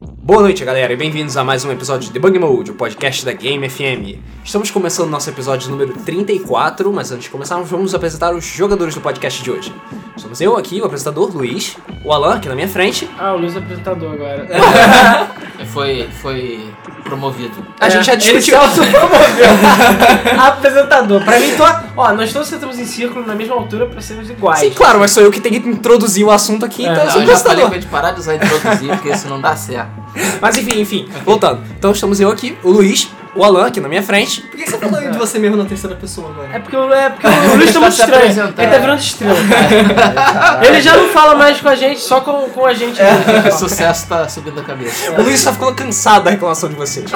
Boa noite, galera, e bem-vindos a mais um episódio de Debug Mode, o podcast da Game FM. Estamos começando nosso episódio número 34, mas antes de começarmos, vamos apresentar os jogadores do podcast de hoje. Somos eu aqui, o apresentador Luiz, o Alan aqui na minha frente. Ah, o Luiz é apresentador agora. Foi, foi promovido. É, A gente já discutiu. Ele se autopromoveu. apresentador. Pra mim, tô... ó, nós todos sentamos em círculo na mesma altura pra sermos iguais. Sim, claro, mas sou eu que tenho que introduzir o assunto É, aqui, então eu Não, sou eu já falei apresentador. pra gente parar de usar introduzir, porque isso não dá certo. Mas enfim, enfim, voltando. Então estamos eu aqui, o Luiz, o Alan aqui na minha frente. Por que você falou de você mesmo na terceira pessoa É agora? porque, o- é porque o Luiz tá É. muito se estranho. Ele apresentando. tá virando estranho. cara. Ele já não fala mais com a gente, só com, com a gente. O sucesso tá subindo a cabeça. O Luiz só ficou cansado da reclamação de vocês.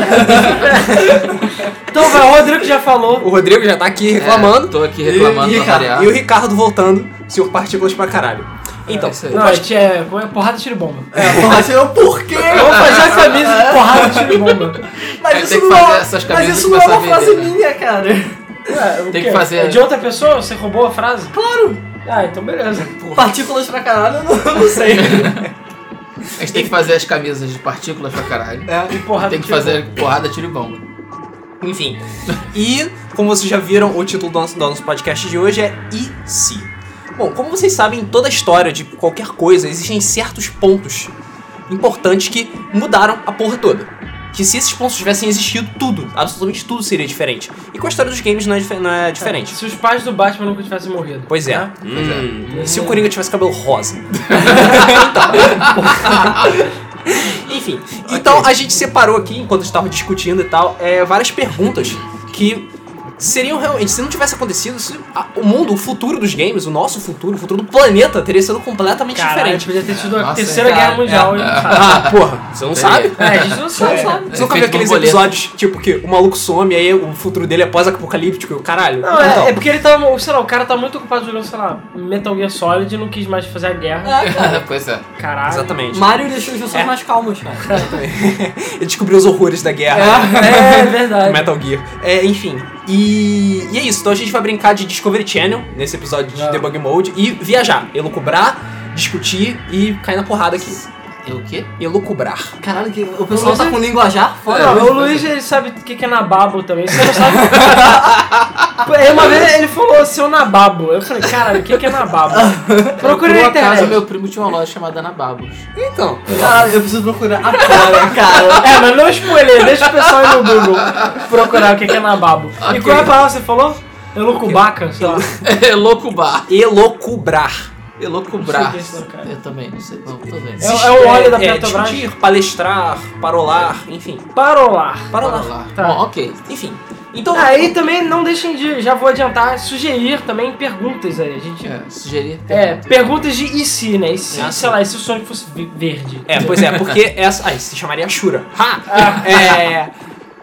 Então vai, o Rodrigo já falou. O Rodrigo já tá aqui reclamando. É, tô aqui reclamando E, e, pra variar. e o Ricardo voltando, senhor partículas pra caralho. Então, É isso aí. Não, a gente é como é porrada, tiro e bomba. É, porra, assim, eu, por quê? Eu vou fazer a camisa de porrada, tiro e bomba. Aí Mas tem isso, que não, fazer é- essas mas camisas isso e não é começar uma a frase vender, né? minha, cara. Ué, o Tem que quê? fazer- É de outra pessoa? Você roubou a frase? Claro. Ah, então beleza. Partículas pra caralho, eu não, eu não sei. A gente tem que fazer as camisas de partículas pra caralho. É, E porrada, Tem que tiro e fazer porrada, tiro e bomba. enfim. E, como vocês já viram, o título do nosso, do nosso podcast de hoje é E se? Bom, como vocês sabem, em toda a história de qualquer coisa existem certos pontos importantes que mudaram a porra toda. Que se esses pontos tivessem existido, tudo, absolutamente tudo seria diferente. E com a história dos games não é, dife- não é diferente. Se os pais do Batman nunca tivessem morrido. Pois é. Né? Hum, Se o Coringa tivesse cabelo rosa. Enfim. Então a gente separou aqui, enquanto estava discutindo e tal, é, várias perguntas que seriam realmente. Se não tivesse acontecido, se a- o mundo, o futuro dos games, o nosso futuro, o futuro do planeta, teria sido completamente Caralho, tipo, diferente. podia ter sido a Nossa, terceira é. guerra mundial. e não sabe. Ah, porra, você não sabe? É, a gente não sabe. sabe. Você nunca Efeito viu aqueles borboleta. episódios, tipo, que o maluco some, aí o futuro dele é pós-apocalíptico, e o caralho. Não, é, Então, é porque ele tá, sei lá, o cara tá muito ocupado jogando, sei lá, Metal Gear Solid e não quis mais fazer a guerra. pois é. Caralho. Exatamente. É. Mario deixou as pessoas mais calmas, cara. Ele descobriu os horrores da guerra. É, é verdade. Metal Gear. É, enfim. E, e é isso. Então a gente vai brincar de Discovery Channel nesse episódio de Ah. Debug Mode e viajar, elucubrar, discutir e cair na porrada aqui. E É o quê? Elucubrar. Caralho, que o pessoal Você- tá com linguajar Não, é, fora. o Luiz ele sabe o que que é nababo também, você não sabe. Aí Uma vez ele falou seu nababo. Eu falei, caralho, o que que é nababo? Procura Por na acaso, internet. meu primo tinha uma loja chamada Nababos. Então, Caralho, eu preciso procurar agora, cara. É, mas não spoiler, deixa o pessoal ir no Google procurar o que que é nababo. E Ok. qual é a palavra que você falou? Elucubaca, sei lá. É louco bar. elucubrar. É louco brás. Não sei o que é isso, cara. Eu também, não sei. Não, tô vendo. É, é o óleo da Petrobras. discutir, palestrar, parolar, enfim. Parolar. Parolar. Bora lá. Tá. Bom, ok. Enfim. Então, É, Aí também não deixem de, já vou adiantar, sugerir também perguntas aí. A gente. É, É, sugerir. perguntas de e se, né? E se, Ah, sei lá, e se o Sonic fosse ve- verde? É, pois é, porque essa. Ai, se chamaria Shura. Ha! É.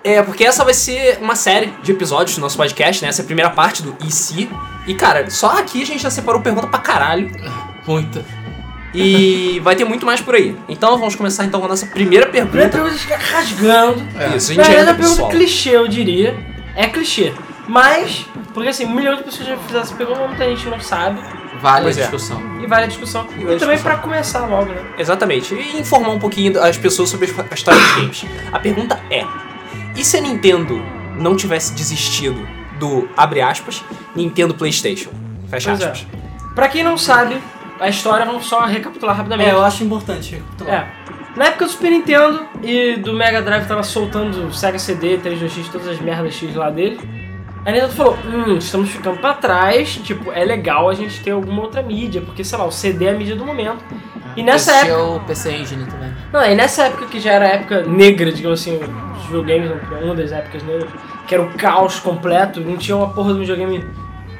É, porque essa vai ser uma série de episódios do nosso podcast, né? Essa é a primeira parte do E se. E, cara, só aqui a gente já separou pergunta pra caralho. Muito. E vai ter muito mais por aí. Então vamos começar então com a nossa primeira Primeira pergunta. pergunta fica rasgando. É. Isso, É. a Na gente verdade, ainda a pergunta pessoal. clichê, eu diria. É clichê. Mas, porque assim, um milhão de pessoas já fizeram essa pergunta, muita gente não sabe. Vale a Pois é. discussão. E vale a discussão. E, vale a também discussão. pra começar logo, né? Exatamente. E informar um pouquinho as pessoas sobre a história dos games. A pergunta é: e se a Nintendo não tivesse desistido do, abre aspas, Nintendo PlayStation? Fecha Pois é. aspas. Pra quem não sabe, a história, vamos só recapitular rapidamente. É, eu acho importante. Tô- É. Na época do Super Nintendo e do Mega Drive tava soltando o Sega CD, 32X, todas as merdas X lá dele. A Nintendo falou, hum, estamos ficando pra trás, tipo, é legal a gente ter alguma outra mídia, porque, sei lá, o CD é a mídia do momento. E nessa Esse época- é o PC Engine também. Não, e nessa época que já era a época negra, digamos assim, os videogames, é uma das épocas negras, que era o caos completo, não tinha uma porra de um videogame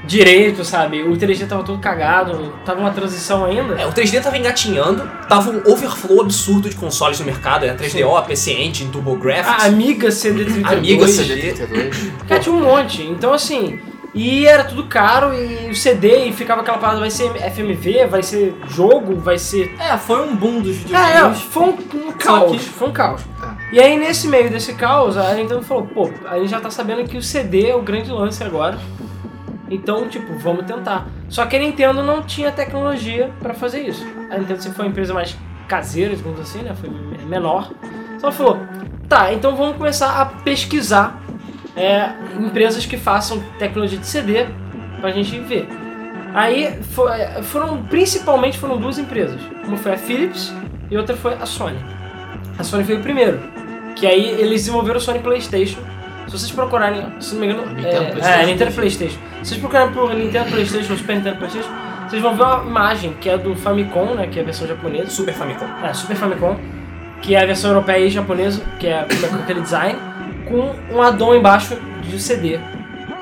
direito, sabe? O 3D tava todo cagado, tava uma transição ainda. É, o 3D tava engatinhando, tava um overflow absurdo de consoles no mercado, era 3DO, PC Engine, A TurboGrafx. Amiga CD32. Amiga Dois CD. CD32. Cara, tinha um monte. Então, assim, e era tudo caro, e o CD, e ficava aquela parada, vai ser FMV, vai ser jogo, vai ser... É, foi um boom dos É, é, videogames. foi um, um caos, foi um caos. Tá. E aí, nesse meio desse caos, a Nintendo falou, pô, a gente já tá sabendo que o CD é o grande lance agora. Então, tipo, vamos tentar. Só que a Nintendo não tinha tecnologia pra fazer isso. A Nintendo sempre foi uma empresa mais caseira, digamos assim, né? Foi menor. Então, Então ela falou, tá, então vamos começar a pesquisar é, empresas que façam tecnologia de CD pra gente ver. Aí fo- é, foram, principalmente foram duas empresas. Uma foi a Philips e outra foi a Sony. A Sony veio primeiro. Que aí eles desenvolveram o Sony Playstation. Se vocês procurarem, se não me engano, Nintendo é, PlayStation. é, Nintendo Playstation. Se vocês procurarem por Nintendo Playstation ou Super Nintendo Playstation, vocês vão ver uma imagem que é do Famicom, né, que é a versão japonesa. Super Famicom. É, Super Famicom, que é a versão europeia e japonesa, que é com aquele design, com um addon embaixo de CD.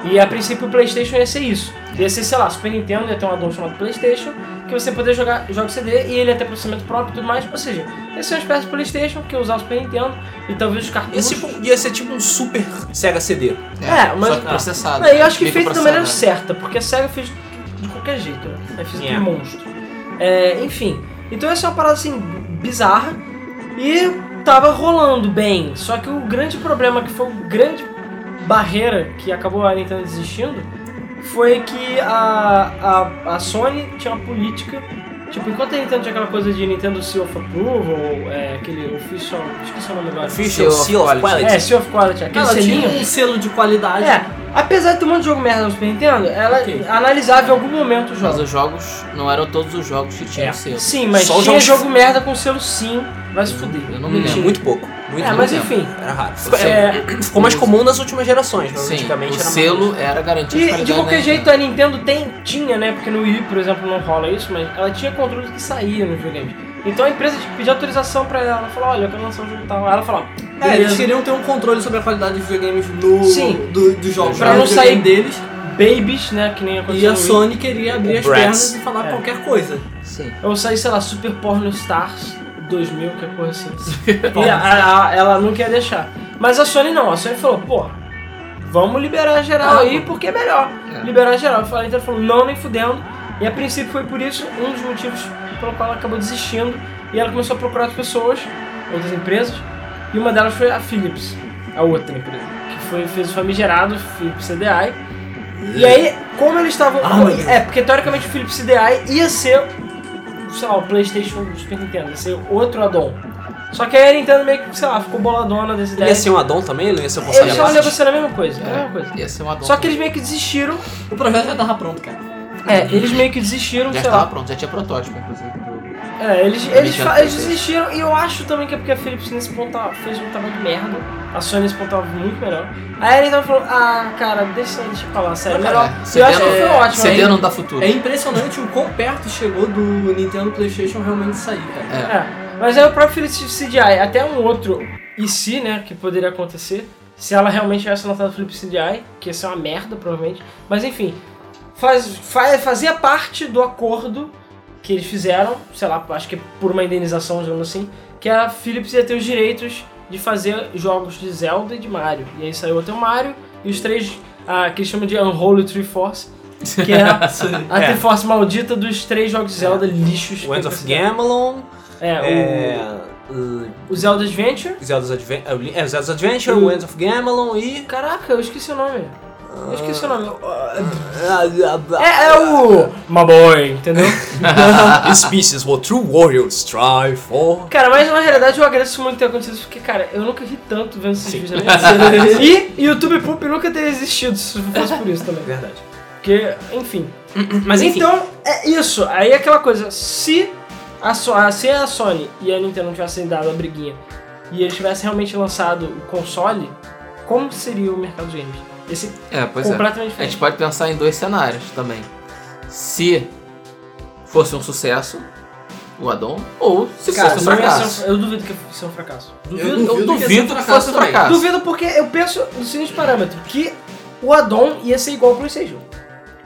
E a princípio o PlayStation ia ser isso. Ia ser, sei lá, Super Nintendo ia ter um addon chamado PlayStation, que você poderia jogar jogos CD e ele ia ter processamento próprio e tudo mais. Ou seja, ia ser uma espécie de PlayStation que ia usar o Super Nintendo e talvez os Ia cartuchos. ser, tipo, ia ser tipo um super Sega CD. É, mas- Só que processado. Não, eu acho que Meio feito da maneira processado, né? certa, porque a SEGA fez de qualquer jeito, né? Ela fez Yeah. um monstro. É, enfim, então essa é uma parada assim bizarra e tava rolando bem. Só que o grande problema, que foi o grande barreira que acabou a Nintendo desistindo, foi que a, a, a Sony tinha uma política. Tipo, enquanto a Nintendo tinha aquela coisa de Nintendo Seal of Approval, ou é, aquele official. Esqueci o nome agora. Official Seal of É, Quality. Seal of Quality, aquele Ela selinho. tinha um selo de qualidade. É, apesar de ter um monte de jogo merda no Super Nintendo, ela Ok. analisava em algum momento o Mas jogo. os jogos não eram todos os jogos que tinham É. selo. Sim, mas Só os tinha jogos- jogo merda com selo sim, vai se fuder. Eu não me É, lembro. muito pouco. Muito É, pouco mas tempo. enfim. Era raro. Ficou, Você- é, É, ficou mais comum nas últimas gerações, mas Sim, antigamente o era selo era garantido e de né? qualquer jeito a Nintendo tem, tinha, né? Porque no Wii, por exemplo, não rola isso, mas ela tinha controle do que saía nos videogames. Então a empresa tipo, pedia autorização pra ela, ela falou, olha, eu quero lançar um jogo tal. Aí ela falou, É, eles beleza, queriam ter um controle sobre a qualidade dos videogames no, Sim. do- dos jogos. Pra do não videogame sair- deles. babies, né? Que nem E aconteceu a no Wii. Sony queria abrir O as Bratz. pernas e falar É. qualquer coisa. Sim. Ou sair, sei lá, Super Porno Stars 2000, que é coisa assim. e a- a- ela não quer deixar. Mas a Sony não, a Sony falou, pô, vamos liberar geral Ah, aí porque é melhor. É. Liberar geral. A Nintendo falou, não, nem fudendo. E a princípio foi por isso um dos motivos pelo qual ela acabou desistindo. E ela começou a procurar outras pessoas, outras empresas. E uma delas foi a Philips, a outra empresa, que foi, fez o famigerado Philips CDI. E aí, como eles estavam. É. Ah, meu Deus. é, porque teoricamente o Philips CDI ia ser, sei lá, o PlayStation o Super Nintendo, ia ser outro addon. Só que aí a Nintendo meio que, sei lá, ficou boladona dessa Ele ideia. ia ser um addon também? Ele ia ser um Eles console estavam à parte? negociando a mesma coisa, a mesma coisa. É, ia ser uma dor. Só que eles meio que desistiram. O projeto já tava pronto, cara. É, Uhum. eles meio que desistiram, já sei estava lá. pronto, já tinha protótipo, inclusive. do- É, eles, Também eles, já fa- tem eles isso. desistiram e eu acho também que é porque a Philips nesse ponto tava- fez um trabalho de merda. A Sony nesse ponto tava muito melhor. Aí a Nintendo falou, ah, cara, deixa, deixa pra lá, sério, Não, melhor. cara, eu CD acho que foi É, não- ótimo. CD aí- não dá futuro. É impressionante o quão perto chegou do Nintendo Playstation realmente sair, cara. É. É, mas aí o próprio Philips CDI, até um outro e se, né, que poderia acontecer, se ela realmente tivesse lançado o Philips CDI, que ia ser uma merda, provavelmente. Mas enfim, faz, fa- fazia parte do acordo que eles fizeram, sei lá, acho que por uma indenização, digamos assim, que a Philips ia ter os direitos de fazer jogos de Zelda e de Mario. E aí saiu até o Mario e os três, ah, que eles chamam de Unholy Tree Force, que é a, a É. Triforce maldita dos três jogos de Zelda lixos. que O End of apareceram. Gamelon, É, é, o o, o Zelda Adventure. Zelda's Adventure, é, o Zelda's Adventure, o End of Gamelon e... Caraca, eu esqueci o nome. Eu esqueci o nome. Ah, É, é o. Maboy, entendeu? ah, ah. Species what true warriors strive for. Cara, mas na realidade eu agradeço muito ter acontecido isso, porque, cara, eu nunca ri tanto vendo esses Sim. vídeos na minha vida. E YouTube Poop nunca teria existido se não fosse por isso também. Verdade. Porque, enfim. Mas enfim, Então, é isso. Aí é aquela coisa, se a, So- a- se a Sony e a Nintendo tivessem dado a briguinha e eles tivessem realmente lançado o console, como seria o mercado de games? Esse É, pois é. completamente A gente diferente. pode pensar em dois cenários também. Se fosse um sucesso, o Adon, ou se Cara, fosse um não ia ser fracasso. eu duvido que isso é um fracasso. Duvido, Eu Eu Duvido que ia ser um duvido que fosse um fracasso também. fracasso. Duvido porque eu penso no seguinte parâmetro, que o addon ia ser igual ao PlayStation.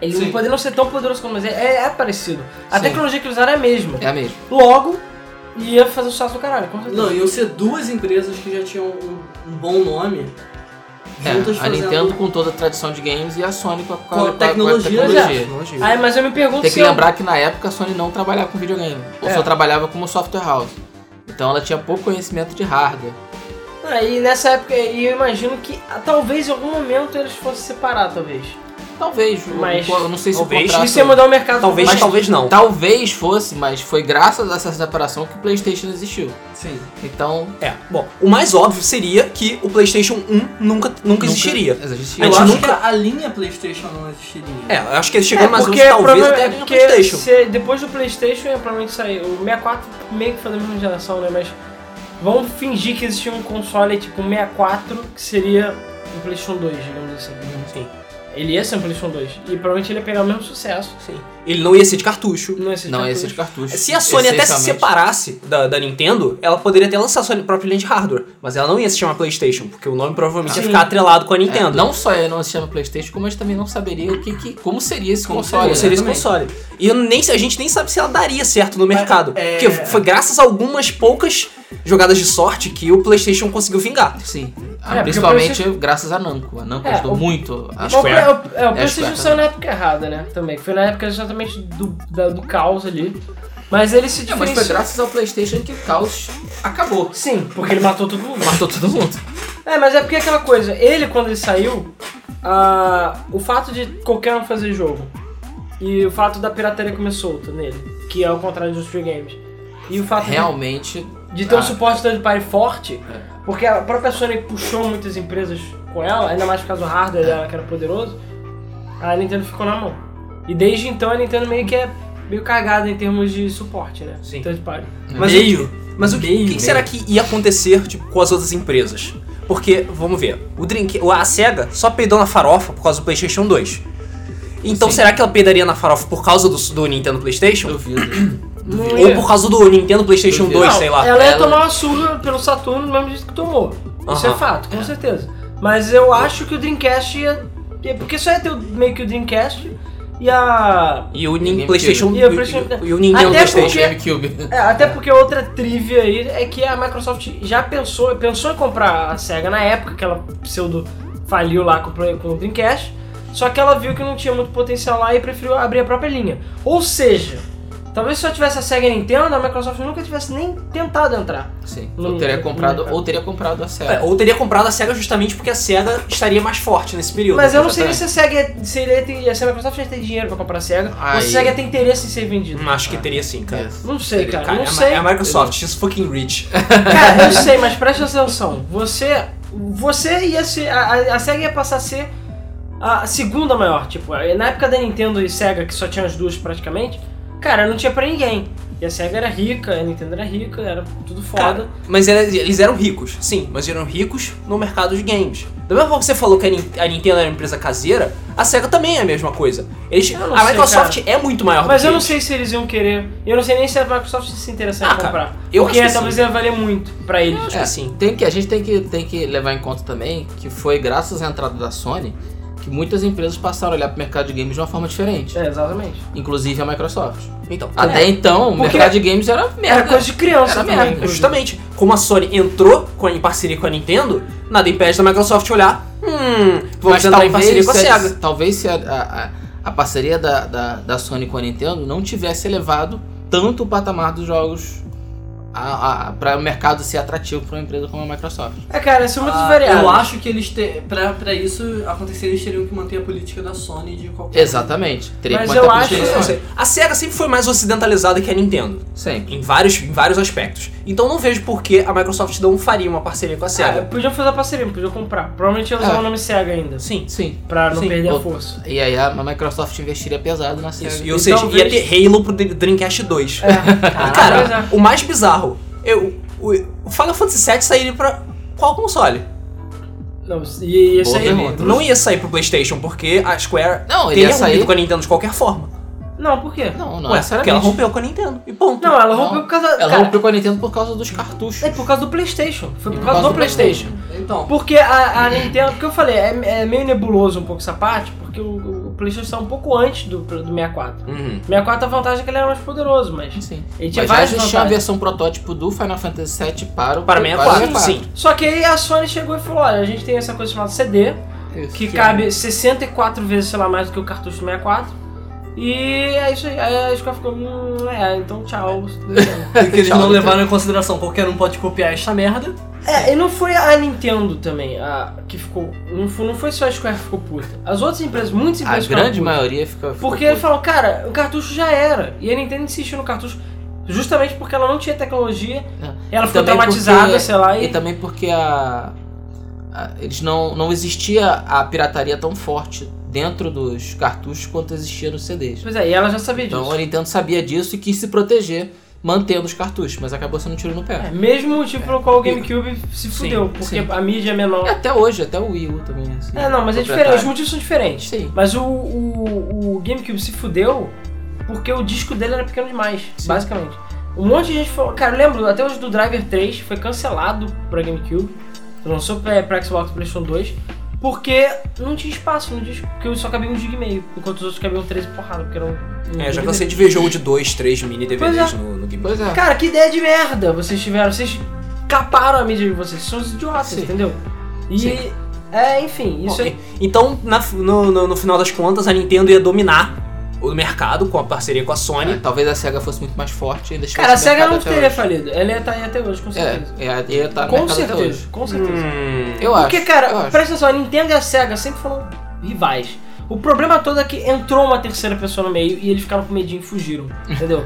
Ele Sim. não poderia não ser tão poderoso quanto, mas é, é, é parecido. A Sim. tecnologia que eles usaram é a mesma. É a mesma. Logo, ia fazer um sucesso do caralho, com certeza. Não, iam ser duas empresas que já tinham um, um bom nome. É, Juntas a fazendo Nintendo com toda a tradição de games e a Sony com a, Com a tecnologia, tecnologia. Aí, mas eu me pergunto Tem se que lembrar que na época a Sony não trabalhava com videogame, ou É. só trabalhava como software house. Então ela tinha pouco conhecimento de hardware. ah, eu... Aí nessa época, e eu imagino que ah, talvez em algum momento eles fossem separar, talvez. Talvez, o- Mas- o- eu não sei se Talvez. o contrato... Isso é ia mudar o mercado. Talvez, completamente. talvez não. Talvez fosse, mas foi graças a essa separação que o PlayStation existiu. Sim. Então, É, bom, o mais óbvio seria que o PlayStation 1 nunca, nunca, existiria. Existiria. A Eu gente acho nunca- que a linha Playstation não existiria. É, eu acho que ele chegou É, é, mais porque longe, talvez prova- até é no porque PlayStation. se- depois do PlayStation, é, provavelmente sair. O 64 meio que foi da mesma geração, né? Mas vamos fingir que existia um console tipo 64 que seria um PlayStation 2, digamos assim. Sim, Ele ia ser um PlayStation 2 e provavelmente ele ia pegar o mesmo sucesso. sim. Ele não ia ser de cartucho. Não ia ser Não, tanto tipo ia ser de cartucho. é Se é a Sony até se essencialmente. separasse da, da Nintendo, ela poderia até lançar a Sony própria linha de hardware. Mas ela não ia se chamar PlayStation, porque o nome provavelmente ia Sim. ficar atrelado com a É, Nintendo. não só ele não se chama Playstation, como a gente também não saberia o que, que- como seria esse É, console. Como seria esse né, também. console. E eu nem, a gente nem sabe se ela daria certo no mercado. é- Porque foi graças a algumas poucas jogadas de sorte que o PlayStation conseguiu vingar. Sim. Ah, porque o Principalmente PlayStation- graças a Namco. A Namco É, ajudou o- muito. Mas Acho o, que Square. Play- o- é, o É, PlayStation Square saiu na época errada, né? Também. Foi na época exatamente do, da- do caos ali. Mas ele se É, mas foi diferenciou. graças ao Playstation que o caos acabou. Sim, porque ele matou todo mundo. Matou todo mundo. É, mas é porque aquela coisa, ele quando ele saiu, ah, o fato de qualquer um fazer jogo e o fato da pirataria comer solta nele, que é o contrário dos free games, e o fato de- Realmente. de, ter um ah, suporte third party forte, É. porque a própria Sony puxou muitas empresas com ela, ainda mais por causa do hardware dela que era poderoso, a Nintendo ficou na mão. E desde então a Nintendo meio que é meio cagada em termos de suporte, né? Sim. Third party. Mas Meio. o, mas o que- Meio, o que, meio. será que ia acontecer tipo, com as outras empresas? Porque, vamos ver, o Drink, a SEGA só peidou na farofa por causa do PlayStation 2. Então Sim. será que ela peidaria na farofa por causa do, do Nintendo PlayStation? Duvido. Não Ou ia- por causa do Nintendo PlayStation Duvido. 2, Não, sei lá. Ela ia Ela- tomar uma surra pelo Saturno do mesmo jeito que tomou. Isso é Aham. fato, com certeza. Mas eu acho que o Dreamcast ia. ia- Porque só ia ter o- meio que o Dreamcast e a. E o Ninguém Nin- PlayStation tira. E o PlayStation- e o Nintendo Até PlayStation. porque- GameCube. é, até porque outra trivia aí é que a Microsoft já pensou, pensou em comprar a SEGA na época, que ela pseudo faliu lá com, o Play- com o Dreamcast, só que ela viu que não tinha muito potencial lá e preferiu abrir a própria linha. Ou seja, talvez se só tivesse a SEGA e a Nintendo, a Microsoft nunca tivesse nem tentado entrar. Sim. Não- Ou teria não- comprado, não- ou teria comprado a série. É, ou teria comprado a SEGA justamente porque a SEGA estaria mais forte nesse período. né? Mas eu não sei nem Exatamente. se a SEGA é ia- se, ele ia ter- se a Microsoft ia ter dinheiro pra comprar a SEGA ou Aí. se a SEGA tem interesse em ser vendida. Hum, Acho que teria sim, cara. Não sei, Ele- cara. Cara, não é, a- sei. é a Microsoft, she's fucking rich. Cara, eu sei, mas presta atenção. Você. Você ia ser. A, a- a SEGA ia passar a ser a segunda maior. Tipo, na época da Nintendo e SEGA, que só tinha as duas praticamente, cara, não tinha pra ninguém. E a SEGA era rica, a Nintendo era rica, era tudo foda. Cara, mas era- eles eram ricos, sim, mas eram ricos no mercado de games. Da mesma forma que você falou que a, Nin- a Nintendo era uma empresa caseira, a SEGA também é a mesma coisa. Eles- Eu não a sei, Microsoft é muito maior do mas que eu não eles. sei se eles iam querer. E eu não sei nem se a Microsoft se interessar Ah, em cara, comprar. eu porque acho que talvez sim. ia valer muito pra eles. acho É, que sim. Tem que, a gente tem que, tem que levar em conta também que foi graças à entrada da Sony que muitas empresas passaram a olhar para o mercado de games de uma forma diferente. É, exatamente. Inclusive a Microsoft. Então, Até então, o Porque mercado de games era merda. Era coisa de criança Era também. merda, Tá- É, inclusive. Justamente, como a Sony entrou com a- em parceria com a Nintendo, nada impede da Microsoft olhar, hum, vamos Mas entrar em parceria com a se SEGA. Talvez se a, a, a- a parceria da, da, da Sony com a Nintendo não tivesse elevado tanto o patamar dos jogos para o mercado ser atrativo para uma empresa como a Microsoft. É, cara, são muitas Ah, variáveis. eu acho que eles te... pra, pra isso acontecer, eles teriam que manter a política da Sony de qualquer. Exatamente. Teria Mas que manter eu a acho- política da Ou Sony. seja, A SEGA sempre foi mais ocidentalizada que a Nintendo, Sempre. em vários, em vários aspectos. Então não vejo por que a Microsoft não faria uma parceria com a Ah, SEGA. podiam fazer a parceria, podiam comprar. Provavelmente ia usar É. o nome SEGA ainda. Sim. Sim. Pra não Sim. perder a Ou- força. E aí a Microsoft investiria pesado na série. Isso, e, ou seja, ia talvez- ter Halo pro Dr- Dreamcast 2. É. E, pois cara, é. o mais bizarro, eu, o, o Final Fantasy VII sairia pra qual console? Não, e isso é. Boa aí. pergunta. Não ia sair pro Playstation, porque a Square Não, ele teria ia sair. rompido com a Nintendo de qualquer forma. Não, por quê? Não, não, Ué, porque necessariamente. ela rompeu com a Nintendo, e ponto. Não, ela Não. rompeu por causa. Ela cara, rompeu com a Nintendo por causa dos cartuchos. É por causa do PlayStation. Foi por causa Por causa do do PlayStation. Então, Porque a, a Nintendo, porque eu falei, é, é meio nebuloso um pouco essa parte, porque o, o PlayStation saiu um pouco antes do, do 64. Uhum. 64 a vantagem é que ele era mais poderoso, mas. Sim. Ele tinha Mas já várias existia a vantagens. versão protótipo do Final Fantasy VII para é o Para 64, para o sim. Só que aí a Sony chegou e falou: olha, a gente tem essa coisa chamada CD, Isso, que é- cabe 64 vezes, sei lá, mais do que o cartucho do 64. E é isso aí. Aí a Square ficou, hum, é, então tchau. Porque eles Tchau, não Nintendo. levaram em consideração. Qualquer um pode copiar esta merda. é, e não foi a Nintendo também a, que ficou. Não foi, não foi só a Square que ficou puta. As outras empresas, muitas A empresas ficaram grande putas. maioria fica. fica Porque ele falou, cara, o cartucho já era. E a Nintendo insistiu no cartucho justamente porque ela não tinha tecnologia. É. Ela ficou Também traumatizada, porque- sei lá, E e. também porque a. a- eles não, não existia a pirataria tão forte dentro dos cartuchos quanto existia nos CDs. Pois é, e ela já sabia disso. Então a Nintendo sabia disso e quis se proteger mantendo os cartuchos, mas acabou sendo um tiro no É, pé. mesmo o tipo pelo qual o GameCube se Sim, fudeu, porque sim. a mídia é E menor. até hoje, até o Wii U também. né, assim, É, não, mas é diferente, proprietário. os motivos são diferentes. Sim. Mas o, o, o GameCube se fudeu porque o disco dele era pequeno demais, Sim. basicamente. Um monte de gente falou. Cara, eu lembro até hoje do Driver 3, foi cancelado pra GameCube. Lançou pra, pra Xbox e PlayStation 2. Porque não tinha espaço no disco, porque só cabia um gig e meio, enquanto os outros cabiam 13 porrada, porque eram. um É, já gig e cansei de ver jogo de dois, três mini DVDs Pois é. no, no Game Pois é. Cara, que ideia de merda vocês tiveram. Vocês caparam a mídia de vocês. Vocês são os idiotas, Sim. entendeu? E. Sim. É, enfim, isso Bom, é. e- Então, na- no, no- no final das contas, a Nintendo ia dominar o mercado com a parceria com a Sony. É, talvez a SEGA fosse muito mais forte e ainda Cara, a estivesse no SEGA não mercado até teria hoje. falido. Ela ia estar aí até hoje, com certeza. É, é, ia estar no com mercado até hoje. certeza, com certeza. Hum, Eu acho. Porque, eu cara, acho. presta atenção, a Nintendo e a SEGA sempre foram rivais. O problema todo é que entrou uma terceira pessoa no meio e eles ficaram com medinho e fugiram, entendeu?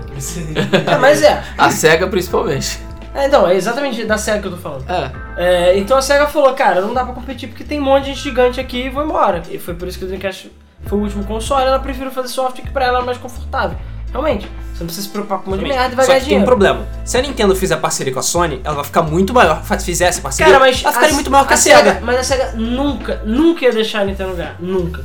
É, mas é. A SEGA principalmente. É, Então, é exatamente da SEGA que eu tô falando. É, É, então a SEGA falou, cara, não dá pra competir porque tem um monte de gente gigante aqui e vou embora. E foi por isso que o Dreamcast foi o último console, ela preferiu fazer software que pra ela era mais confortável. Realmente, você não precisa se preocupar com um monte de merda e vai Só ganhar que tem um dinheiro. problema. Se a Nintendo fizer parceria com a Sony, ela vai ficar muito maior. Fa- Fizer essa parceria, Cara, mas ela ficaria a- muito maior que a, SEGA. SEGA. Mas a SEGA nunca, nunca ia deixar a Nintendo ganhar. Nunca.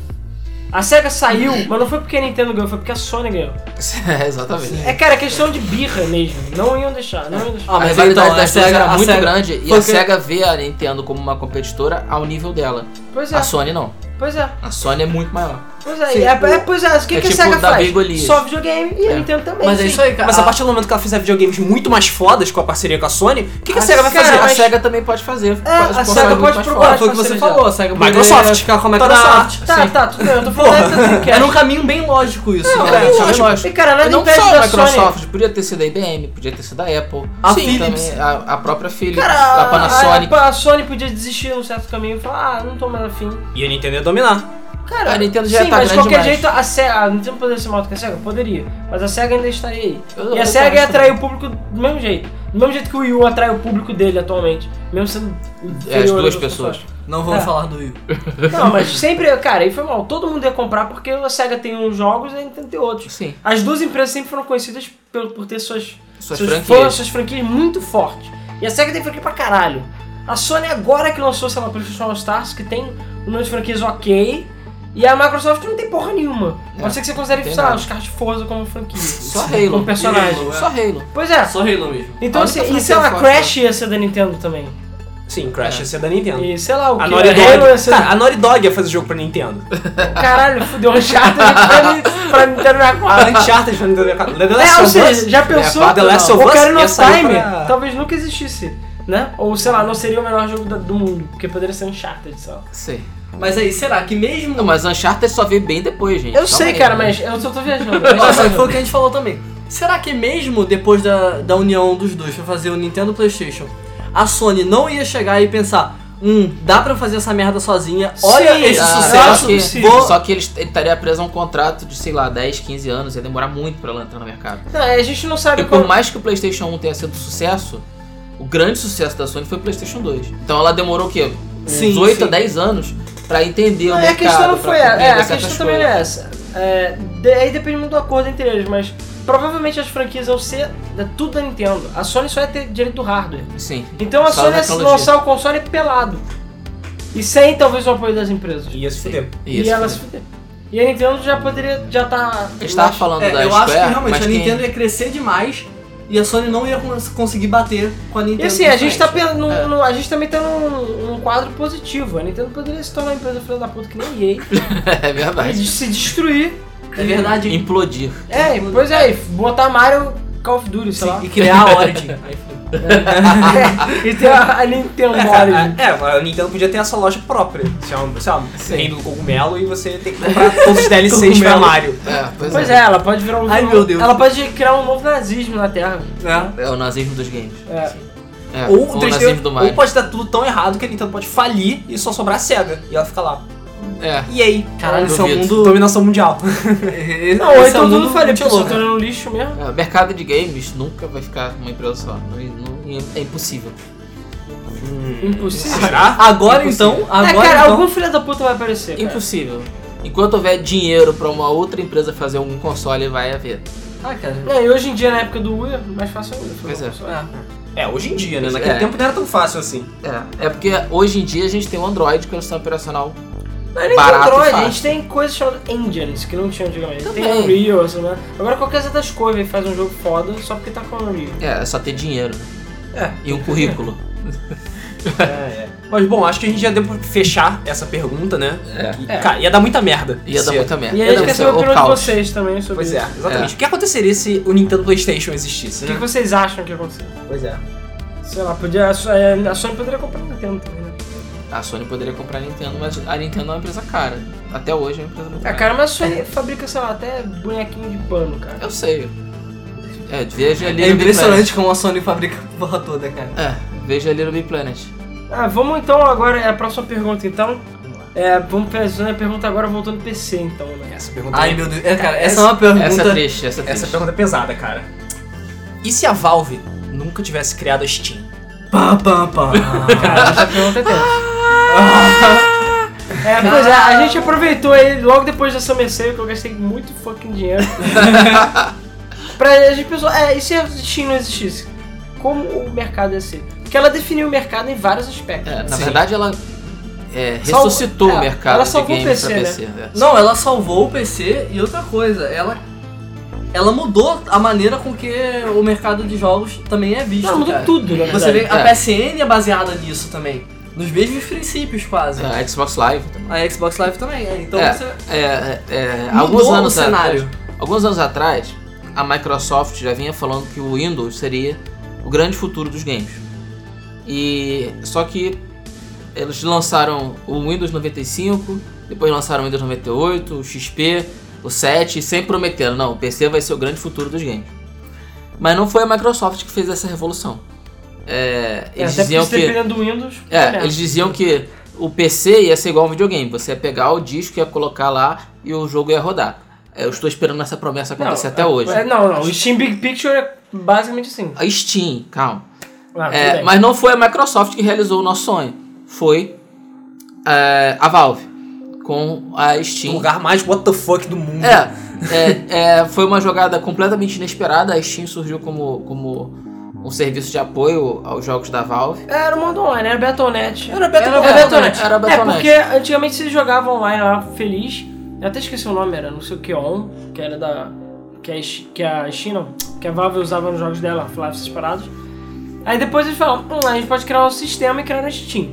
A SEGA saiu, mas não foi porque a Nintendo ganhou, foi porque a Sony ganhou. é, exatamente. É, cara, é questão de birra mesmo. Não iam deixar, não iam deixar. Ah, a mas rivalidade então, a das duas SEGA- era a muito SEGA- grande e Porque- a SEGA vê a Nintendo como uma competidora ao nível dela. Pois é, A Sony não. pois é, A Sony é muito maior. pois é. Sim, E é, é, pois é, o que, é que tipo a SEGA Davi faz? e Golias. Só videogame e a É. Nintendo também. Mas é sim. isso aí, cara. Mas a partir do momento que ela fizer videogames muito mais fodas com a parceria com a Sony, o que, que a SEGA vai cara, fazer? a mas- SEGA também pode fazer. faz É, a um SEGA console pode muito mais procurar. forte. Ah, foi o que você Parceria. falou, sabe? Microsoft. ficar com a Tá na Microsoft. Tá, tá, tudo bem, eu tô falando da Dreamcast. Era um caminho bem lógico isso. né? Não, cara. é Isso é lógico. lógico. E cara, nada E não impede só da a Microsoft, podia ter sido a IBM, podia ter sido a Apple, A Sim, Philips. também a, a própria Philips, Cara, a Panasonic. A, a Sony podia desistir num certo caminho e falar, ah, não tô mais afim. E a Nintendo ia dominar. Cara, A Nintendo já sim, tá mas de grande qualquer demais. jeito a SEGA, a Nintendo poderia ser maior do que a SEGA? Poderia. Mas a SEGA ainda estaria aí. Eu- e a eu SEGA ia também. atrair o público do mesmo jeito. Do mesmo jeito que o Wii U atrai o público dele atualmente. Mesmo sendo É, as inferior duas ao pessoas. console. Não vamos É. falar do Will. Não, mas sempre, cara, aí foi mal. Todo mundo ia comprar porque a SEGA tem uns jogos e a Nintendo tem outros. Sim, As duas empresas sempre foram conhecidas pelo- por ter suas suas seus franquias. fãs, suas franquias muito fortes. E a SEGA tem franquia pra caralho. A Sony agora que lançou, sei lá, PlayStation All Stars, que tem um número de franquias ok. E a Microsoft não tem porra nenhuma. É, Pode ser que você considere, tem sei lá, nada. os carros de Forza como franquia. Só Halo. Como personagem. Halo, é. Só Halo. Pois é. Só Halo mesmo. Então, A assim, única e sei lá, franquia forte, Crash ia ser da Nintendo também. Sim, Crash ia ser da Nintendo. É. E sei lá, o A que? Naughty Halo ia Dog. ser... Cara, a Naughty Dog ia fazer jogo pra Nintendo. Caralho, fudeu um chato pra, Ni- pra Nintendo 64. A Uncharted pra Nintendo. The Ah, É, Last ou of Us. seja, já pensou? The Last of o Us Ocarina ia of sair Time pra- talvez nunca existisse, né? Ou sei lá, não seria o melhor jogo da- do mundo, porque poderia ser Uncharted, sei lá. Sim. Mas aí, será que mesmo. Não, mas Uncharted só veio bem depois, gente. Eu Calma sei, aí, cara, né? mas eu só tô viajando. Olha só, foi o que a gente falou também. Será que mesmo depois da, da união dos dois pra fazer o Nintendo PlayStation, a Sony não ia chegar e pensar: hum, dá pra fazer essa merda sozinha? Olha Sim, esse ah, sucesso. eu acho Só que, que- vou- só que ele, ele estaria preso a um contrato de, sei lá, 10, 15 anos, ia demorar muito pra ela entrar no mercado. Não, é, a gente não sabe Porque por como. mais que o PlayStation 1 tenha sido sucesso, o grande sucesso da Sony foi o PlayStation 2. Então ela demorou o quê? Uns Sim, 8 a sim. 10 anos pra entender Não, o é, a mercado. questão não pra foi essa. compreender É, a certas questão também não coisas. é essa. É, de- aí depende muito do acordo entre eles, mas provavelmente as franquias vão ser da- tudo da Nintendo. A Sony só ia ter direito do hardware. Sim. Então a Só Sony da ia tecnologia. lançar o console pelado. E sem talvez o apoio das empresas. Ia se fuder. Isso. E ela se fuder. E a Nintendo já poderia. Já tá. A gente tava falando É, da eu Square, acho que realmente tipo, mas a quem- Nintendo ia crescer demais e a Sony não ia cons- conseguir bater com a E Nintendo. assim, a gente, tá frente. pen- num- É. num- a gente também tá num, num quadro positivo. A Nintendo poderia se tornar uma empresa filha da puta que nem a EA. É e verdade. de se destruir. É verdade. Implodir. É, pois é, e botar Mario Call of Duty, sei lá. E criar a Origin. Aí foi. e tem a, a Nintendo Origin. É, a Nintendo podia ter essa loja própria. Se chama, sei lá, um Reino do Cogumelo e você tem que comprar todos os DLCs pra Cogumelo. Mario. É, pois, Pois é, é. ela pode virar um Ai, novo- meu Deus. Ela pode criar um novo nazismo na Terra. Né? É o nazismo dos games. É. É, Ou, o o 3D, nazismo do ou Mario. pode dar tudo tão errado que a Nintendo pode falir e só sobrar a SEGA. E ela fica lá. É. E aí? Caralho, esse é um Duvido. mundo. Dominação mundial. Não, ou esse é um então tudo mundo falha, porque muito você louco. tá no lixo mesmo. É, O mercado de games nunca vai ficar uma empresa só. Não- não- é impossível. Impossível. Será? Agora Impossível. então, É, agora cara, então. algum filho da puta vai aparecer. cara. Impossível. Enquanto houver dinheiro pra uma outra empresa fazer algum console, vai haver. Ah, cara. É, e hoje em dia, na época do Wii, é mais fácil ainda. Pois é. É, hoje em dia, né? Naquele É. tempo não era tão fácil assim. É, é porque hoje em dia a gente tem o Android com a sistema operacional. Não é nem Barato e Android, a fácil. gente tem coisas chamadas engines, que não tinha antigamente. Tem Também. Unreal, assim, né? Agora qualquer certas coisas faz um jogo foda só porque tá com Unreal. É, é só ter dinheiro. É. E um currículo. Mas bom, acho que a gente já deu pra fechar essa pergunta, né? É. E, cara, ia dar muita merda. Ia dar Se- muita merda. E aí a gente Ia quer ser saber é a o opinião de caos. vocês também sobre Pois isso. é, exatamente. O que aconteceria se o Nintendo PlayStation existisse, O que que né? vocês acham que aconteceu? Pois é. Sei lá, podia, a So- a Sony poderia comprar um Nintendo também, né? A Sony poderia comprar a Nintendo, mas a Nintendo é uma empresa cara. Até hoje é uma empresa muito Ah, cara. cara, mas a Sony fabrica, sei lá, até bonequinho de pano, cara. Eu sei. É, veja ali É impressionante como a Sony fabrica a porra toda, cara. É, veja Little Big Planet. Ah, vamos então agora, é a próxima pergunta então. É, vamos fazer a pergunta agora voltando PC então, né? Essa pergunta Ai, é- meu Deus. É, cara, essa essa- é uma pergunta. Essa é triste, essa é triste. Essa pergunta é pesada, cara. E se a Valve nunca tivesse criado a Steam? Pá, pá, pá. Cara, essa um pergunta é tensa. Ah! É, pois é, a gente aproveitou aí logo depois da Summer Sale, que eu gastei muito fucking dinheiro. pra a gente pensou, é, e se a Steam não existisse? Como o mercado ia ser? Porque ela definiu o mercado em vários aspectos. É, na Sim. verdade, ela é, Salvo- ressuscitou é, o mercado ela de salvou o games PC, pra né? PC. é. Não, ela salvou o PC e outra coisa, ela. Ela mudou a maneira com que o mercado de jogos também é visto. Ela mudou cara. tudo, né? na verdade. Você vê, a É. PSN é baseada nisso também. Nos mesmos princípios, quase. É, a Xbox Live também. A Xbox Live também, é. Então É. você. É, é, é, Mudou alguns o anos cenário. Atrás, alguns anos atrás, a Microsoft já vinha falando que o Windows seria o grande futuro dos games. E só que eles lançaram o Windows 95, depois lançaram o Windows 98, o XP, o 7, e sempre prometeram, não, o PC vai ser o grande futuro dos games. Mas não foi a Microsoft que fez essa revolução. É, É, eles até porque diziam se que dependendo do Windows. é, eles diziam que o PC ia ser igual um videogame. Você ia pegar o disco, ia colocar lá e o jogo ia rodar. É, Eu estou esperando essa promessa acontecer até hoje. É, não, não. O Steam Big Picture é basicamente assim. A Steam, calma. Ah, É, tudo bem. mas não foi a Microsoft que realizou o nosso sonho. Foi é, a Valve com a O Steam. lugar mais what the fuck do mundo. É, é, é, foi uma jogada completamente inesperada. A Steam surgiu como, como um serviço de apoio aos jogos da Valve. Era o modo online, era Battle.net. Era Battle- era era Battle.net. Era É, Battle.net. porque antigamente você jogava online lá feliz. Eu até esqueci o nome, era não sei o que on, que era da. Que a, Chi- que a China, que a Valve usava nos jogos dela, Flash separados. Aí depois eles falam, hum, a gente pode criar um sistema e criar na Steam.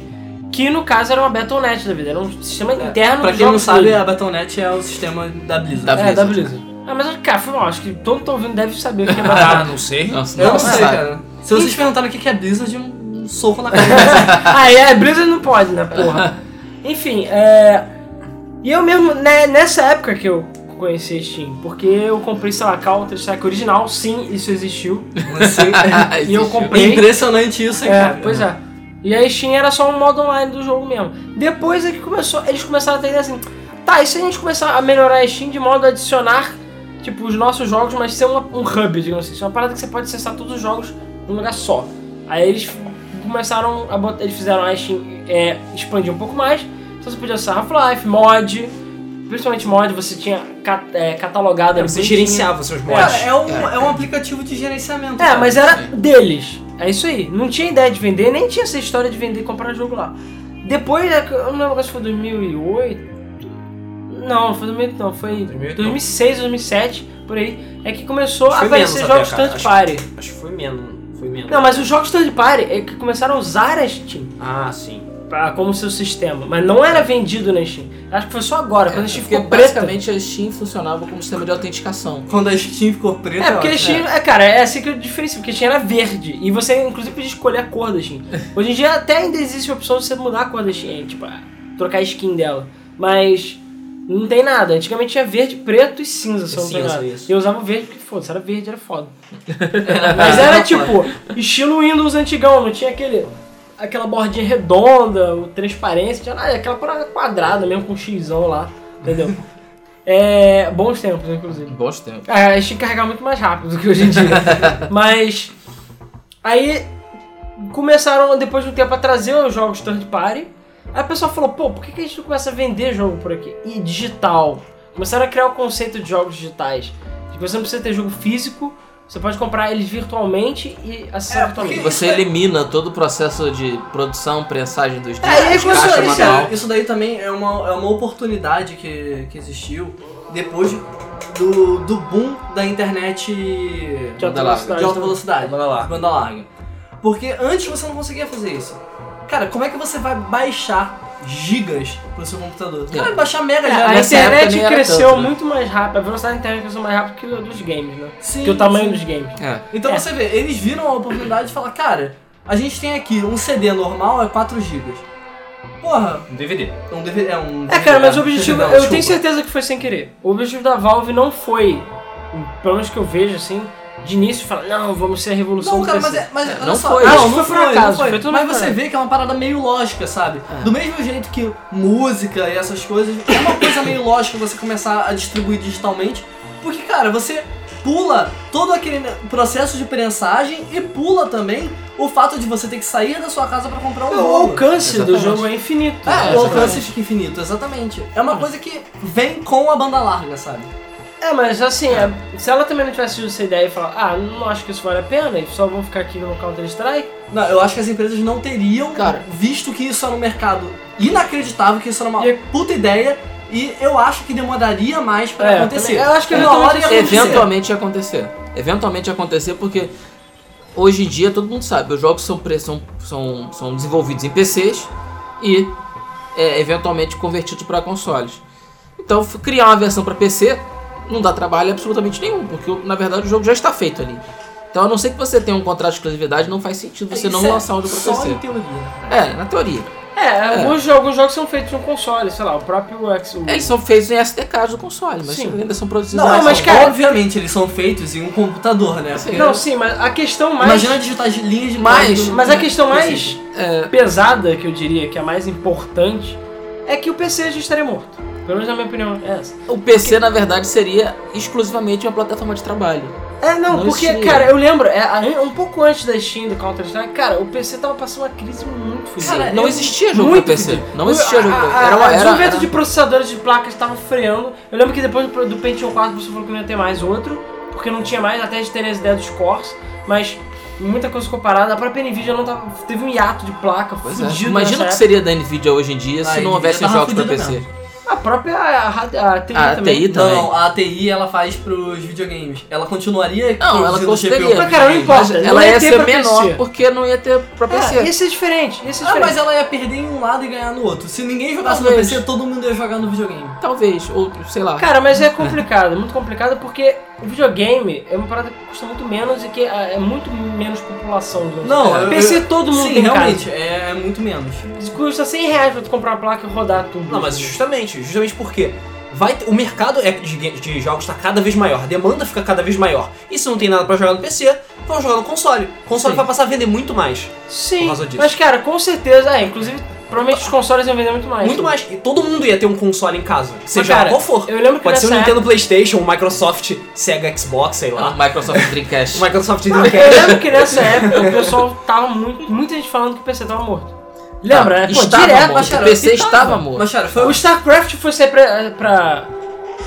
Que no caso era uma Battle.net da vida, era um sistema interno É, pra dos quem não jogos sabe, dele. a Battle.net é o sistema da Blizzard. Da É, da Blizzard. Blizzard. Ah, mas cara, foi mal, acho que todo mundo tá ouvindo deve saber o que é Ah, Battle.net. não sei. Eu não se sei, sabe. cara. Se vocês perguntaram o que que é Blizzard, um soco na cara. ah, é, Blizzard não pode, né, porra. Enfim, é... E eu mesmo, né, nessa época que eu conheci a Steam, porque eu comprei, sei lá, Counter Strike original, sim, isso existiu. Ah, Assim, E eu é comprei... impressionante isso, hein, É, cara. pois é. E a Steam era só um modo online do jogo mesmo. Depois é que começou, eles começaram a ter ideia assim, tá, e se a gente começar a melhorar a Steam de modo a adicionar, tipo, os nossos jogos, mas ser uma- um hub, digamos assim, ser uma parada que você pode acessar todos os jogos num lugar só. Aí eles começaram a botar, eles fizeram a Steam é, expandir um pouco mais, então você podia acessar Half-Life, mod, principalmente mod, você tinha ca- é, catalogado... ali Você bonitinho. gerenciava os seus mods. Cara, é um, é um aplicativo de gerenciamento. É, cara. mas era deles. É isso aí. Não tinha ideia de vender, nem tinha essa história de vender e comprar jogo lá. Depois, é que- eu não lembro se foi 2008. Não, foi 2008, não, foi 2008 não. 2006, 2007, por aí. É que começou a Foi aparecer menos até, jogos cara, third acho- party. Acho que foi menos. Foi menos. Não, mas os jogos third party é que começaram a usar a Steam Ah, sim. pra- como seu sistema, mas não era vendido na Steam. Acho que foi só É, agora, quando a Steam Porque ficou preta. basicamente a Steam funcionava como sistema de autenticação. Quando a Steam ficou preta. É, porque a eu acho. Steam, é, cara, é assim que eu diferencio, porque a Steam era verde. E você, inclusive, podia escolher a cor da Steam. Hoje em dia até ainda existe a opção de você mudar a cor da Steam, tipo, ah, trocar a skin dela. Mas não tem nada. Antigamente tinha verde, preto e cinza, só não tem cinza, nada. isso. E eu usava verde porque, foda-se, era verde, era foda. Mas era tipo, estilo Windows antigão, não tinha aquele. Aquela bordinha redonda, o transparência, tinha nada, aquela parada quadrada mesmo com um xizão lá, entendeu? É. Bons tempos, inclusive. Bons tempos. É, a gente carregar muito mais rápido do que hoje em dia. Mas. Aí. Começaram, depois de um tempo, a trazer os jogos third party. Aí a pessoa falou: pô, por que que a gente não começa a vender jogo por aqui? E digital. Começaram a criar o conceito de jogos digitais. De que você não precisa ter jogo físico, você pode comprar eles virtualmente e acessar É, virtualmente. Você elimina todo o processo de produção, prensagem dos discos, É, e aí começou- caixa isso, manual. né, isso daí também é uma, é uma oportunidade que, que existiu depois do, do boom da internet De alta Manda lá. velocidade né? de alta também. velocidade, Banda larga. banda larga. Porque antes você não conseguia fazer isso. Cara, como é que você vai baixar gigas pro seu computador? Você É. vai baixar mega É, já. a né? nessa época internet nem era cresceu tanto, né? muito mais rápido, a velocidade da internet cresceu mais rápido que a dos games, né? Sim, Que o tamanho sim. dos games. É. Então É. você vê, eles viram a oportunidade de falar, cara, a gente tem aqui um CD normal é 4 GB. Porra, Um DVD. é um DVD. É, um É, cara, mas o DVD, objetivo. não, Eu tenho desculpa. certeza que foi sem querer. O objetivo da Valve não foi, pelo menos que eu vejo assim, de início falar, não, vamos ser a revolução Não, do cara, PC." mas, é- mas É, olha não só, foi. acho Ah, não, que não foi por acaso, foi tudo É. mas bem, você cara. vê que é uma parada meio lógica, sabe? Do mesmo jeito que música e essas coisas, é uma coisa meio lógica você começar a distribuir digitalmente, porque, cara, você pula todo aquele ne- processo de prensagem e pula também o fato de você ter que sair da sua casa pra comprar um O jogo. alcance do Exatamente. jogo é infinito. É, o É, exatamente. alcance fica infinito, exatamente. É uma coisa que vem com a banda larga, sabe? É, mas assim, é, se ela também não tivesse tido essa ideia e falar, ah, não acho que isso vale a pena, e só vão ficar aqui no Counter Strike, Não, eu acho que as empresas não teriam Cara. visto que isso era um mercado inacreditável, que isso era uma E- é puta ideia, e eu acho que demoraria mais pra É, acontecer. também- eu acho que uma eventualmente assim, hora ia acontecer. Eventualmente ia acontecer. Eventualmente ia acontecer porque hoje em dia todo mundo sabe, os jogos são, pre- são, são, são desenvolvidos em PCs e é, eventualmente convertidos para consoles. Então f- criar uma versão para PC não dá trabalho absolutamente nenhum, porque na verdade o jogo já está feito ali. Então a não ser que você tenha um contrato de exclusividade, não faz sentido você não Isso é lançar um jogo para Só PC. em teoria. É, na teoria. é, Alguns, jogos, alguns jogos são feitos no console, sei lá, o próprio X. É o- Eles são feitos em SDKs do console, mas Sim. ainda são Não, produzidos em Não, mas, mas, cara- obviamente eles são feitos em um computador, né? Porque- Não, sim, mas a questão mais. imagina digitar as linhas de Mas- código do- Mas a questão mais Existe. É, pesada, que eu diria, que é a mais importante, é que o PC já estaria morto. Pelo menos na minha opinião é essa. O PC, na verdade, seria exclusivamente uma plataforma de trabalho. É, não, Não porque, existia. cara, eu lembro, é, a- um pouco antes da Steam, do Counter-Strike, cara, o PC tava passando uma crise muito fodida. Cara, não eu- existia jogo muito pra PC. fodido. Não existia jogo pra a, Era uma a- O era, desenvolvimento era- um- de processadores de placas tava freando. Eu lembro que depois do, do Pentium 4 você falou que não ia ter mais outro, porque não tinha mais, até a gente ter as ideias dos cores, mas muita coisa ficou parada. A própria Nvidia não tava, teve um hiato de placa Pois é. fudido Imagina o nessa que seria da Nvidia hoje em dia Ah, se não a Nvidia houvessem tava jogos pra fudida PC. A própria a, a, a TI A também. TI Não, também. não, a ATI ela faz pros videogames. Ela continuaria Não, ela produzindo GPU conseguiria. pra Mas, cara, não videogame. importa. não Ela ia ia ter ser pra PC. menor porque não ia ter pra PC. É, esse é diferente, esse é Ah, diferente. mas ela ia perder em um lado e ganhar no outro. Se ninguém jogasse no Talvez. PC, todo mundo ia jogar no videogame. Talvez, ou sei lá. Cara, mas é complicado, muito complicado porque o videogame é uma parada que custa muito menos e que ah, é muito menos população. digamos Não, assim. eu- PC todo mundo Sim, tem em realmente, é, é muito menos. casa. Custa 100 reais pra tu comprar uma placa e rodar tudo. Não, mas justamente, justamente porque vai, o mercado é- de, ga- de jogos está cada vez maior, a demanda fica cada vez maior. E se não tem nada para jogar no PC, vão jogar no console. O console Sim. vai passar a vender muito mais. Sim, por causa disso. mas cara, com certeza, é, inclusive, provavelmente os consoles iam vender muito mais. Muito mais. E todo mundo ia ter um console em casa, seja cara, qual for. Eu lembro que Pode ser o nessa Nintendo Playstation, o Microsoft, Sega Xbox, sei Não, lá. Microsoft O Dreamcast. Microsoft Ah. Eu Dreamcast. lembro que nessa época o pessoal tava muito. Muita gente falando que o PC tava morto. Lembra, né? Pô, Estava direto, morto. mas, O cara, PC que tava. estava morto. Mas, cara, foi O StarCraft foi sair pra. pra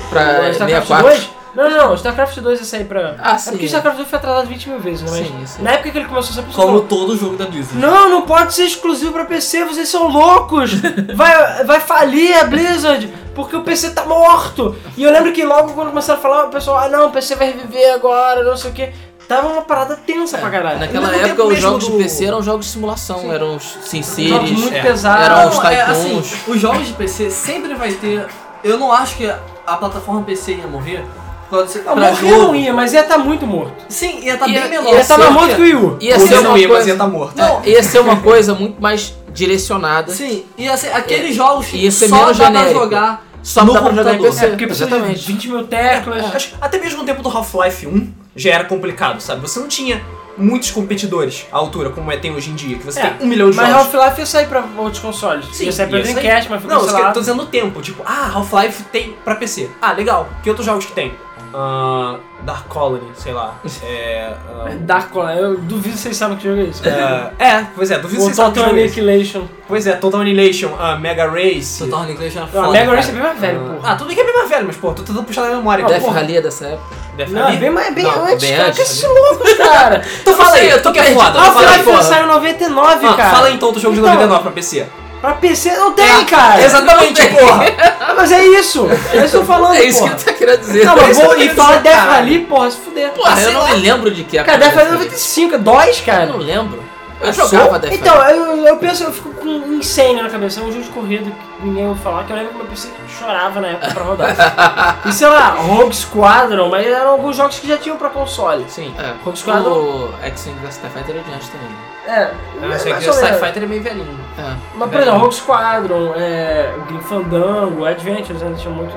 Pra o StarCraft 64. 2? Não, não, não, o StarCraft 2 ia sair pra. é Ah, É sim. porque o StarCraft 2 foi atrasado 20 mil vezes, né? Mas Sim, sim. na época que ele começou a ser pessoal. como todo jogo da Blizzard. Não, não pode ser exclusivo pra PC, vocês são loucos! Vai, vai falir a Blizzard, porque o PC tá morto! E eu lembro que logo quando começaram a falar, o pessoal, ah não, o PC vai reviver agora, não sei o quê. Tava uma parada tensa pra caralho. É, Então, Naquela Mas no época, tempo os mesmo jogos do- de PC eram jogos de simulação, eram os Sin Jogos Cities, muito é, eram pesados. os Não, é, assim, Tycoons. os jogos de PC sempre vai ter. Eu não acho que a plataforma PC ia morrer. por causa desse- Não, pra morrer jogo. não ia, mas ia estar muito morto. Sim, ia estar bem Ia- é- ia tá menor. Ia estar mais ser, morto que o Wii U. Ia Ou ser ele não uma ia, mas coisa... ia tá morto. Não, Ia ser uma coisa muito mais direcionada. sim, ia ser aqueles jogos que Ia ser só dá menos pra é genérico. jogar. Só No dá pra jogar em computador. PC. É, porque precisa de 20 mil teclas. É, Acho que Até mesmo no tempo do Half-Life 1 já era complicado, sabe? Você não tinha muitos competidores à altura, como é tem hoje em dia, que você É, tem um milhão de Mas jogos. Half-Life ia sair pra outros consoles. Sim, ia sair pra ia sair. Dreamcast, mas foi Não, eu tô cancelado. dizendo o tempo, tipo, ah, Half-Life tem pra PC. Ah, legal. Que outros jogos que tem? Ah, Dark Colony, sei lá. É. ah, Dark Colony, eu duvido que vocês sabem que jogo é isso. ah, é, pois é, duvido que O vocês Total sabem que jogo é esse. Annihilation. Pois é, Total Annihilation, ah, Mega Race. Total Annihilation era Não, foda. Mega cara. Race é bem mais velho, porra. Ah, tudo bem que é bem mais velho, mas pô, tô tentando puxar na memória. Ah, Death porra. Rally é dessa época. Death Não, é Rally? bem mais bem Ah, Não, antes, bem cara. Que antes. esses loucos, cara. Então fala aí, eu tô que é foda. Ah, fala aí, Half-Life ia porra. sair em 99, Ah, cara. fala então do jogo de Então, 99 pra PC. Pra PC não tem, cara. Exatamente, porra. Ah, mas é isso. É isso que eu tô falando, É isso que porra. ele tá querendo dizer. Não, mas isso que vou eu e tô querendo falar dizer, Death cara. Rally, porra, se fuder. Ah, Porra, eu não me lembro de que Cara, Death Rally é aconteceu isso. 95, é 2, cara. Eu não lembro. Eu Ah, jogava sou? Death Então, Rally. eu, eu penso, eu fico com um incêndio na cabeça. É um jogo de corrida que ninguém ouve falar, que eu lembro que meu PC chorava na época pra rodar. e sei lá, Rogue Squadron, mas eram alguns jogos que já tinham pra console. Sim. É, Rogue Squadron. o X-Wing vs Tie Fighter é adiante também. É, Mas mas, é que mais o ou menos. Sci Fighter é meio velhinho. É. mas por exemplo, Rogue Squadron, é, o Grim Fandango, Adventures, ainda tinha muito,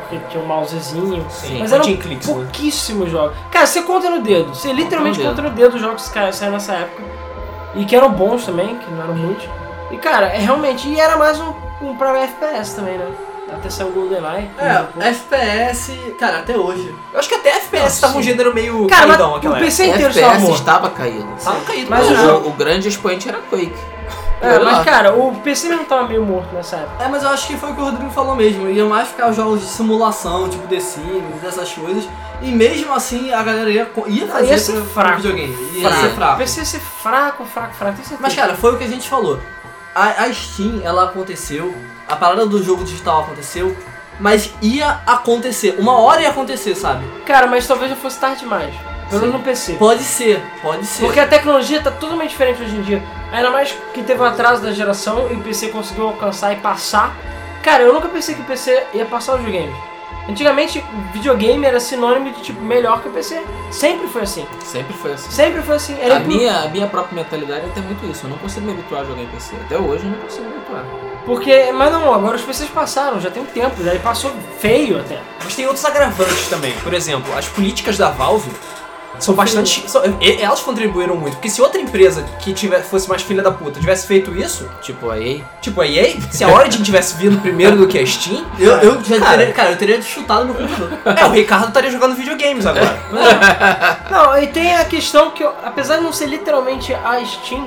porque tinha um mousezinho. Sim, Mas não eram tinha cliques, né? pouquíssimos jogos. Cara, você conta no dedo. Você literalmente Conta no conta no dedo os jogos que ca- saíram nessa época. E que eram bons também, que não eram muitos. E cara, é realmente. E era mais um, um pra FPS também, né? Até saiu o GoldenEye. um É, pouco. FPS, cara, até hoje. Eu acho que até FPS tava um gênero meio Cara, mas caidão o naquela Então, época. PC inteiro estava FPS morto. estava caído. Tava caído, Mas pô. o jogo- O, o grande expoente era Quake. É, Olha mas lá. cara, o PC mesmo tava meio morto nessa época. É, mas eu acho que foi o que o Rodrigo falou mesmo. Ia mais ficar os jogos de simulação, tipo The Sims, essas coisas. E mesmo assim, a galera ia, co- ia fazer Ia ser pro- pro fraco. videogame. Ia ser O fraco. PC ia ser fraco, fraco, fraco. Tem certeza. Ah. Mas, cara, foi o que a gente falou. A, a Steam, ela aconteceu. A parada do jogo digital aconteceu. Mas ia acontecer. Uma hora ia acontecer, sabe? Cara, mas talvez eu fosse tarde demais. Pelo menos no PC. Pode ser, pode ser. Porque a tecnologia tá totalmente diferente hoje em dia. Ainda mais que teve um atraso da geração e o PC conseguiu alcançar e passar. Cara, eu nunca pensei que o PC ia passar os videogames. Antigamente, videogame era sinônimo de tipo melhor que o PC. Sempre foi assim. Sempre foi assim. Sempre foi assim. Era A impor- minha, a minha própria mentalidade é até muito isso. Eu não consigo me habituar a jogar em PC. Até hoje eu não consigo me habituar. Porque, mas não, agora os PCs passaram, já tem um tempo, já e passou feio até. Mas tem outros agravantes também. Por exemplo, as políticas da Valve são bastante. são- e- elas contribuíram muito. Porque se outra empresa que tiver, fosse mais filha da puta tivesse feito isso, Tipo, a EA. tipo a EA, se a Origin tivesse vindo primeiro do que a Steam, Eu, eu já Cara. teria, cara, eu teria chutado meu computador. é, o Ricardo estaria jogando videogames agora. Não, e tem a questão que, eu- apesar de não ser literalmente a Steam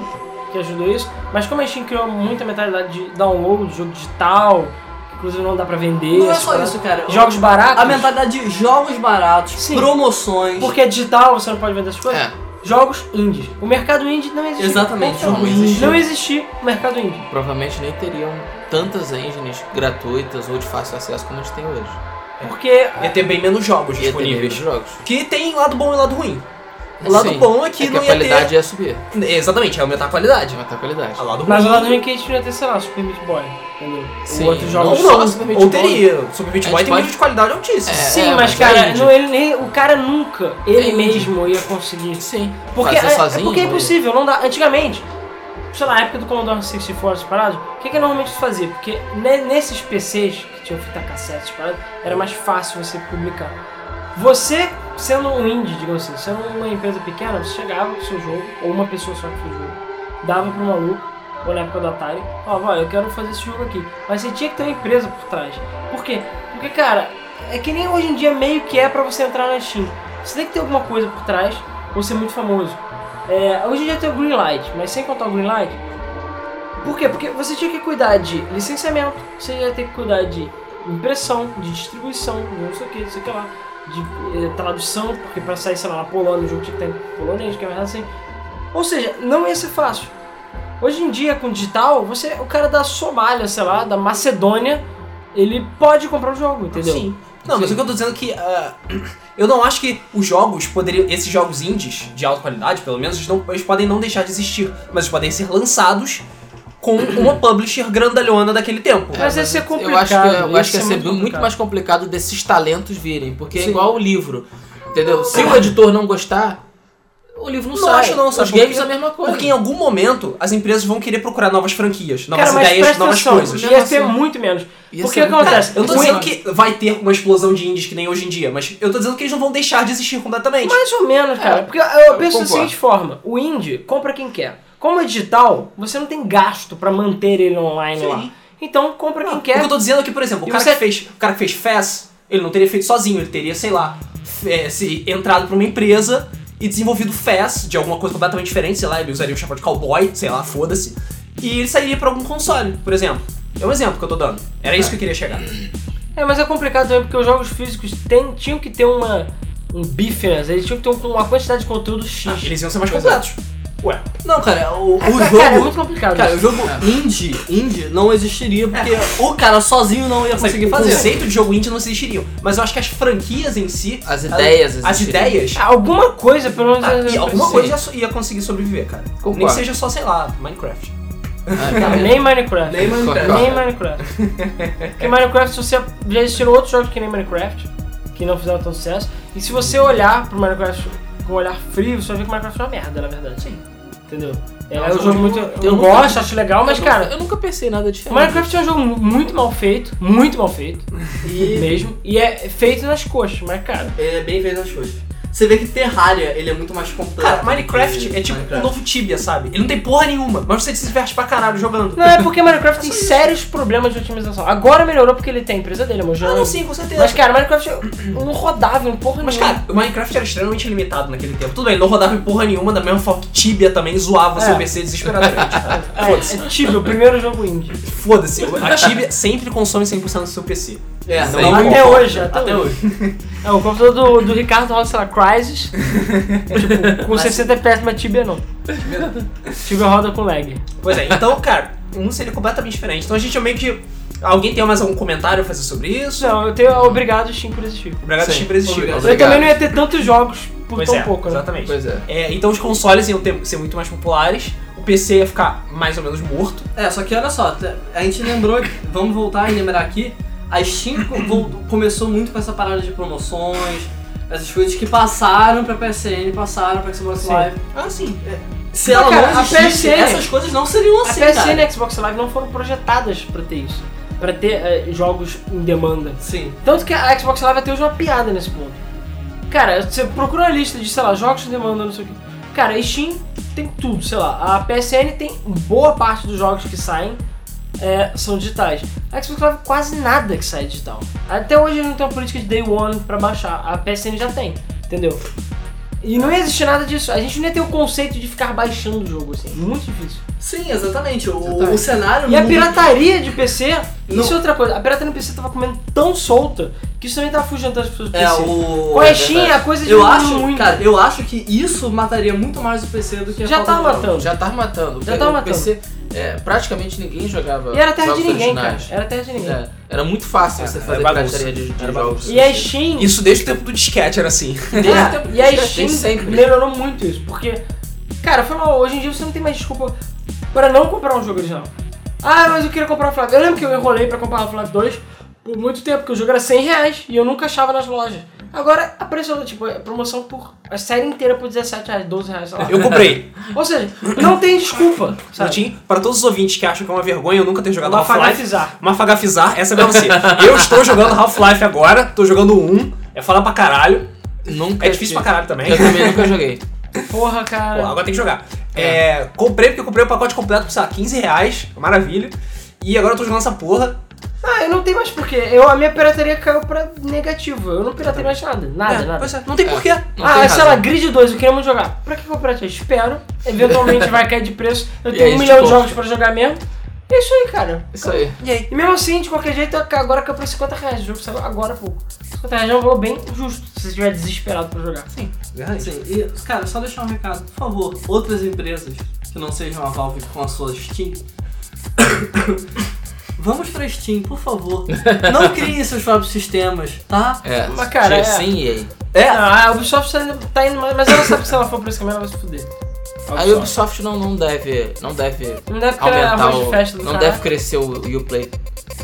que ajudou isso, mas como a Steam criou muita mentalidade de download, jogo digital, que inclusive não dá pra vender. Não é essas só paradas. isso, cara. Jogos baratos. A mentalidade de jogos baratos, Sim. promoções. Porque é digital, você não pode vender as coisas. É, Jogos indies. O mercado indie não existe. Exatamente, Não, jogo indie. não existia o mercado indie. provavelmente nem teriam tantas engines gratuitas ou de fácil acesso como a gente tem hoje. Porque É. Ia ter bem menos jogos Ia ter menos disponíveis. jogos. Que tem lado bom e lado ruim. O lado Sim. bom é que é que não a ia qualidade ia subir. ter. Exatamente, ia aumentar a qualidade. Ia aumentar a qualidade. A lado ruim. na Zelda do Linkage tinha ter, sei lá, Super Meat Boy. Entendeu? Sim. Ou outros Ou jogos. Não, não, Super Meat ou Boy. teria. Super Meat Boy tem pode- nível de qualidade altíssimo. É. Sim, mas mas é cara, indie. não, ele, nem- o cara nunca, ele É indie. mesmo ia conseguir. Sim. Porque, fazer é, sozinho. é porque é né? impossível, não dá. Antigamente, sei lá, na época do Commodore 64 essas paradas, o que, que normalmente tu fazia? Porque ne- nesses PCs que tinham fita cassete essas paradas, era mais fácil você publicar. Você, sendo um indie, digamos assim, sendo uma empresa pequena, você chegava com o seu jogo, ou uma pessoa só com o seu jogo, dava pro maluco, ou na época do Atari, falava, olha, eu quero fazer esse jogo aqui. Mas você tinha que ter uma empresa por trás. Por quê? Porque, cara, é que nem hoje em dia meio que é pra você entrar na Steam. Você tem que ter alguma coisa por trás, ou ser muito famoso. É, hoje em dia tem o Greenlight, mas sem contar o Greenlight. Por quê? Porque você tinha que cuidar de licenciamento, você ia ter que cuidar de impressão, de distribuição, de não sei o que, não sei o que lá, de eh, tradução, porque pra sair, sei lá, na Polônia, o jogo tinha que estar em polonês, que é mais assim. Ou seja, não ia ser fácil. Hoje em dia, com digital, você, o cara da Somália, sei lá, da Macedônia, ele pode comprar o jogo, entendeu? Sim. Não, mas o que eu tô dizendo é que. ah, eu não acho que os jogos poderiam. Esses jogos indies, de alta qualidade, pelo menos, eles, não- eles podem não deixar de existir. Mas eles podem ser lançados com uma publisher grandalhona daquele tempo. Mas ia ser é complicado. é Eu acho que, eu ia acho que ia ser muito, complicado. mais complicado desses talentos virem, porque é Sim. igual o livro, entendeu? Se o editor não gostar, o livro não, Não sai. acho não, Os sabe por games quê? é a mesma coisa. Porque em algum momento as empresas vão querer procurar novas franquias, novas Cara, mas ideias, presta novas atenção, coisas. ia ser Mesmo assim. muito menos. Ia Porque ser o que muito- acontece? Eu não tô O dizendo indie- que vai ter uma explosão de indies que nem hoje em dia, mas eu tô dizendo que eles não vão deixar de existir completamente. Mais ou menos, cara. É, porque eu, eu eu penso da concordo. seguinte forma: o indie compra quem quer. Como é digital, você não tem gasto pra manter ele online Sim. lá. Então compra quem O que quer. eu tô dizendo é que, por exemplo, o E cara, você- que fez, o cara que fez Fez, ele não teria feito sozinho, ele teria, sei lá, f- eh, se entrado pra uma empresa e desenvolvido Fez de alguma coisa completamente diferente, sei lá, ele usaria o chapéu de cowboy, sei lá, foda-se, e ele sairia pra algum console, por exemplo. É um exemplo que eu tô dando. Era isso que eu queria chegar. É, mas é complicado também porque os jogos físicos têm- tinham que ter uma. Um bifiness, eles tinham que ter um, uma quantidade de conteúdo X. Eles iam ser mais Ah, Pois completos. Ué. Não, cara, o, o Cara, jogo. cara, é muito complicado. Cara, o isso. jogo indie, indie não existiria porque É. o cara sozinho não ia Sabe, conseguir o fazer. conceito de jogo indie não existiriam, mas eu acho que as franquias em si, As ideias, as existirem. ideias, Alguma coisa, pelo menos. é Ah, eu- e eu alguma pensei. coisa ia so- ia conseguir sobreviver, cara. Concordo. Nem que seja só, sei lá, Minecraft. É, Cara, nem Minecraft. Nem Minecraft. Nem Minecraft. Porque Minecraft, se você já existiram outros jogos que nem Minecraft, que não fizeram tanto sucesso. E se você olhar pro Minecraft com um olhar frio, você vai ver que Minecraft é uma merda, na verdade. Sim. Entendeu? É, um jogo muito. Eu, eu nunca- gosto, acho legal, mas, eu, cara, eu nunca pensei nada diferente. Minecraft é um jogo muito mal feito, muito mal feito. mesmo. E é feito nas coxas, mas, cara. Ele é bem feito as coisas. Você vê que Terraria, ele é muito mais completo. Cara, do Minecraft que é tipo Minecraft. um novo Tibia, sabe? Ele não tem porra nenhuma, mas você se diverte pra caralho jogando. Não, é porque Minecraft tem sérios problemas de otimização. Agora melhorou porque ele tem a empresa dele, amor. já- Ah, não, sim, com certeza. Mas, cara, Minecraft é não rodava em um porra Mas, nenhuma. cara, o Minecraft era extremamente limitado naquele tempo. Tudo bem, não rodava em porra nenhuma, da mesma forma que Tibia também zoava É. seu PC desesperadamente. cara. É, é Tibia, o primeiro jogo indie. Foda-se, a Tibia sempre consome 100% do seu PC. É, Não, não, até concordo. hoje, até, até hoje. hoje. É, o computador do, do Ricardo roda, sei lá, Crysis. tipo, com 60 FPS, mas Tibia não. Tibia roda com lag. Pois é, então, cara, um seria completamente diferente. Então a gente é meio que. Alguém tem mais algum comentário a fazer sobre isso? Não, eu tenho obrigado o Steam por existir. Obrigado, Sim. Steam, por existir. Obrigado. Eu também não ia ter tantos jogos por Pois tão é, pouco, né? exatamente. Pois é. É, então os consoles iam ter- ser muito mais populares, o PC ia ficar mais ou menos morto. É, só que olha só, te- a gente lembrou, que- vamos voltar e lembrar aqui, a Steam co- vol- começou muito com essa parada de promoções, essas coisas que passaram pra PSN, passaram pra Xbox Sim. Live. É, Ah, sim. Se Mas, ela cara, não a existisse, PSN essas coisas não seriam A assim, PSN e cara. a Xbox Live não foram projetadas pra ter isso. Pra ter eh, jogos em demanda. Sim. Tanto que a Xbox Live até hoje é uma piada nesse ponto. Cara, você procura uma lista de, sei lá, jogos de demanda, não sei o quê. Cara, a Steam tem tudo, sei lá. A PSN tem boa parte dos jogos que saem é, são digitais. A Xbox Live quase nada que sai digital. Até hoje eles não tem uma política de day one pra baixar. A PSN já tem, entendeu? E não ia existir nada disso. A gente não ia ter o conceito de ficar baixando o jogo, assim. Muito difícil. Sim, exatamente. O, Exatamente. o cenário. E a muda- pirataria de PC, Uhum. Não. isso é outra coisa. A pirataria no PC tava comendo tão solta que isso também tava afugentando as pessoas do É, PC. o. é Com a Steam, a coisa de Eu acho, muito. cara, eu acho que isso mataria muito mais o PC do que a já falta tá de jogos. matando. Já tá matando. Já O tá matando. PC, é, praticamente ninguém jogava E era terra de jogos ninguém, cara. originais. Era terra de ninguém. É, era muito fácil você fazer era bagunça. pirataria de, de Era jogos. E a Steam. Isso desde o tempo do disquete era assim. Desde o tempo- Ah, E a desde Steam sempre. melhorou muito isso. Porque, cara, foi mal. Hoje em dia você não tem mais desculpa pra não comprar um jogo original. Ah, mas eu queria comprar o Half-Life. Eu lembro que eu enrolei pra comprar o Half-Life 2 por muito tempo, porque o jogo era 100 reais e eu nunca achava nas lojas. Agora, a preço, tipo, é promoção por. A série inteira por 17 reais, 12 reais, sei lá. Eu comprei. Ou seja, não tem desculpa. Sabe? Certinho? Para todos os ouvintes que acham que é uma vergonha eu nunca ter jogado Half-Life. Mafagafizar. Mafagafizar, essa é pra você. eu estou jogando Half-Life agora, tô jogando um. É falar pra caralho. Nunca É difícil pra tive- caralho também. Eu também nunca joguei. Porra, Pô, cara. agora tem que jogar. É, comprei porque eu comprei o pacote completo por, sei lá, 15 reais. Maravilha. E agora eu tô jogando essa porra. Ah, eu não tenho mais porquê. Eu, a minha pirataria caiu pra negativo. Eu não piratei mais nada. Nada, É, nada. pois é, não tem É. porquê. Não tem Ah, sei razão. lá, Grid 2, eu queria muito jogar. Pra que comprar isso? Eu Espero. Eventualmente vai cair de preço. Eu E tenho aí, um milhão de tipo- jogos pra jogar mesmo. E É isso aí, cara. Isso aí. E aí? E mesmo assim, de qualquer jeito, agora caiu pra 50 reais. O jogo saiu agora, pô. 50 reais é um valor bem justo se você estiver desesperado pra jogar. Sim, Sim, e, cara, só deixar um recado, por favor, outras empresas que não sejam a Valve com a sua Steam, Vamos pra Steam, por favor. Não criem seus próprios sistemas, tá? É. Mas, cara, é- Sim, e aí? É, a Ubisoft tá indo, tá indo mais, mas ela sabe que se ela for por esse caminho, ela vai se fuder. A A Ubisoft não, não deve. Não deve Não deve porque ela é a aumentar voz de o. festa do Não caralho. deve crescer o Uplay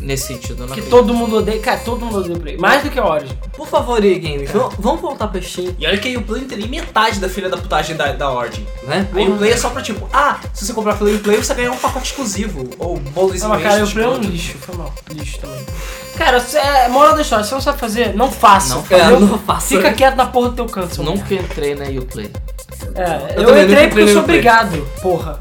nesse sentido, não Que acredito. todo mundo odeia. Cara, todo mundo odeia o Play. Mais do que a Origin. Por favor, EA Games, vão- vamos voltar pra Steam, E olha que a Uplay não tem nem metade da filha da putagem da, da Ordem. né? A Uplay é só pra tipo, ah, se você comprar pela Uplay, você ganha um pacote exclusivo. Ou bônus Ah, mas cara, o Play é um lixo. Foi mal. Lixo também. Cara, se- é, moral da história, se você não sabe fazer, não faça. Não É, entendeu? não faça. Fica quieto na porra do teu canto, seu Nunca entrei na Uplay. merda. É, Eu eu, também nunca entrei porque eu entrei sou no Play. obrigado, porra.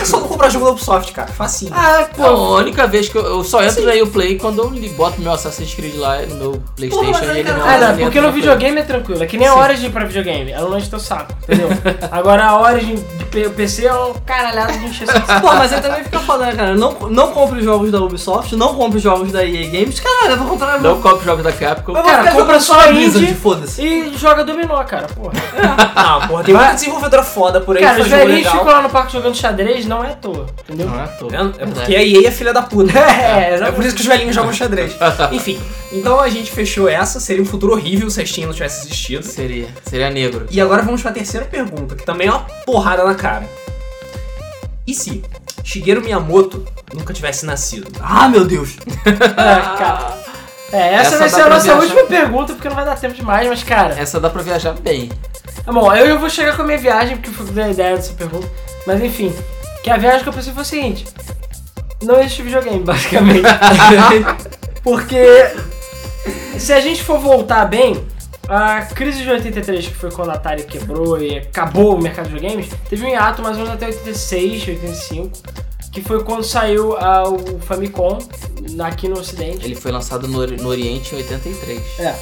É só não comprar jogo da Ubisoft, cara. Facinho. Ah, Não, É a única vez que eu, eu só entro Assim- na Uplay quando eu li- boto meu Assassin's Creed lá no meu Playstation mas aí, e ele cara, Ah, não. não, ele porque entra no videogame é tranquilo. É que nem a Sim. Origin pra videogame. Ela não enche teu saco, entendeu? Agora a Origin de P- PC é um caralhado de encher saco. Pô, mas aí também fica foda, né, cara? Não, não compre os jogos da Ubisoft, não compre os jogos da EA Games. Caralho, eu vou comprar... Não compro jogos da Capcom. eu vou Cara, ficar jogando compra só a indie. Blizzard, foda-se. E joga dominó, cara, porra. Ah, porra, tem Vai- muita desenvolvedora foda por aí Cara, que os faz jogo velhinhos ficam legal. lá no parque jogando xadrez, não é à toa, entendeu? Não é à toa. Vendo? É porque a EA é filha da puta. É, É por exatamente. isso que os velhinhos jogam xadrez. Ah, tá. Enfim, então a gente fechou essa. Seria um futuro horrível se a Steam não tivesse existido. Seria. Seria negro. E agora vamos pra terceira pergunta, que também é uma porrada na cara. E se Shigeru Miyamoto nunca tivesse nascido? Ah, meu Deus. É, cara. É, essa, Ah. Essa vai dá ser a pra nossa viajar. última pergunta, porque não vai dar tempo demais, mas, cara. Essa dá pra viajar bem. Tá bom, eu já vou chegar com a minha viagem, porque eu fui dar a ideia dessa pergunta. Mas enfim, que a viagem que eu pensei foi o seguinte: não existe videogame, basicamente. porque se a gente for voltar bem, a crise de 83, que foi quando a Atari quebrou e acabou o mercado de videogames, teve um hiato mais ou menos até 86, 85, que foi quando saiu ah, o Famicom aqui no Ocidente. Ele foi lançado no, Ori- no Oriente em 83. É.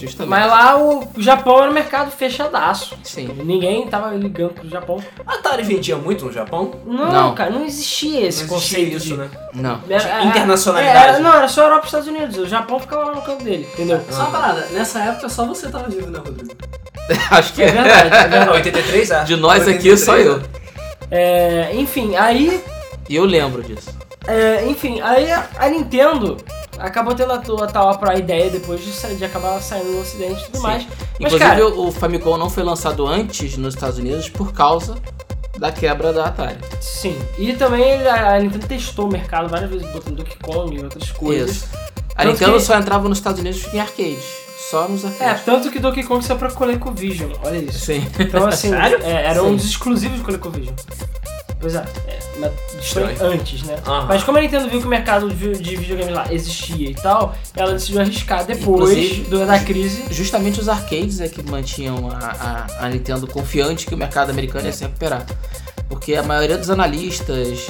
Justamente. Mas lá o Japão era um mercado fechadaço. Sim. Ninguém tava ligando pro Japão. A Atari vendia muito no Japão? Não, Não. cara, não existia esse Não existia conceito isso, de... né? Não. Era- internacionalidade. era- não, era só Europa e Estados Unidos. O Japão ficava lá no canto dele, entendeu? Só Ah. uma parada, nessa época só você tava vivo, né, Rodrigo? Acho que É é. verdade, é Não, verdade. 83, é. De nós aqui, só eu. É, enfim, aí. E eu lembro disso. é, enfim, aí a, a Nintendo acabou tendo a, tua- a tal pra ideia depois de, sa- de acabar saindo do ocidente e tudo Sim. mais. Mas, Inclusive, cara, o Famicom não foi lançado antes nos Estados Unidos por causa da quebra da Atari. sim. E também ele- a, a Nintendo testou o mercado várias vezes, botando Donkey Kong e outras coisas. Isso. A Tanto Nintendo que- só entrava nos Estados Unidos em arcades. Só nos É, arcades. tanto que Donkey Kong saiu pra Colecovision, olha isso. Sim. Então, assim, Sério? é, era um Sim. dos exclusivos do ColecoVision. Pois é, é, mas foi Estranho. antes, né? Ah. Aham. Mas como a Nintendo viu que o mercado de vi- de videogames lá existia e tal, ela decidiu arriscar depois Inclusive, do- da crise. Justamente os arcades é que mantinham a, a- a Nintendo confiante que o mercado americano ia se recuperar. Porque a maioria dos analistas,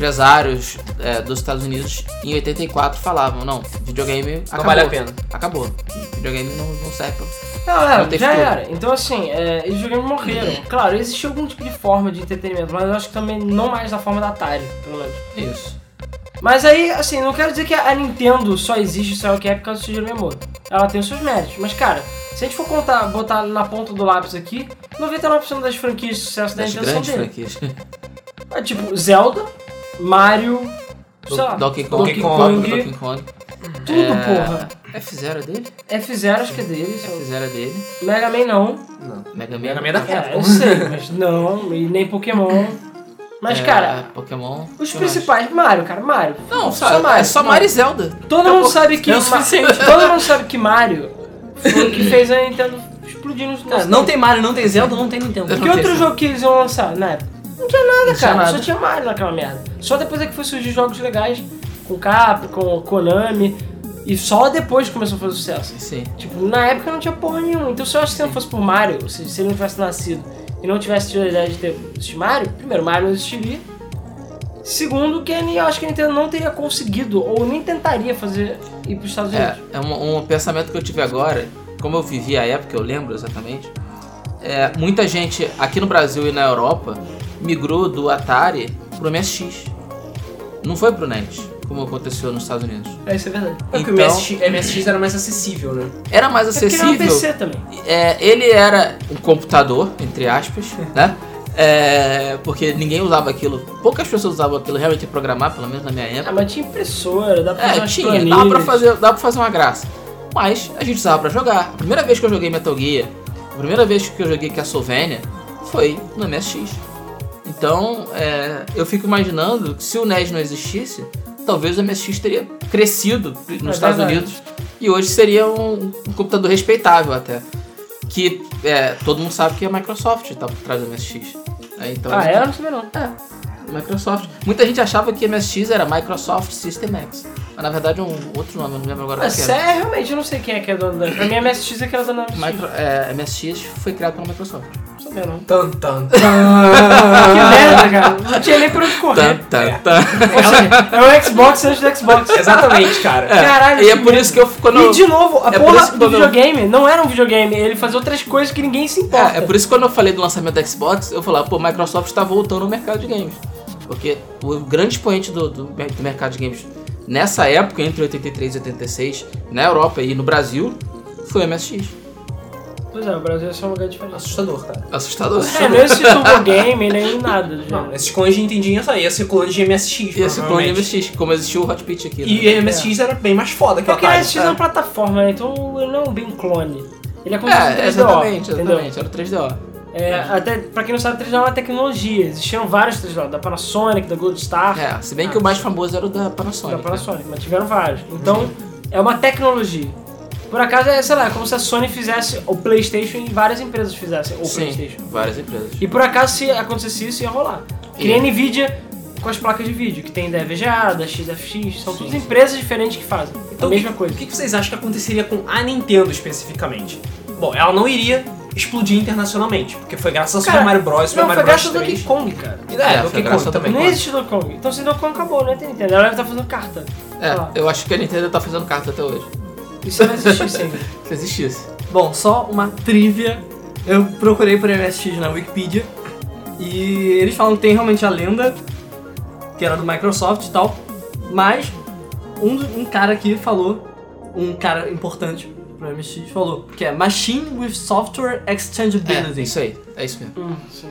empresários é, dos Estados Unidos em 84 falavam, não, videogame acabou. Não vale a pena. Acabou. Videogame não, não serve pra... Não, é, Não teve já tudo. era. Então, assim, é, os videogames morreram. Claro, existia algum tipo de forma de entretenimento, mas eu acho que também não mais da forma da Atari, pelo menos. Isso. Mas aí, assim, não quero dizer que a Nintendo só existe, só é o que é por causa do Shigeru Miyamoto. Ela tem os seus méritos, mas cara, se a gente for contar, botar na ponta do lápis aqui, 99% das franquias de sucesso da Das Nintendo são grandes né? dele. franquias. É, tipo, Zelda, Mario, sei lá, Donkey Kong, Donkey Donkey Kong, Kong, Donkey Kong. tudo, porra. F-Zero é dele? F0 acho que é dele, sei lá. F-Zero é dele. Mega Man não. Mega Man. Mega Man da É, Capcom. eu sei, mas não, e nem Pokémon. Mas, É, cara, Pokémon. os que mais? principais, Mario, cara, Mario. Não, só, Mario. É só Mario. Mario e Zelda. Todo mundo sabe que é o Ma- suficiente. todo mundo sabe que Mario foi o que fez a Nintendo explodir nos Cara, dois. Ah, É, não tem Mario, não tem Zelda, não tem Nintendo. Que outro jogo que eles iam lançar na época? Não tinha nada, tinha cara. nada. Só tinha Mario naquela merda. Só depois é que foi surgir jogos legais com Capcom, com Konami. E só depois começou a fazer sucesso. Sim. Tipo, na época não tinha porra nenhuma. Então se eu acho que se não fosse por Mario, se, se ele não tivesse nascido e não tivesse tido a ideia de ter assistido Mario, primeiro, Mario não existiria. Segundo, que eu acho que a Nintendo não teria conseguido, ou nem tentaria fazer ir pros Estados Unidos. É, é um, um pensamento que eu tive agora, como eu vivi a época, eu lembro exatamente. é, muita gente aqui no Brasil e na Europa migrou do Atari pro MSX. Não foi pro NET, como aconteceu nos Estados Unidos. É, isso é verdade. É que o Então- MSX, MSX era mais acessível, né? Era mais É porque não é um acessível. PC também. É, ele era um computador, entre aspas, né? É, porque ninguém usava aquilo. Poucas pessoas usavam aquilo realmente pra programar, pelo menos na minha época. Ah, mas tinha impressora, dá pra fazer É, umas tinha, planilhas. dava pra, fazer, dava pra fazer uma graça. Mas a gente usava pra jogar. A primeira vez que eu joguei Metal Gear, a primeira vez que eu joguei Castlevania, foi no MSX. Então, é, eu fico imaginando que se o NES não existisse, talvez o MSX teria crescido nos É Estados verdade. Unidos. E hoje seria um, um computador respeitável até. Que é, todo mundo sabe que a Microsoft tá por trás do MSX. É, então, Ah, era? Não sabia não. Microsoft. Muita gente achava que MSX era Microsoft System X. Mas na verdade é um outro nome, eu não lembro agora Ah, qual que era. sério, realmente, eu não sei quem é que é dono da... Pra mim, a MSX é que era dono da MSX. Micro, é, MSX foi criado pela Microsoft. Não sabia não. Tan, tan, Ah, Que tan. merda, cara. Não tinha nem pra onde correr. tá, tá. Ou seja, é o Xbox antes do Xbox. Exatamente, cara. É, Caralho, e é que por merda. isso que eu quando E de novo, a É por isso porra que do quando eu- videogame não era um videogame, ele fazia outras coisas que ninguém se importa. é, é por isso que quando eu falei do lançamento da Xbox, eu falava, pô, Microsoft está voltando ao mercado de games. Porque o grande expoente do, do, mer- do mercado de games nessa época, entre 83 e 86, na Europa e no Brasil, foi o MSX. Pois é, o Brasil é só um lugar diferente. Assustador, cara. Assustador. É, não existe turbo game, nem nada. É do Não, é gênero. esses clones de Nintendinho só ia ser clone de MSX. E esse clone né? provavelmente. MSX, como existiu o Hot Pit aqui. né? E MSX era bem mais foda que o Porque o Atari. MSX é uma plataforma, né? então ele não é um bem clone. Ele é como se fosse um É, 3DO, exatamente, entendeu? exatamente. Era o 3DO. É, até, pra quem não sabe, 3DO é uma tecnologia. Existiram vários 3DO, da Panasonic, da Gold Star, É, se bem que o mais famoso era o da Ah. da Panasonic. né? Panasonic, mas tiveram vários. Então, é uma tecnologia. Por acaso, é, sei lá, é como se a Sony fizesse o Playstation e várias empresas fizessem o Sim, Playstation. várias empresas. E por acaso, se acontecesse isso, ia rolar. Que nem a Nvidia com as placas de vídeo, que tem da EVGA, da XFX, são todas empresas diferentes que fazem É Então, a mesma o que- coisa. O que vocês acham que aconteceria com a Nintendo especificamente? Bom, ela não iria explodir internacionalmente, porque foi graças ao Cara, é Super Mario Bros. Super Não, Mario foi Bros. graças ao 3. Donkey Kong, cara. É, É, foi Donkey graças Kong ao também. Não Kong. né? existe Donkey Kong. Então se Donkey Kong acabou, não entra Nintendo. Ela deve estar fazendo carta. É, Sei lá. eu acho que a Nintendo tá fazendo carta até hoje. Isso não existe ainda. Se existisse. Bom, só uma trivia. Eu procurei por MSX na Wikipedia e eles falam que tem realmente a lenda, que era do Microsoft e tal, mas um, do- um cara aqui falou, um cara importante pro MSX falou, que é Machine with Software É, Exchangeability. isso aí. É isso mesmo. Hum, sim.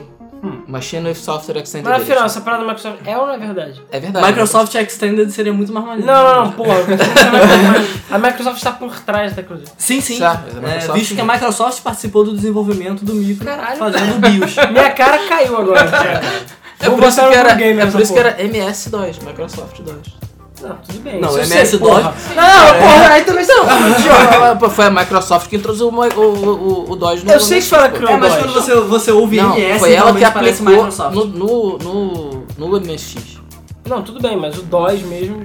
Machine with Software Extended. Mas afinal, essa parada da Microsoft é ou não é verdade? É verdade. Microsoft Extended seria muito mais maneiro. Não, não, não, porra. eu pensei que era Microsoft. A Microsoft está por trás da coisa. Sim, sim. Tá, mas a É, Microsoft- visto que a Microsoft participou do desenvolvimento do micro Caralho. fazendo o BIOS. Minha cara caiu agora. cara. É Vou por isso botar que no era, game é essa por isso que porra. era MS2, Microsoft 2. Não, tudo bem. Não, é isso eu é sei, MS2. porra. Não, porra, aí também não. Pô, Foi a Microsoft que introduziu o, mo- o, o, o DOS no Eu sei que foi a no- Chrome. É, mas quando você, você ouve Não, MS, foi ela que realmente parece aplicou Microsoft. no, no, no, no MSX. Não, tudo bem, mas o DOS mesmo.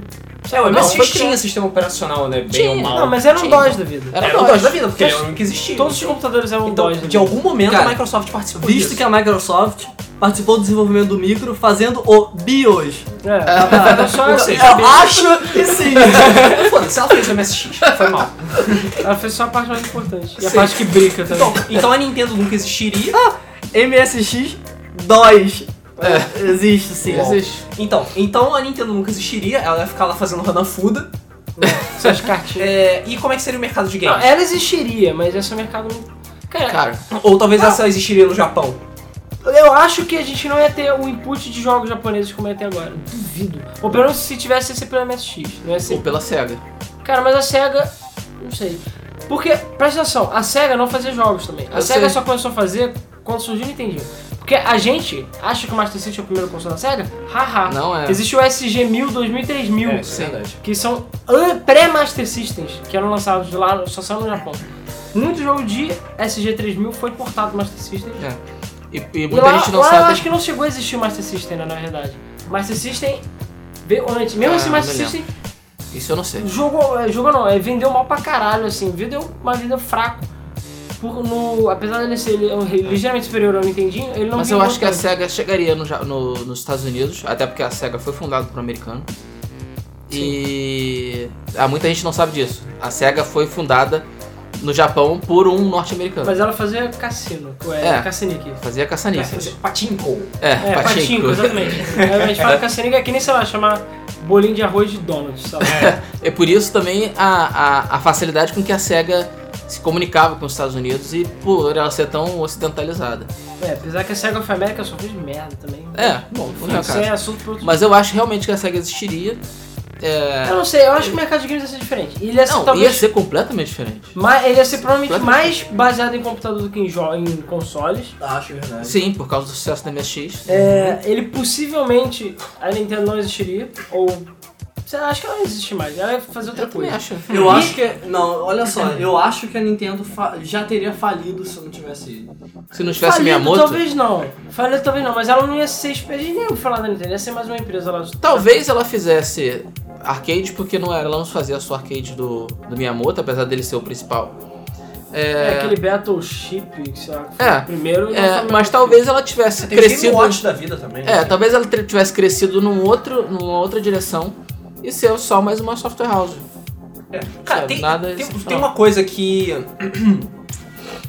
É, o Não, foi MSX criado. tinha sistema operacional, né? Bem ou Tinha, mal. Não, mas era um Sim. DOS da vida. Era Era o DOS. DOs da vida, porque Mas ele era o único que existia. Todos os computadores eram É. um então, DOS da de vida. algum momento né? Cara, a Microsoft participou Visto disso. que a Microsoft participou do desenvolvimento do micro fazendo o BIOS. É, então só Ou assim. seja, Eu acho que sim. Foda-se, ela fez o MSX, foi mal. Ela fez só a parte mais importante. E a Sim. parte que brinca também. Então, então a Nintendo nunca existiria. Ah, MSX 2. É. Existe sim. Existe. Então, então a Nintendo nunca existiria, ela ia ficar lá fazendo Hanafuda. Essas cartinhas. É, e como é que seria o mercado de Não, games? ela existiria, mas esse é o mercado. Cara, Cara, Ou talvez Ah. ela só existiria no Japão. eu acho que a gente não ia ter o input de jogos japoneses como ia ter agora. Duvido. Ou pelo menos se tivesse, ia ser pelo MSX. Não ia ser ou pela SEGA. Cara, mas a SEGA. Não sei. Porque, presta atenção, a SEGA não fazia jogos também. A Eu SEGA sei. só começou a fazer quando surgiu o Nintendinho. Porque a gente acha que o Master System é o primeiro console da SEGA? Haha. Não é. Existe o SG-1000, 2000 e 3000. isso é verdade. Que são an- pré-Master Systems, que eram lançados lá, só são no Japão. Muito jogo de SG-3000 foi portado pro Master System. É. E, e E muita lá, gente não lá eu sabe. acho que não chegou a existir o Master System, né, na verdade. Master System veio antes. Mesmo Ah, assim, Master não lembro. System Isso eu não sei. Jogou, é, jogou não, é, vendeu mal pra caralho, assim, vendeu uma vida fraco. Por, no, apesar dele ser ele, ele ligeiramente superior ao Nintendinho, ele não É. Mas eu vingou acho que é assim. a tanto. SEGA chegaria no Ja- no- nos Estados Unidos, até porque a SEGA foi fundada por um americano. E há muita gente não sabe disso. A SEGA foi fundada no Japão por um norte-americano. Mas ela fazia cassino, é, É. cassinique. Fazia caçanices. Patinko. É, É, patinco. patinco, exatamente. É, a gente fala cassinique é que nem, sei lá, chamar bolinho de arroz de donuts, sabe? É por isso também a, a, a facilidade com que a SEGA se comunicava com os Estados Unidos e por ela ser tão ocidentalizada. É, apesar que a Sega of America só fez merda também. É, bom, não é o Isso é caso. assunto pro outro Mas eu acho realmente que a SEGA existiria. É, Eu não sei, eu acho que o mercado de games ia ser diferente. Ele ia ser, Não, talvez, ia ser completamente diferente. mais- ele ia ser provavelmente mais baseado em computador do que em, jo- em consoles. Acho, verdade. Sim, por causa do sucesso da MSX. É, ele possivelmente, a Nintendo não existiria, ou... Sei lá, acho que ela não existe mais, ela ia fazer outra Eu também coisa. acho. Eu acho que. Não, olha só, eu acho que a Nintendo fa- já teria falido se eu não tivesse ido. Se não tivesse Falido, Miyamoto, talvez... talvez não. Falido talvez não, mas ela não ia ser... A gente nem ia falar da Nintendo, ia ser mais uma empresa lá. ela fizesse arcade, porque não era, ela não fazia só arcade do, do Miyamoto, apesar dele ser o principal. É, É, aquele Battleship, sei lá, que foi É, o primeiro. e é, lançamento. mas talvez ela tivesse Tem crescido. o Watch da vida também. É, assim. talvez ela tre- tivesse crescido num outro, numa outra direção e ser só mais uma software house. É. Cara, Sabe, tem, nada tem, excepcional. tem uma coisa que.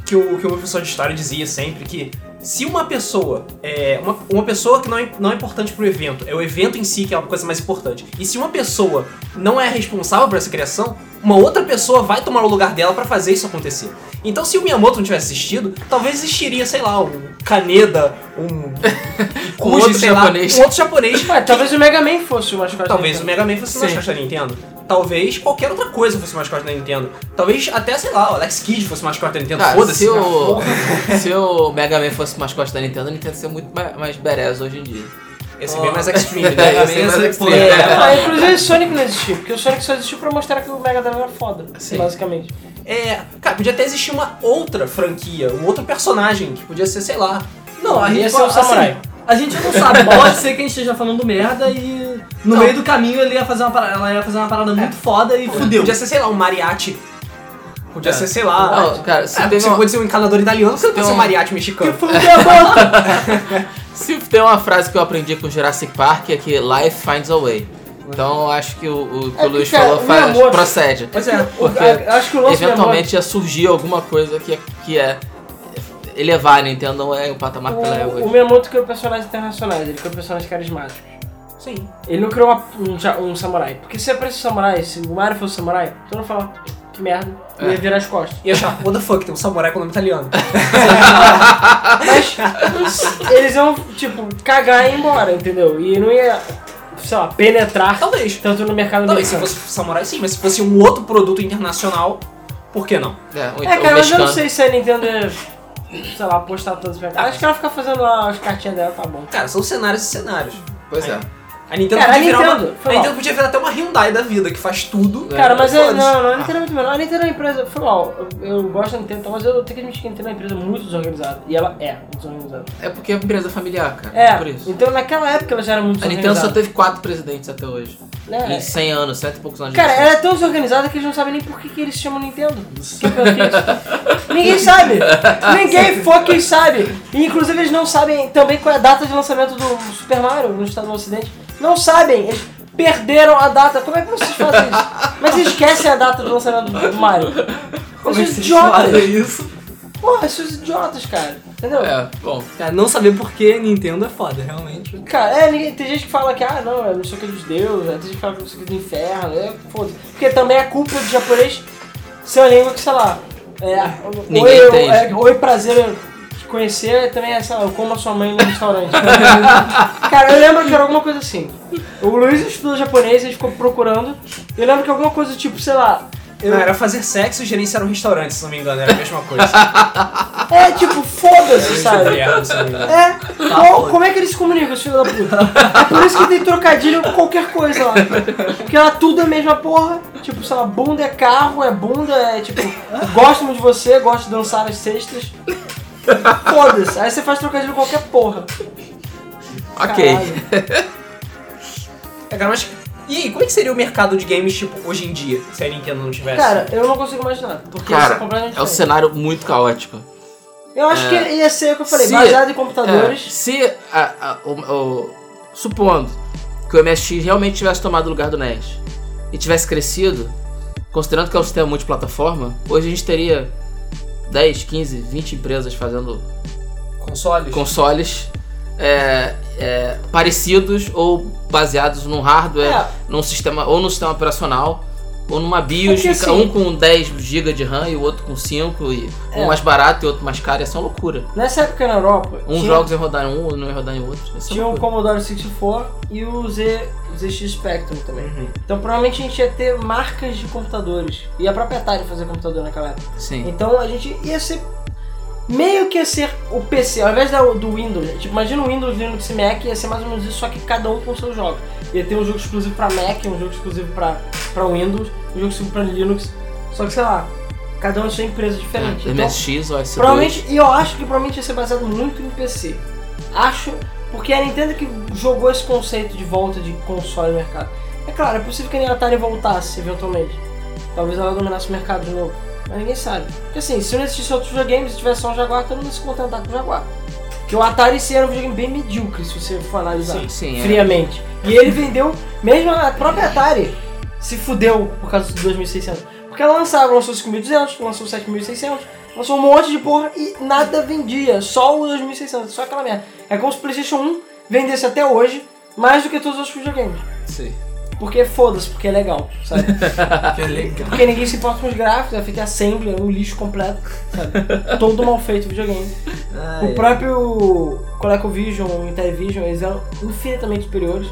que, o, que o meu professor de história dizia sempre que. Se uma pessoa é uma, uma pessoa que não é, não é importante pro evento, é o evento em si que é uma coisa mais importante. E se uma pessoa não é responsável por essa criação, uma outra pessoa vai tomar o lugar dela pra fazer isso acontecer. Então, se o Miyamoto não tivesse assistido, talvez existiria, sei lá, um Kaneda, um Koji, outro sei lá, japonês. um outro japonês Ué, talvez o Mega Man fosse o mascote. Talvez da Nintendo. o Mega Man fosse o Sim. mascote da Nintendo. Talvez qualquer outra coisa fosse o mascote da Nintendo. Talvez até, sei lá, o Alex Kidd fosse o mascote da Nintendo. Cara, Foda-se. Ah, né? se né? o, se o Mega Man fosse mascote da Nintendo, a Nintendo ia ser muito mais, mais badass hoje em dia. Esse é bem mais extreme, É, né? esse é mais Pô, extreme. é, Ah, inclusive Sonic não existiu, porque o Sonic só existiu pra mostrar que o Mega Drive era foda, Sim. basicamente. é, cara, podia até existir uma outra franquia, um outro personagem que podia ser, sei lá. Não, a Ia gente tipo, um ser o assim, samurai. a gente não sabe, pode ser que a gente esteja falando merda e no Não. meio do caminho ele ia fazer uma parada, ela ia fazer uma parada muito foda e fudeu. Podia ser, sei lá, um mariachi. Podia É. ser, sei Ah, lá. Não, cara, se é, teve tipo, você uma- pode ser um encanador italiano, você não pode Tem ser um um- mariachi mexicano. Se tem uma frase que eu aprendi com Jurassic Park é que Life finds a way. Então eu acho que o, o que É, o Luiz cara, falou o faz, Miyamoto- procede. Mas é, o- Porque a- acho que o lance do Eventualmente ia surgir alguma coisa que, que é elevar a Nintendo é o patamar que ela é Miyamoto- o, o hoje. Miyamoto criou personagens internacionais, ele criou personagens carismáticos. Sim. Ele não criou uma- um, ja- um samurai, porque se aparece um samurai, se o Mario fosse um samurai, tu não fala, que merda, e ia virar as costas. E achar, what the fuck, tem um samurai com nome italiano. Mas eles iam, tipo, cagar e ir embora, entendeu? E não ia, sei lá, penetrar Talvez. tanto no mercado Talvez se americano. fosse samurai, sim, mas se fosse um outro produto internacional, por que não? É, ou então É, o cara, mas eu não mexicano. sei se a Nintendo ia, sei lá, apostar todos pra Acho que ela fica fazendo lá as cartinhas dela, tá bom. Cara, são cenários e cenários. Pois é. A Nintendo, Cara, a podia, virar Nintendo, foi uma, a mal. Nintendo podia virar até uma Hyundai da vida, que faz tudo. É. Cara, mas é, Foda-se. não, não, a Nintendo é muito melhor. A Nintendo é uma empresa, foi mal, eu, eu gosto da Nintendo, mas eu tenho que admitir que a Nintendo é uma empresa muito desorganizada. E ela é desorganizada. É porque é uma empresa familiar, cara. É, Por isso. então naquela época ela já era muito A Nintendo só desorganizada. teve quatro presidentes até hoje. É. Em 100 anos, cento e poucos anos. de Cara, existência. ela é tão desorganizada que eles não sabem nem por que, que eles se chamam Nintendo. Que que é isso? Ninguém sabe. Ninguém fucking sabe. E, inclusive eles não sabem também qual é a data de lançamento do Super Mario no estado do ocidente. Não sabem. Eles perderam a data. Como é que vocês fazem isso? Mas eles esquecem a data do lançamento do Mario. Como é que Esses vocês fazem idiotas. isso? Porra, esses idiotas, cara. Entendeu? É, bom. Cara, não saber por que Nintendo é foda, realmente. Cara, é, ninguém- tem gente que fala que, ah, não, eu não sei o que é dos deuses, tem gente que fala que não sei o que é do inferno, é, foda-se. Porque também é culpa do japonês ser uma língua que, sei lá, é, Ninguém oi, eu- entende. é, oi, prazer eu te conhecer, também é, sei lá, eu como a sua mãe no restaurante. Cara, eu lembro que era alguma coisa assim. O Luiz estudou japonês, ele ficou procurando, eu lembro que alguma coisa tipo, sei lá, eu, Não, era fazer sexo e gerenciar um restaurante, se não me engano, era a mesma coisa. é tipo, foda-se, Era sabe? italiano, se não me engano. É, qual- como é que eles se comunicam, os filhos da puta? É por isso que tem trocadilho com qualquer coisa lá. Porque lá tudo é a mesma porra. Tipo, sei lá, bunda é carro, é bunda, é tipo, gosto muito de você, gosto de dançar as cestas. Foda-se. Aí você faz trocadilho com qualquer porra. Ok. Caralho. É, cara, mas. E aí, como é que seria o mercado de games, tipo, hoje em dia, se a Nintendo não tivesse? Cara, eu não consigo imaginar. Porque isso é Cara, completamente é um diferente. cenário muito caótico. Eu acho que ia ser o que eu falei, Se- baseado em É, computadores. se a- a- o- o- supondo que o MSX realmente tivesse tomado o lugar do NES e tivesse crescido, considerando que é um sistema multiplataforma, hoje a gente teria 10, 15, 20 empresas fazendo Consoles? consoles é, é, parecidos ou baseados num hardware, É. num sistema ou num sistema operacional ou numa BIOS, Porque, fica assim- um com 10 GB de RAM e o outro com 5, e É. um mais barato e outro mais caro, é só loucura. Nessa época na Europa, Uns tinha, jogos iam rodar em um, outros não iam rodar em outro. É só tinha um o loucura. Commodore 64 e o, Z, o ZX Spectrum também. Uhum. Então provavelmente a gente ia ter marcas de computadores. E a própria Atari fazia computador naquela época. Sim. Então a gente ia ser. Meio que ia ser o PC, ao invés da- do Windows, tipo, imagina o Windows, Linux e Mac, ia ser mais ou menos isso, só que cada um com seus jogos. Ia ter um jogo exclusivo pra Mac, um jogo exclusivo pra, pra Windows, um jogo exclusivo pra Linux, só que sei lá, cada um é sua empresa diferente. Então, MSX ou S2. provavelmente, e eu acho que provavelmente ia ser baseado muito em PC. Acho, porque é a Nintendo que jogou esse conceito de volta de console no mercado. É claro, é possível que a Atari voltasse eventualmente. Talvez ela dominasse o mercado de novo. Mas ninguém sabe. Porque assim, se não existisse outros videogames e tivesse só um Jaguar, todo mundo ia se contentar com o Jaguar. Porque o Atari sim, era um videogame bem medíocre, se você for analisar Sim, sim. é. friamente. E ele vendeu, mesmo a própria Atari se fudeu por causa dos 2.600. Porque ela lançava, lançou 5.200, lançou 7.600, lançou um monte de porra e nada vendia, só o 2.600, só aquela merda. É como se o PlayStation 1 vendesse até hoje mais do que todos os outros videogames. Sim. Porque foda-se, porque é legal, sabe? Ah, Que legal. Porque ninguém se importa com os gráficos, é feito em assembly, é um lixo completo, sabe? Todo mal feito o videogame. Ah, é. O próprio ColecoVision, o Intellivision, eles eram infinitamente superiores.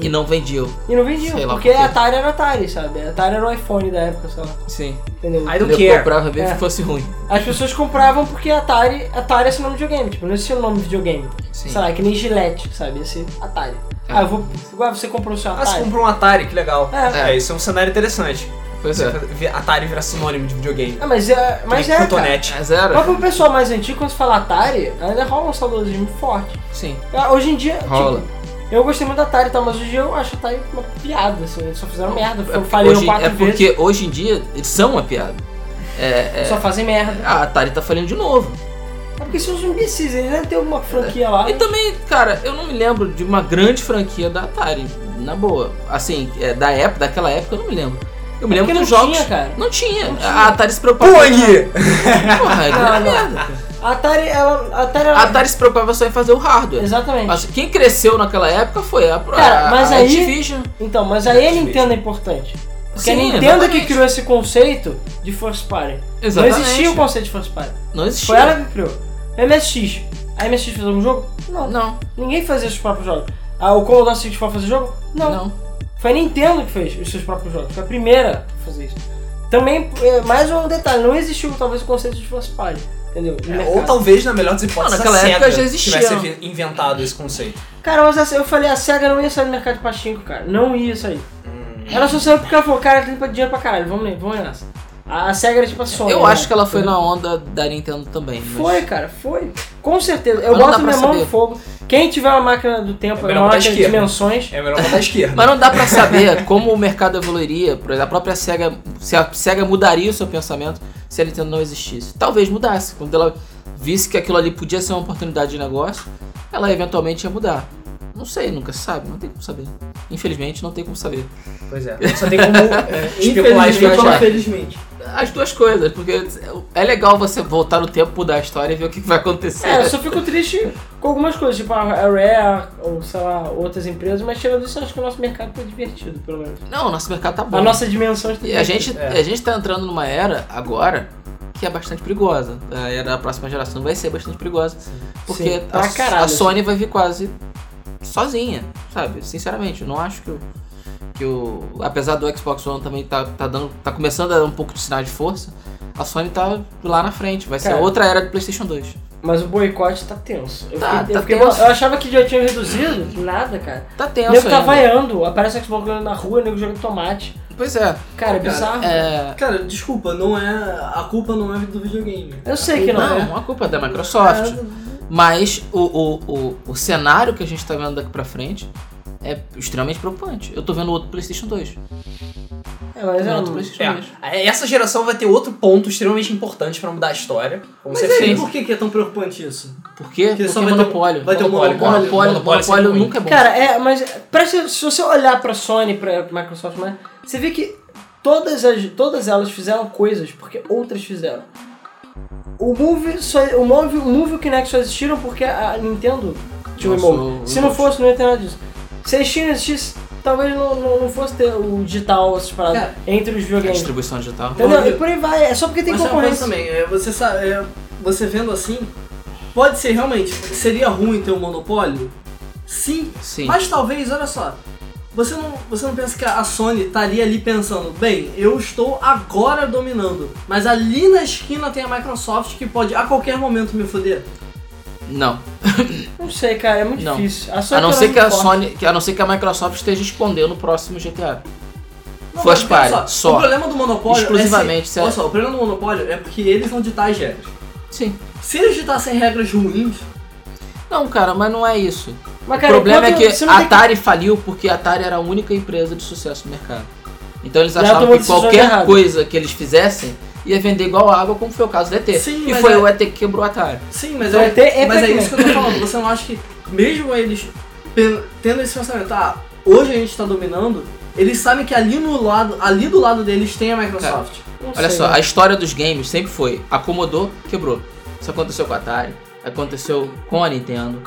E não vendiam. E não vendiam, Sei lá porque por quê. a Atari era a Atari, sabe? A Atari era o iPhone da época, sei lá. Sim. Entendeu? I don't Eu care. comprava mesmo É. que fosse ruim. As pessoas compravam porque a Atari, Atari é seu nome de videogame, tipo, não existia o nome de videogame. Sim. Sei lá, é que nem Gillette, sabe? Ia ser Atari. É. Ah, eu vou. Ah, você comprou o seu Ah, você Atari. comprou um Atari, que legal. É. É, isso é um cenário interessante. Pois Você é. vê Atari virar sinônimo de videogame. Ah, mas é. Mas Que nem é. Cara. Cotonete. Mas era? Mas pro pessoal mais antigo, quando se fala Atari, ainda rola um saudosismo forte. Sim. Ah, Hoje em dia, Rola. tipo, eu gostei muito da Atari, tá? Mas hoje em dia eu acho a Atari uma piada, assim, eles só fizeram merda. É Eu porque falei um hoje- quatro é vezes, porque hoje em dia eles são uma piada. É, é, só fazem merda. a Atari tá falhando de novo. É porque são os imbecis, eles ainda tem uma franquia lá. né? E também, cara, eu não me lembro de uma grande franquia da Atari, na boa. Assim, é, da época, daquela época eu não me lembro. Eu me lembro É Porque dos não jogos. tinha, cara. Não tinha. Não tinha. A Atari se preocupava. Pong! Porra, que Não, não. é merda. A Atari, ela. A Atari, ela... A Atari se preocupava só em fazer o hardware. Exatamente. Mas quem cresceu naquela época foi a, a, Cara, mas a aí- Activision. Então, mas aí a Exatamente. Nintendo é importante. Porque a Sim, né? Nintendo exatamente. que criou esse conceito de First Party. Exatamente. Não existia o conceito de First Party. Não existia. Foi ela que criou. MSX. A MSX fez algum jogo? Não. Não, Ninguém fazia os próprios jogos. Ah, o Commodore 64 fazia jogo? Não. não. Foi a Nintendo que fez os seus próprios jogos. Foi a primeira a fazer isso. Também, é, mais um detalhe, não existiu talvez o conceito de First Party. Entendeu? No mercado. Ou talvez, na melhor das hipóteses, Não, naquela a Sega época já existia. tivesse inventado esse conceito. Cara, mas assim, eu falei, a SEGA não ia sair do mercado de pachinko, cara. Não ia sair. Ela só saiu porque ela falou, cara, tem dinheiro pra caralho, vamos ler, vamos nessa. A, a SEGA era tipo a Sony. Eu né? acho que ela foi na onda da Nintendo também. mas- Foi, cara, foi. Com certeza. Eu Mas não boto dá pra minha mão no saber. fogo. Quem tiver uma máquina do tempo, É melhor uma botar à máquina de esquerda. dimensões, É melhor botar a esquerda. Mas não dá pra saber como o mercado evoluiria, por exemplo, a própria SEGA, se a SEGA mudaria o seu pensamento se a Nintendo não existisse. Talvez mudasse, quando ela visse que aquilo ali podia ser uma oportunidade de negócio, ela eventualmente ia mudar. Não sei, nunca se sabe, não tem como saber. Infelizmente, não tem como saber. Pois é. Só tem como é, especular e Infelizmente ou viajar. infelizmente. As duas coisas, porque é legal você voltar no tempo, mudar a história e ver o que vai acontecer. É, eu só fico triste com algumas coisas, tipo a Rare, ou sei lá, outras empresas, mas tirando isso, eu acho que o nosso mercado tá divertido, pelo menos. Não, o nosso mercado tá bom. A nossa dimensão está E a gente, É. a gente tá entrando numa era agora que é bastante perigosa. A era da próxima geração vai ser bastante perigosa. Porque Sim, pra a, caralho. assim. a Sony vai vir quase sozinha, sabe? Sinceramente, eu não acho que o. Que o apesar do Xbox One também tá, tá, dando, tá começando a dar um pouco de sinal de força, a Sony tá lá na frente. Vai ser Cara. outra era do PlayStation 2. Mas o boicote tá tenso. Eu, Tá, fiquei- eu tá fiquei- tenso. eu achava que já tinha reduzido, nada, cara. Tá O tenso nego tá ainda. vaiando, aparece o Xbox na rua, o nego jogando tomate. Pois é. Cara, Cara, é bizarro. é... Cara, desculpa, não é. A culpa não é do videogame. Eu sei que não, Não, é. não é culpa da Microsoft. Mas o, o, o, o cenário que a gente tá vendo daqui pra frente é extremamente preocupante. Eu tô vendo outro PlayStation 2. É, mas é Não, um... mas- É, essa geração vai ter outro ponto extremamente importante pra mudar a história. Como Mas você aí, fez. por que, que é tão preocupante isso? Por quê? Porque, só é vai ter- monopólio. vai ter um monopólio. monopólio. Monopólio, Monopólio monopólio sempre nunca é bom. Cara, é, mas presta, se você olhar pra Sony, pra Microsoft, mas você vê que todas, as, todas elas fizeram coisas porque outras fizeram. O Move, só, o Move, o Move e o Kinect só existiram porque a Nintendo tinha o Lançou Emote. o Se não Remote. fosse, não ia ter nada disso. Se a China existisse, talvez não, não, não fosse ter o digital, essas paradas, É. entre os A videogames. distribuição digital. Entendeu? E por aí vai, é só porque tem Mas tem uma coisa concorrência. também, é, você sabe, é, você vendo assim, pode ser realmente, seria ruim ter um monopólio? Sim, Sim. mas talvez, olha só, você não, você não pensa que a Sony estaria ali pensando, bem, eu estou agora dominando, mas ali na esquina tem a Microsoft que pode a qualquer momento me foder. Não. Não sei, cara, é muito Não. difícil. Sony A não tá ser muito que a forte. Sony. que- A não ser que a Microsoft esteja escondendo o próximo GTA. Não, Flash mas olha party, só. O problema do monopólio Exclusivamente, é se, sério. olha só, o problema do monopólio é porque eles vão ditar as regras. Sim. Se eles ditassem regras ruins, Não, cara, mas não é isso. Mas, o problema é enquanto que você a não tem Atari faliu porque a Atari era a única empresa de sucesso no mercado. Então eles Já achavam tomou que decisões qualquer erradas. coisa que eles fizessem ia vender igual água, como foi o caso do ET. Sim, e mas foi é- o ET que quebrou a Atari. Sim, mas, Então, é, até é mas é Pac-Man. isso que eu tô falando. Você não acha que, mesmo eles pen- tendo esse pensamento, ah, hoje a gente tá dominando, eles sabem que ali, no lado, ali do lado deles tem a Microsoft. Não Olha né? sei. só, a história dos games sempre foi acomodou, quebrou. Isso aconteceu com a Atari, aconteceu com a Nintendo.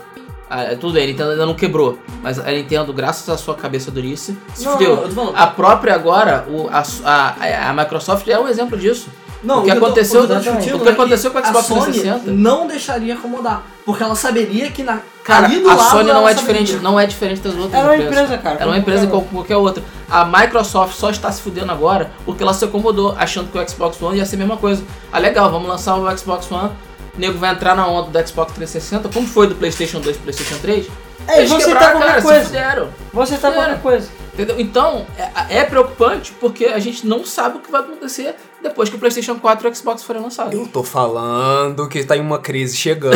Ah, tudo bem, a Nintendo ainda não quebrou, mas a Nintendo, graças à sua cabeça durice, se Não, fudeu. não, eu tô falando- A própria agora, o- a, su- a- a- a Microsoft é um exemplo disso. Não, o que eu tô- aconteceu, eu tô o discutindo que é que aconteceu com a Xbox Sony 360. não deixaria acomodar, porque ela saberia que na, Cara, ali do a lado Sony não ela é saberia. diferente, não é diferente das outras Ela é uma empresas. empresa, cara, Ela é uma como empresa qualquer como qualquer outra. A Microsoft só está se fudendo agora porque ela se acomodou, achando que o Xbox One ia ser a mesma coisa. Ah, legal, vamos lançar o Xbox One. O nego vai entrar na onda do Xbox 360, como foi do PlayStation 2 e PlayStation 3. É, e Eles vão aceitar quebraram, cara, assim. qualquer se coisa. fuderam. Vão aceitar Era. qualquer tá coisa. Entendeu? Então, é, é preocupante porque a gente não sabe o que vai acontecer depois que o PlayStation 4 e o Xbox forem lançados. Eu tô falando que tá em uma crise chegando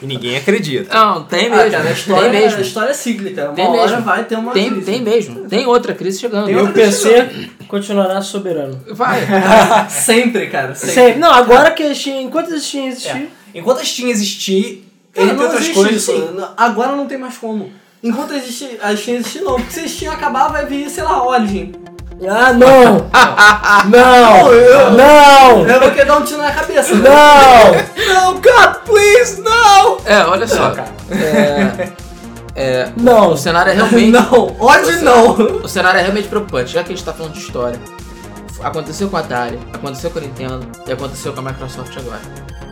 e ninguém acredita. Não, tem Ah, mesmo. cara, a tem história, mesmo. a história é cíclica. Uma Tem hora mesmo. vai ter uma Tem, crise. tem mesmo. Tem outra crise chegando. E o PC continuará soberano. Vai. Sempre, cara. Sempre. Sempre. Não, agora que a Steam, enquanto a Steam existir, Enquanto a Steam existir, Cara, entre não outras existe coisas, isso. sim. N- Agora não tem mais como. Enquanto existe, a Steam existe não. Porque se a Steam acabar, vai vir, sei lá, Origin. Ah, não! Não, eu- não! Não! Eu vou querer dar um tiro na cabeça, né? Não! Não, God, please, não! É, olha só. Não! O cenário é realmente. Não, Origin não. O cenário é realmente preocupante, já que a gente tá falando de história. Aconteceu com a Atari, aconteceu com a Nintendo e aconteceu com a Microsoft agora.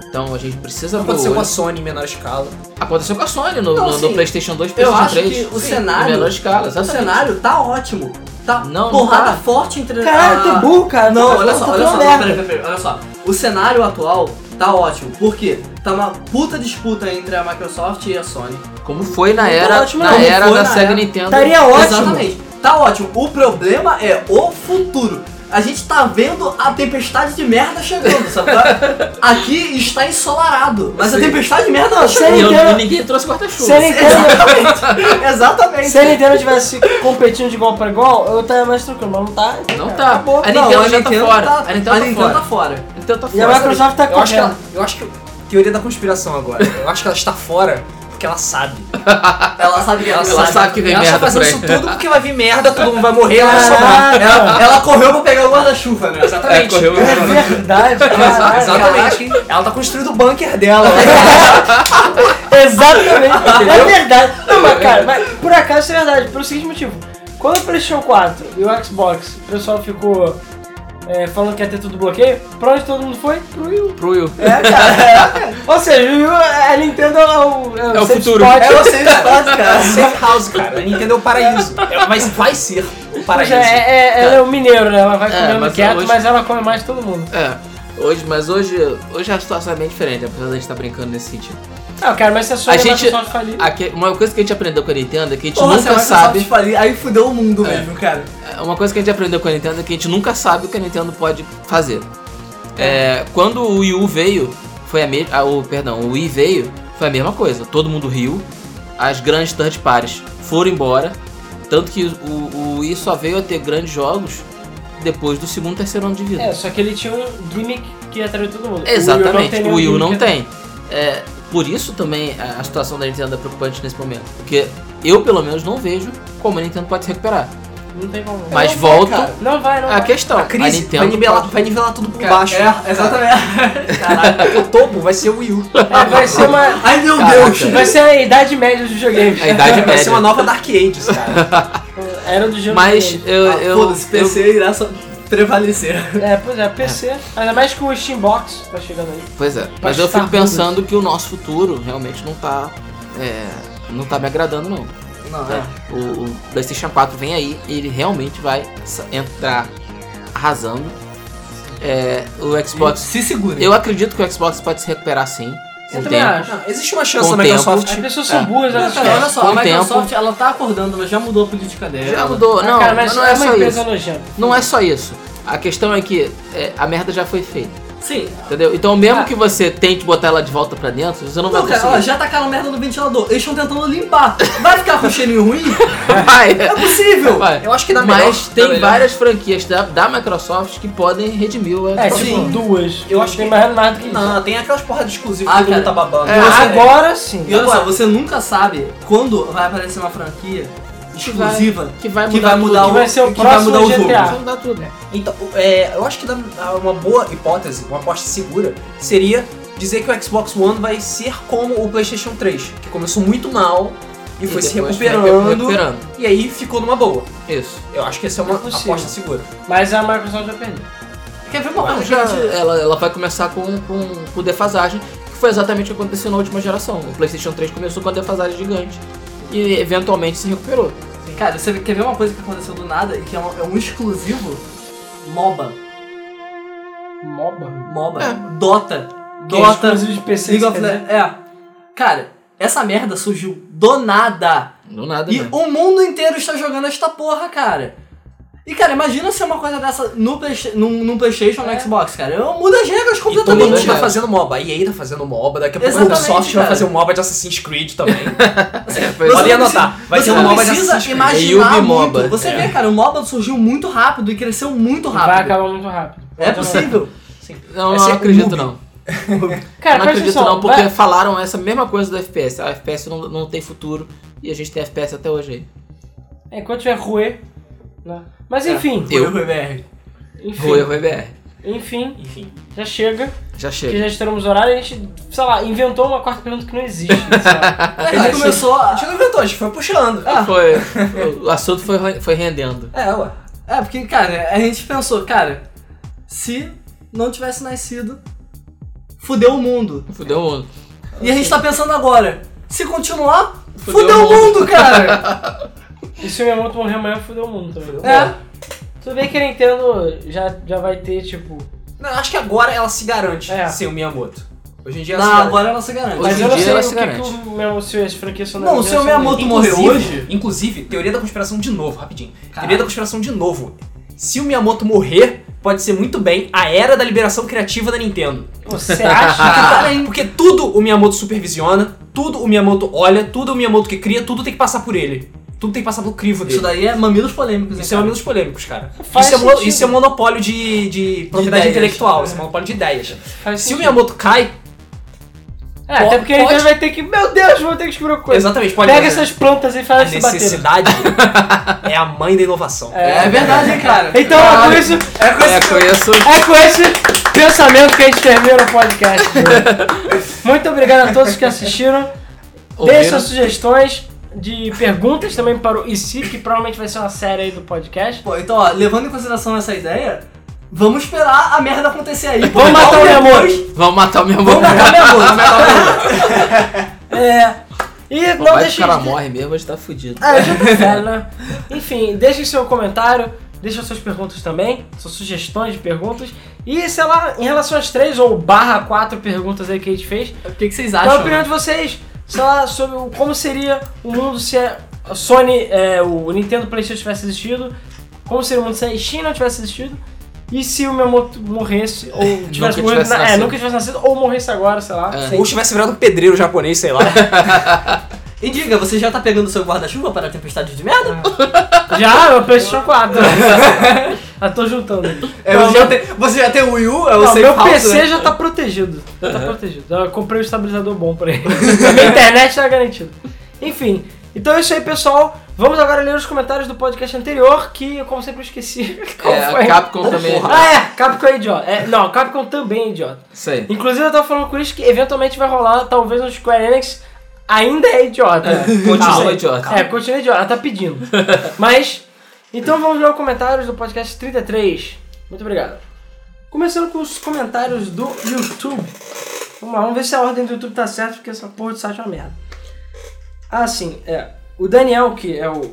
Então a gente precisa abrir o Aconteceu com a olho. Sony em menor escala. Aconteceu com a Sony no, Então, no- no assim, PlayStation 2 Eu PlayStation acho 3. que o Sim, cenário. Em menor escala, o exatamente. cenário tá ótimo. Tá Não, não porrada tá. forte entre Caralho, tu é burro, cara. Ah. Não, Tá olha falando só, tudo olha só, merda. não, peraí, peraí, peraí, olha só. O cenário atual tá ótimo, porque tá uma puta disputa entre a Microsoft e a Sony. Como foi na Não tá era, ótimo, na não. era Foi da na Sega era. Nintendo. Estaria ótimo. Exatamente. Tá ótimo. O problema é o futuro. A gente tá vendo a tempestade de merda chegando, sabe? é? Aqui está ensolarado, mas a Sim. tempestade de merda não E chega. eu- Nintendo- ninguém trouxe quarta-chuva. Se a Nintendo, Exatamente. se a Nintendo tivesse competindo de igual pra igual, eu estaria mais tranquilo, mas não tá. Não tá. Acabou. A Nintendo já tá fora. tá- A Nintendo tá fora. tá fora. Então tá E a fora. Microsoft tá Eu acho que ela, correndo. eu acho que teoria da conspiração agora. Eu acho que ela está fora porque ela sabe. Ela sabe que ela, Ela sabe que vem ela merda está fazendo por aí. É, isso tudo porque vai vir merda, todo mundo vai morrer, ela vai sobrar. Caraca! Ela, ela correu pra pegar o guarda-chuva, né? É, correu o É verdade, caralho. Exatamente. Ela tá construindo o bunker dela. Exatamente. É verdade. Não, mas cara, mas por acaso isso é verdade, pelo seguinte motivo. Quando o PlayStation 4 e o Xbox, o pessoal ficou é, falando que ia ter tudo bloqueio, pra onde todo mundo foi? Pro Wii U. Pro Will. É, cara. é. Ou seja, o Wii U, a Nintendo é o, É o safe futuro. spot. É você, cara. é um Safe house, cara. A Nintendo é o paraíso. Mas vai ser o Pois paraíso. é, é, é, ela é o mineiro, né? Ela vai comendo mas quieto, hoje- mas ela come mais todo mundo. É. Hoje, mas hoje, hoje a situação é bem diferente, apesar de a gente estar brincando nesse sentido. Ah, cara, mas se a Sony A gente- Microsoft falir... Aqui, uma coisa que a gente aprendeu com a Nintendo é que a gente Porra, se a nunca Microsoft sabe. falir, aí fudeu o mundo É. mesmo, cara. É Uma coisa que a gente aprendeu com a Nintendo é que a gente nunca sabe o que a Nintendo pode fazer. É, quando o Wii U veio, foi a mesma. o, perdão, o Wii veio, foi a mesma coisa. Todo mundo riu, as grandes third parties foram embora. Tanto que o, o Wii só veio a ter grandes jogos depois do segundo terceiro ano de vida. É, só que ele tinha um gimmick que atraiu todo mundo. Exatamente, o Wii U não nenhum gimmick. tem. É, por isso também a a situação da Nintendo é preocupante nesse momento. Porque eu, pelo menos, não vejo como a Nintendo pode se recuperar. Não tem como. Mas não sei, volto cara. Não vai, não à vai. questão. A crise Nintendo vai, nivelar, pode- vai nivelar tudo por Cara, baixo. É, exatamente. Caralho. O topo vai ser o Wii U. É, vai ser uma... Ai meu Caraca. Deus. Vai ser a idade média dos videogames. A idade Vai ser uma média. nova Dark Ages, cara. Era do gelo Mas dele. eu. Ah, eu- tá? Foda-se, eu- PC irá só prevalecer. É, pois é, PC. Ainda mais que o Steambox tá chegando aí. Pois é. Mas Pode eu fico estar ruim. pensando que o nosso futuro realmente não tá. é, não tá me agradando, não. Não, é. né? O, o PlayStation 4 vem aí e ele realmente vai sa- entrar arrasando. É, o Xbox. Se segura. Eu acredito que o Xbox pode se recuperar sim. Com Eu o também tempo. acho. Não, existe uma chance Com da o tempo. Microsoft. As pessoas são burras, Não, elas cara, olha esquecem. só, Com a o Microsoft, ela tá acordando, ela já mudou a política dela. Já mudou. Ah, Não, cara, mas mas não é é uma só empresa isso. nojenta. Não é só isso. A questão é que é, a merda já foi feita. Sim. Entendeu? Então, mesmo Ah. que você tente botar ela de volta pra dentro, você não, Não, vai cara, ó, conseguir. já tacaram merda no ventilador. Eles estão tentando limpar. Vai ficar com cheirinho ruim? Vai. É possível. Vai. Eu acho que dá melhor. Mas dá tem melhor. várias franquias da, da Microsoft que podem redimir o É, Xbox. tipo, Sim. duas. Eu acho Tem que- mais nada que isso. Não, tem aquelas porradas exclusivas Ah, que todo mundo tá cara. babando. É. você- Agora sim. E olha só, você nunca sabe quando vai aparecer uma franquia vai- exclusiva que vai que vai mudar tudo. o vai ser o que vai próximo mudar o GTA. jogo. Vai mudar tudo. Então, é, eu acho que dá uma boa hipótese, uma aposta segura, seria dizer que o Xbox One vai ser como o PlayStation 3, que começou muito mal e, foi se depois recuperando, recuperando. e aí ficou numa boa. Isso. Eu acho que essa é uma É possível. aposta segura. Mas a Microsoft já perdeu. Quer ver uma Então, coisa que já, a gente... ela, ela vai começar com, com, com defasagem, que foi exatamente o que aconteceu na última geração. O PlayStation 3 começou com uma defasagem gigante e eventualmente se recuperou. Cara, você quer ver uma coisa que aconteceu do nada e que é um, é um exclusivo? MOBA. MOBA? MOBA. É. Dota. Que é Dota. exclusivo de PC. League of quer dizer. Legends. É. Cara, essa merda surgiu do nada. Do nada, E né? o mundo inteiro está jogando esta porra, cara. E, cara, imagina ser uma coisa dessa no, Playsta- num- num PlayStation ou no É. Xbox, cara. Eu mudo as regras E todo mundo completamente. tá né? fazendo MOBA, a EA tá fazendo MOBA, daqui a pouco o Exatamente, Ubisoft vai cara. fazer um MOBA de Assassin's Creed também. Pois Você Podem não assim. anotar, vai você ser um não MOBA de precisa Assassin's Creed. imaginar É, e muito. o MOBA, Você é. vê, cara, o MOBA surgiu muito rápido e cresceu muito Vai rápido. acabar muito rápido. Então, É possível. Não, não Vai ser acredito Ubi. não. Cara, não presta acredito atenção, não, porque assim, vai- falaram essa mesma coisa do FPS. A FPS não, não tem futuro e a gente tem FPS até hoje aí. Enquanto tiver Rue. né? Mas enfim. Eu. Foi o VBR. Enfim, Rui, Rui BR. enfim, Enfim. já chega. Já Que chega. já estouramos o horário. A gente, sei lá, inventou uma quarta pergunta que não existe. sabe? A gente começou A a... gente não inventou, a gente foi puxando. Ah, Foi, o assunto foi, foi rendendo. É, ué. É, porque, cara, a gente pensou, cara, se não tivesse nascido, fudeu o mundo. Fudeu o mundo. E a gente tá pensando agora, se continuar, Fudeu fudeu, o o mundo, cara. e se o Miyamoto morrer amanhã, fudeu o mundo também. é. Tudo bem que a Nintendo já, já vai ter, tipo. Não, eu acho que agora ela se garante É. sem o Miyamoto. Hoje em dia ela Não, se garante. agora ela se garante. Hoje Mas em eu não dia sei ela o se que, que garante. o meu, se as franquias são Não, o seu Miyamoto Inclusive- morreu hoje? Inclusive, teoria da conspiração de novo, rapidinho. Caraca. Teoria da conspiração de novo. Se o Miyamoto morrer, pode ser muito bem a era da liberação criativa da Nintendo. Você acha tá Porque, tá porque tudo o Miyamoto supervisiona, tudo o Miyamoto olha, tudo o Miyamoto que cria, tudo tem que passar por ele. Tudo tem que passar pelo crivo dele. Isso Isso, daí é mamilos polêmicos, hein, é cara? mamilos polêmicos, cara. Faz Isso é, mo- sentido. isso é monopólio de, de propriedade ideias. intelectual, isso é monopólio de ideias. que faz Se o sentido? Miyamoto cai, É, até porque a Nintendo pode- vai ter que. Meu Deus, vou ter que descobrir uma coisa. exatamente, pode Pega essas plantas e faz A elas se bater. necessidade é a mãe da inovação. É verdade, hein, cara. Então é com isso. É, conheço. É com esse pensamento que a gente termina o podcast. de hoje. Muito obrigado a todos que assistiram. Deixe Ouviram? suas sugestões de perguntas também para o IC, que provavelmente vai ser uma série aí do podcast. Pô, então, ó, levando em consideração essa ideia, vamos esperar a merda acontecer aí. Vamos matar o Miyamoto. Vamos matar o meu amor. Vamos matar o Miyamoto. É. E Pô, não vai que o deixe cara de- morre mesmo, a gente tá fudido. Ah, eu já tô velho, né? Enfim, deixe seu comentário, deixe suas perguntas também, suas sugestões de perguntas. E, sei lá, em relação às três ou barra quatro perguntas aí que a gente fez, o que, que vocês Tá Qual a acham? opinião de vocês? Sei lá, sobre o- como seria o mundo se a Sony, é, o Nintendo PlayStation tivesse existido? Como seria o mundo se a Steam não tivesse existido? E se o Miyamoto morresse, ou tivesse Nunca morrido, tivesse na- é, nascido. nunca tivesse nascido, ou morresse agora, sei lá. É. Ou estivesse virado um pedreiro japonês, sei lá. É, E diga, você já tá pegando seu guarda-chuva para a tempestade de merda? Já, meu PlayStation 4. já tô juntando. Então, É, Não, você, já meu- tem, você já tem o Wii U? É o não, safe meu house, PC né? já tá protegido. Já tá protegido. Já comprei um estabilizador bom pra ele. Minha internet tá garantida. Enfim, então é isso aí, pessoal. Vamos agora ler os comentários do podcast anterior, que eu como sempre eu esqueci. Qual É, Ah, foi? a Capcom também. Ah, é, Capcom é idiota. É, não, Capcom também é idiota. Isso aí. Inclusive, eu tava falando com isso que eventualmente vai rolar, talvez no Square Enix ainda é idiota. Continua Ah, idiota. É, continua idiota, ela tá pedindo. Mas Então vamos ver os comentários do podcast 33. Muito obrigado. Começando com os comentários do YouTube. Vamos lá, vamos ver se a ordem do YouTube tá certa, porque essa porra de site é uma merda. Ah, sim, é. O Daniel, que é o.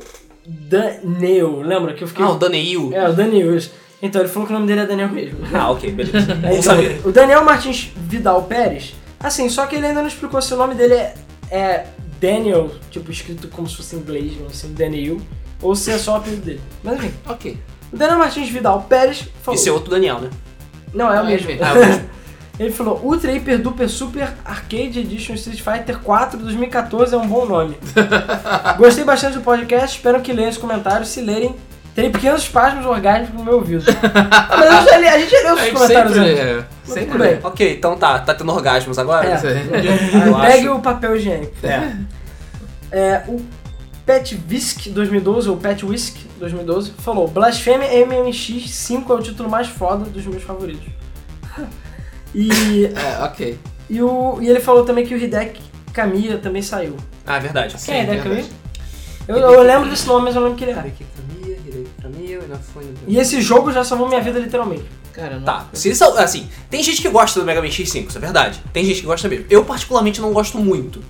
Daniel, lembra que eu fiquei. Ah, o Daneil. É, o Daniel. isso. Então, ele falou que o nome dele é Daniel mesmo. Ah, ok, beleza. Aí, Vamos saber. o Daniel Martins Vidal Pérez, assim, só que ele ainda não explicou se o nome dele é, é Daniel, tipo, escrito como se fosse em inglês, não sei, Daniel, ou se é só o apelido dele. Mas enfim, Ah, Ok. o Daniel Martins Vidal Pérez falou. Esse é outro Daniel, né? Não, é o Ah, mesmo. é o mesmo. Ele falou, Ultra Hyper Duper Super Arcade Edition Street Fighter 4 2014 é um bom nome. Gostei bastante do podcast, espero que leiam os comentários. Se lerem, terei pequenos espasmos orgânicos no meu ouvido. Ah, Mas eu já li, a gente já leu os A gente comentários sempre, antes. é, Mas sempre tudo bem. Ok, então tá. Tá tendo orgasmos agora? É. Isso aí. Eu acho. Pegue o papel higiênico. É. É, o Pet Whisk 2012, ou Pet Whisk 2012, falou: Blasfêmia MMX5 é o título mais foda dos meus favoritos. E, É, ok. e, o, e ele falou também que o Hideki Kamiya também saiu. Ah, é verdade. Quem é Hideki Kamiya? verdade. Eu, eu lembro desse nome, mas eu não lembro quem ele é. E esse jogo já salvou minha vida, literalmente. Cara, não. Tá, se eles são, assim, tem gente que gosta do Mega Man X5, isso é verdade. Tem gente que gosta mesmo. Eu, particularmente, não gosto muito.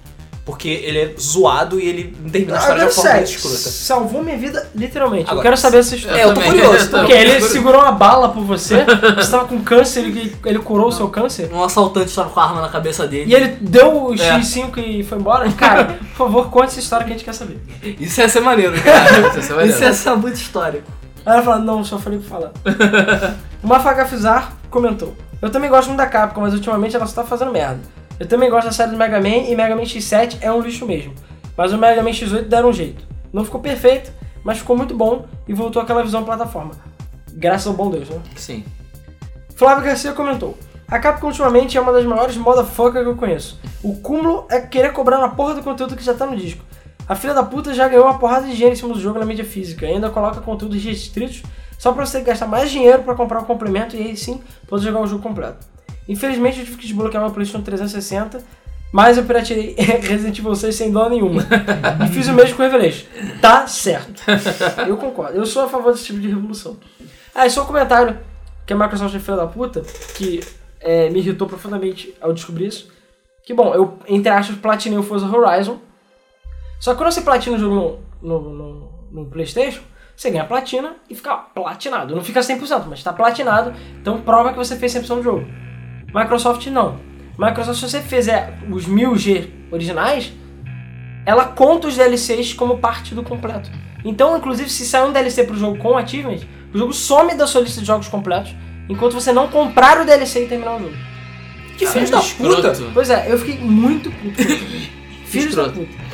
Porque ele é zoado e ele termina a história de Agora, uma forma sério, muito escrota. salvou minha vida, literalmente. eu Agora, quero saber essa história. É, eu tô também. curioso. Eu Porque também. ele segurou uma bala por você, você tava com câncer, ele, ele curou o seu câncer. Um assaltante tava com a arma na cabeça dele. E ele deu o É. X5 e foi embora? Cara, por favor, conte essa história que a gente quer saber. Isso ia ser maneiro, cara. Isso ia ser maneiro. Isso é só muita história. Aí ela fala, não, só falei pra falar. o Mafagafizar comentou. Eu também gosto muito da Capcom, mas ultimamente ela só tá fazendo merda. Eu também gosto da série do Mega Man e Mega Man X7 é um lixo mesmo. Mas o Mega Man X8 deram um jeito. Não ficou perfeito, mas ficou muito bom e voltou àquela visão plataforma. Graças ao bom Deus, né? Sim. Flávio Garcia comentou: A Capcom ultimamente é uma das maiores motherfuckers que eu conheço. O cúmulo é querer cobrar na porra do conteúdo que já tá no disco. A filha da puta já ganhou uma porrada de dinheiro em cima do jogo na mídia física, e ainda coloca conteúdos restritos só pra você gastar mais dinheiro pra comprar o complemento e aí sim poder jogar o jogo completo. Infelizmente eu tive que desbloquear meu PlayStation 360, mas eu pirateei Resident Evil 6 sem dó nenhuma. e fiz o mesmo com o Revelation. Tá certo. Eu concordo. Eu sou a favor desse tipo de revolução. Ah, e só um comentário que a Microsoft é filha da puta, que é, me irritou profundamente ao descobrir isso. Que bom, eu, entre aspas, platinei o Forza Horizon. Só que quando você platina o jogo no, no, no- no PlayStation, você ganha platina e fica platinado. Não fica 100%, mas está platinado, então prova que você fez 100% do jogo. Microsoft não. Microsoft, se você fizer os 1000G originais, ela conta os DLCs como parte do completo. Então, inclusive, se sair um DLC pro jogo com achievement, o jogo some da sua lista de jogos completos enquanto você não comprar o DLC e terminar o jogo. Que filho da Escroto. puta! Pois é, eu fiquei muito puto. com isso. Filhos da Escroto. puta.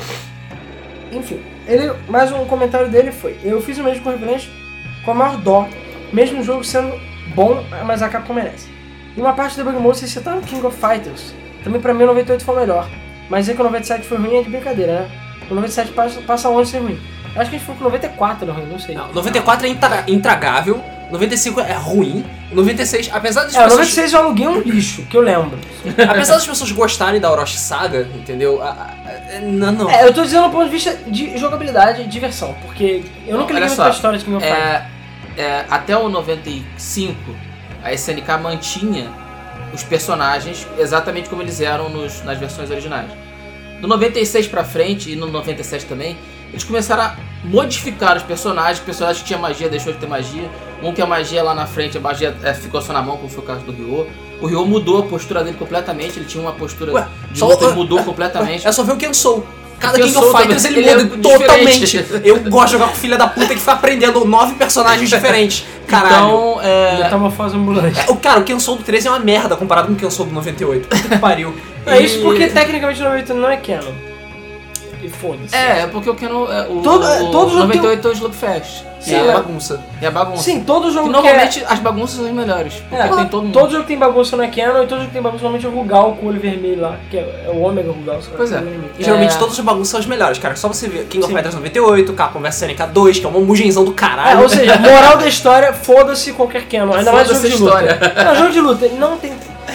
Enfim, ele, mais um comentário dele foi: Eu fiz o mesmo com o Revelation com a maior dó, mesmo o jogo sendo bom, mas a Capcom merece. E uma parte do Bug Mode vocês citaram King of Fighters. Também pra mim o 98 foi o melhor. Mas dizer que o 97 foi ruim é de brincadeira, né? O 97 passa, passa longe de ser ruim. Acho que a gente foi com o 94 não, não sei. Não, 94 é intra- intragável, 95 é ruim, 96, apesar das É, o pessoas 96 eu aluguei um lixo, que eu lembro. apesar das pessoas gostarem da Orochi Saga, entendeu? A- a- a- não, não. É, eu tô dizendo do ponto de vista de jogabilidade e diversão, porque eu nunca liguei Olha muito só, pra história de King of Fighters. É, é, até o 95, a SNK mantinha os personagens exatamente como eles eram nos- nas versões originais. Do 96 pra frente, e no 97 também, eles começaram a modificar os personagens. Personagens que tinha magia deixou de ter magia. Um que a magia lá na frente, a magia é, ficou só na mão, como foi o caso do Ryo. O Ryo mudou a postura dele completamente, ele tinha uma postura Ué, de só- luta, ele ué, mudou Ué, completamente. É só ver o Kensou. Cada Ken King Soul of Fighters também, ele, ele é muda diferente. totalmente. Eu gosto de jogar com filha da puta que fica aprendendo nove personagens diferentes. Caralho. Então, é, Metamorfose ambulante. É, o cara, o Kensou do 13 é uma merda comparado com o Kensou do 98. Puta que pariu. É isso E- porque tecnicamente o 98 não é canon. E foda-se. É, é porque eu quero. É, o, Todo- é, o todo jogo 98 é o Slugfest. É, E uma é, ba- bagunça. e é bagunça. Sim, todo E jogo que é... normalmente as bagunças são as melhores. Porque É, tem todo mundo. Todo jogo que tem bagunça não é canon, e todo jogo que tem bagunça normalmente é o Rugal com o olho vermelho lá, que é, é o Ômega Rugal. sei lá, Pois que é. o inimigo. E geralmente É. todas as bagunças são as melhores, cara. Só você ver King of Sim. Fighters 98, Capcom vs SNK 2, que é uma mugenzão do É, caralho. ou seja, moral da história, foda-se qualquer canon. Ainda mais jogo Foda-se de a luta. Não, jogo de luta, ele não tem...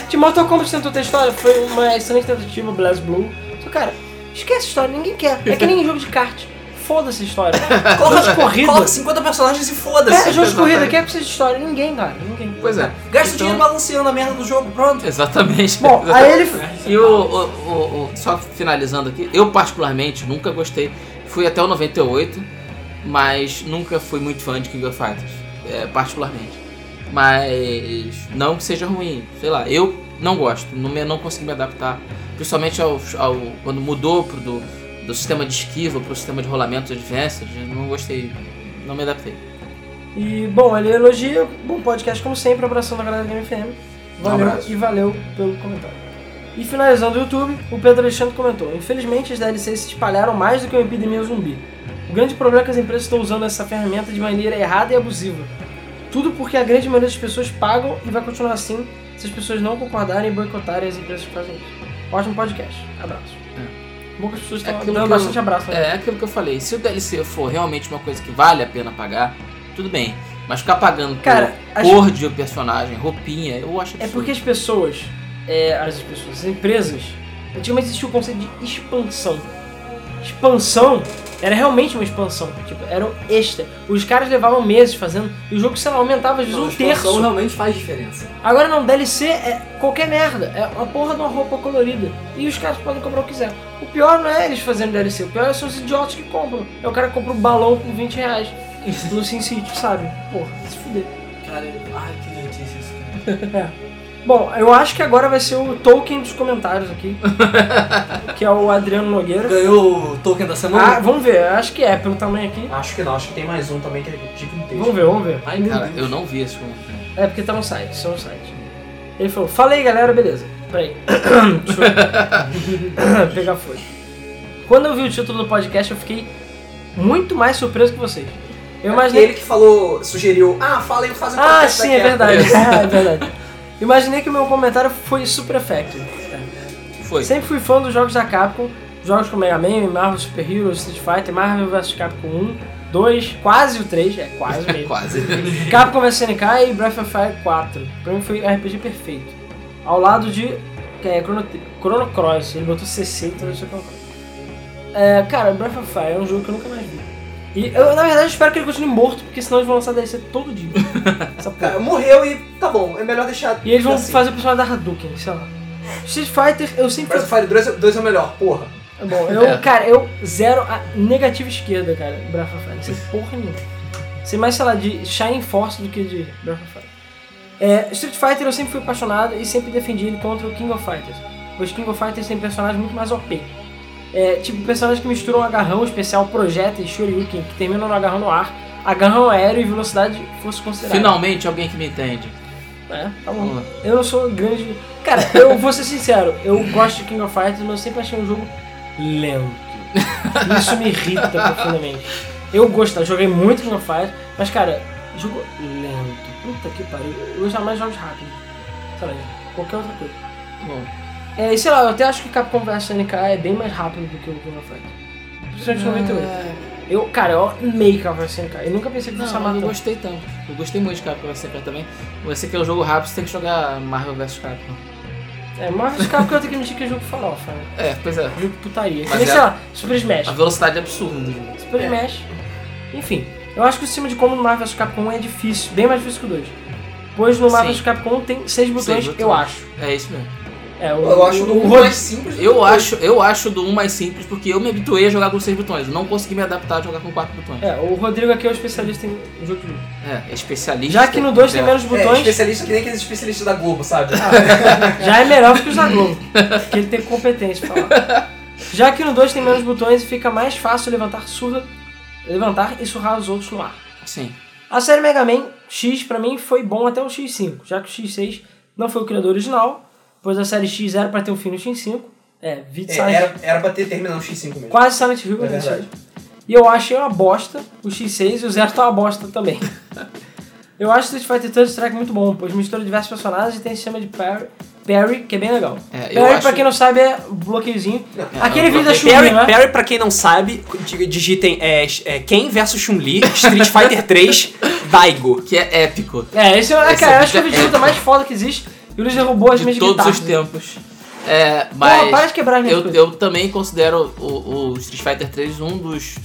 De Mortal Kombat tentou ter história, foi uma excelente tentativa, Blast Blue. Só, cara, esquece a história, ninguém quer. É que nem jogo de kart. foda-se a história. Coloca de corrida. Coloca 50 personagens e foda-se. É, jogo de corrida, exatamente. quem é que precisa de história? Ninguém, cara, ninguém. Assim, tá Pois é. Gasta o Então- dinheiro balanceando a merda do jogo, pronto. Exatamente. Bom, aí ele. E o, o- o- o- Só finalizando aqui, eu particularmente nunca gostei. Fui até o 98, mas nunca fui muito fã de King of Fighters. é, particularmente. Mas não que seja ruim, sei lá, eu não gosto, não, me- não consigo me adaptar. Principalmente ao, ao- quando mudou pro, do, do sistema de esquiva pro sistema de rolamento advanced, não gostei, não me adaptei. E, bom, ele elogia. Bom podcast, como sempre, abração da galera da Game FM. Valeu Um abraço. e valeu pelo comentário. E finalizando o YouTube, o Pedro Alexandre comentou: Infelizmente as DLCs se espalharam mais do que uma epidemia zumbi. O grande problema é que as empresas estão usando essa ferramenta de maneira errada e abusiva. Tudo porque a grande maioria das pessoas pagam e vai continuar assim se as pessoas não concordarem e boicotarem as empresas que fazem isso. Ótimo podcast. Abraço. Bom que as pessoas É estão aquilo dando que eu- bastante abraço. né? É aquilo que eu falei, se o DLC for realmente uma coisa que vale a pena pagar, tudo bem. Mas ficar pagando por Cara, acho- cor de personagem, roupinha, eu acho É absurdo. porque as pessoas, é, as pessoas, as empresas, antigamente existia o conceito de expansão. Expansão era realmente uma expansão, tipo, era um extra. Os caras levavam meses fazendo e o jogo, sei lá, aumentava às vezes um terço. realmente faz diferença. Agora não, DLC é qualquer merda, é uma porra de uma roupa colorida. E os caras podem comprar o que quiser. O pior não é eles fazendo DLC, o pior são os idiotas que compram. É o cara que compra um balão por 20 reais no SimCity, sabe? Porra, se fuder. Cara, ai que notícia isso, cara. Bom, eu acho que agora vai ser o Tolkien dos comentários aqui, que é o Adriano Nogueira. Ganhou o token da semana? Ah, vamos ver, acho que é, pelo tamanho aqui. Acho que não, acho que tem mais um também que é gigantesco. Vamos ver, vamos ver. ai meu Cara, Deus. eu não vi esse filme. É porque tá no site, só no site. Ele falou, fala aí galera, beleza. Peraí. Deixa eu pegar foi. Quando eu vi o título do podcast, eu fiquei muito mais surpreso que vocês. Eu Mas imaginei ele que falou, sugeriu, ah, fala aí, É faz um Ah, podcast sim, daqui é a- verdade. é verdade. Imaginei que o meu comentário foi super effective. Foi. Sempre fui fã dos jogos da Capcom, jogos como Mega Man, Marvel Super Heroes, Street Fighter, Marvel vs Capcom 1, 2, quase o 3, é quase mesmo. Quase. Capcom vs SNK e Breath of Fire 4. Pra mim foi um o RPG perfeito. Ao lado de é, Chrono, Chrono Cross, ele botou 60 então deve ser Chrono Cross. É, cara, Breath of Fire é um jogo que eu nunca mais vi. E eu, na verdade, espero que ele continue morto, porque senão eles vão lançar DLC todo dia. Essa porra. Cara, morreu e tá bom, é melhor deixar. E eles vão assim. fazer o personagem da Hadouken, sei lá. Street Fighter, eu sempre. Breath of Fire 2, é- 2 é o melhor, porra. É Bom, eu, cara, eu zero a negativa esquerda, cara, Breath of Fire. Sem porra nenhuma. Sem mais, sei lá, de Shining Force do que de Breath of Fire. É, Street Fighter eu sempre fui apaixonado e sempre defendi ele contra o King of Fighters. Pois King of Fighters tem personagens muito mais OP. É, tipo, personagens que misturam agarrão especial, projétil e shoryuken, que terminam no agarrão no ar, agarrão aéreo e velocidade fosse considerada. Finalmente alguém que me entende. É, tá bom. Vamos lá. Eu não sou grande. Cara, eu vou ser sincero, eu gosto de King of Fighters, mas eu sempre achei um jogo lento. Isso me irrita profundamente. Eu gosto, eu joguei muito King of Fighters, mas cara, jogo lento. Puta que pariu. Eu jamais jogo rápido. Sei lá, qualquer outra coisa. Bom, É, e sei lá, eu até acho que Capcom vs SNK é bem mais rápido do que o King of Fighters. Principalmente 98. Eu, cara, eu amei Capcom vs SNK. Eu nunca pensei que fosse não, eu amar não tanto. gostei tanto. Eu gostei muito de Capcom vs. Capcom também. Você que é um jogo rápido, você tem que jogar Marvel vs. Capcom. É, mas Capcom eu tenho que admitir que é jogo farofa, né? É, pois é. Jogo de putaria. Que Mas nem, é- sei lá, Super Smash. A velocidade é absurda do jogo. Super Smash. Enfim, eu acho que o sistema de combo no Marvel vs Capcom 1 é difícil, bem mais difícil que o 2. Pois no Marvel Sim. vs Capcom 1 tem seis botões, botões. eu acho. É isso mesmo. É, o, Eu acho o, do um Rod- mais simples. do que Eu o acho, eu acho do 1 mais simples porque eu me habituei a jogar com 6 botões. Eu não consegui me adaptar a jojogar com 4 botões. É, o Rodrigo aqui é o especialista em jogo de luta. É, é especialista. Já que no 2 tem É. menos dois. É, botões, especialista que nem aqueles especialistas da Globo, sabe? já é melhor que os da Globo. Porque ele tem competência pra falar. Já que no 2 tem menos botões, fica mais fácil levantar surra, levantar e surrar os outros no ar. Sim. A série Mega Man X pra mim foi bom até o X5, já que o X6 não foi o criador original, pois a série X era pra ter um fim no X5. É, Vit É, Silent, era, era pra ter terminado o X5 mesmo. quase Silent Hill, É mas não verdade. sei. E eu achei uma bosta o X6 e o Zero tá uma bosta também. eu acho Street Fighter Third Strike muito bom, pois mistura diversos personagens e tem sistema de parry, parry que é bem legal. É, eu parry, acho- pra quem não sabe, é o bloqueiozinho. Aquele é o vídeo da chun Perry, né? Perry, pra quem não sabe, dig- digitem é, é, Ken vs Chun-Li, Street Fighter 3, Daigo. Que é épico. É, esse é, Esse cara, eu vídeo acho que é o é vídeo de luta mais foda que existe. E o Luiz derrubou as minhas de todos guitarras. os tempos. É, mas para de quebrar as minhas eu, coisas. eu também considero o, o Street Fighter 3 um dos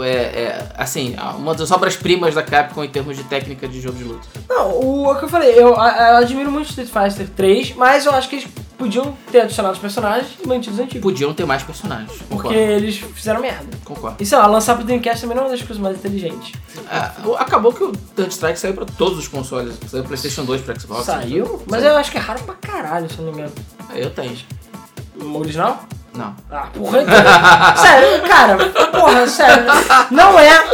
é, é, assim, uma das obras-primas da Capcom em termos de técnica de jogo de luta. Não, o, é o que eu falei, eu, a- eu admiro muito Street Fighter 3, mas eu acho que eles podiam ter adicionado os personagens e mantido os antigos. Podiam ter mais personagens. Porque Concordo. eles fizeram merda. Concordo. E sei lá, lançar pro Dreamcast também não é uma das coisas mais inteligentes. Ah, acabou que o Third Strike saiu pra todos os consoles. Saiu pra PlayStation 2, pra Xbox. Saiu? Mas eu acho que é raro pra caralho, se eu não me engano. Ah, Eu tenho. O original? Não. Ah, porra, então. sério, cara, porra, sério. Não é.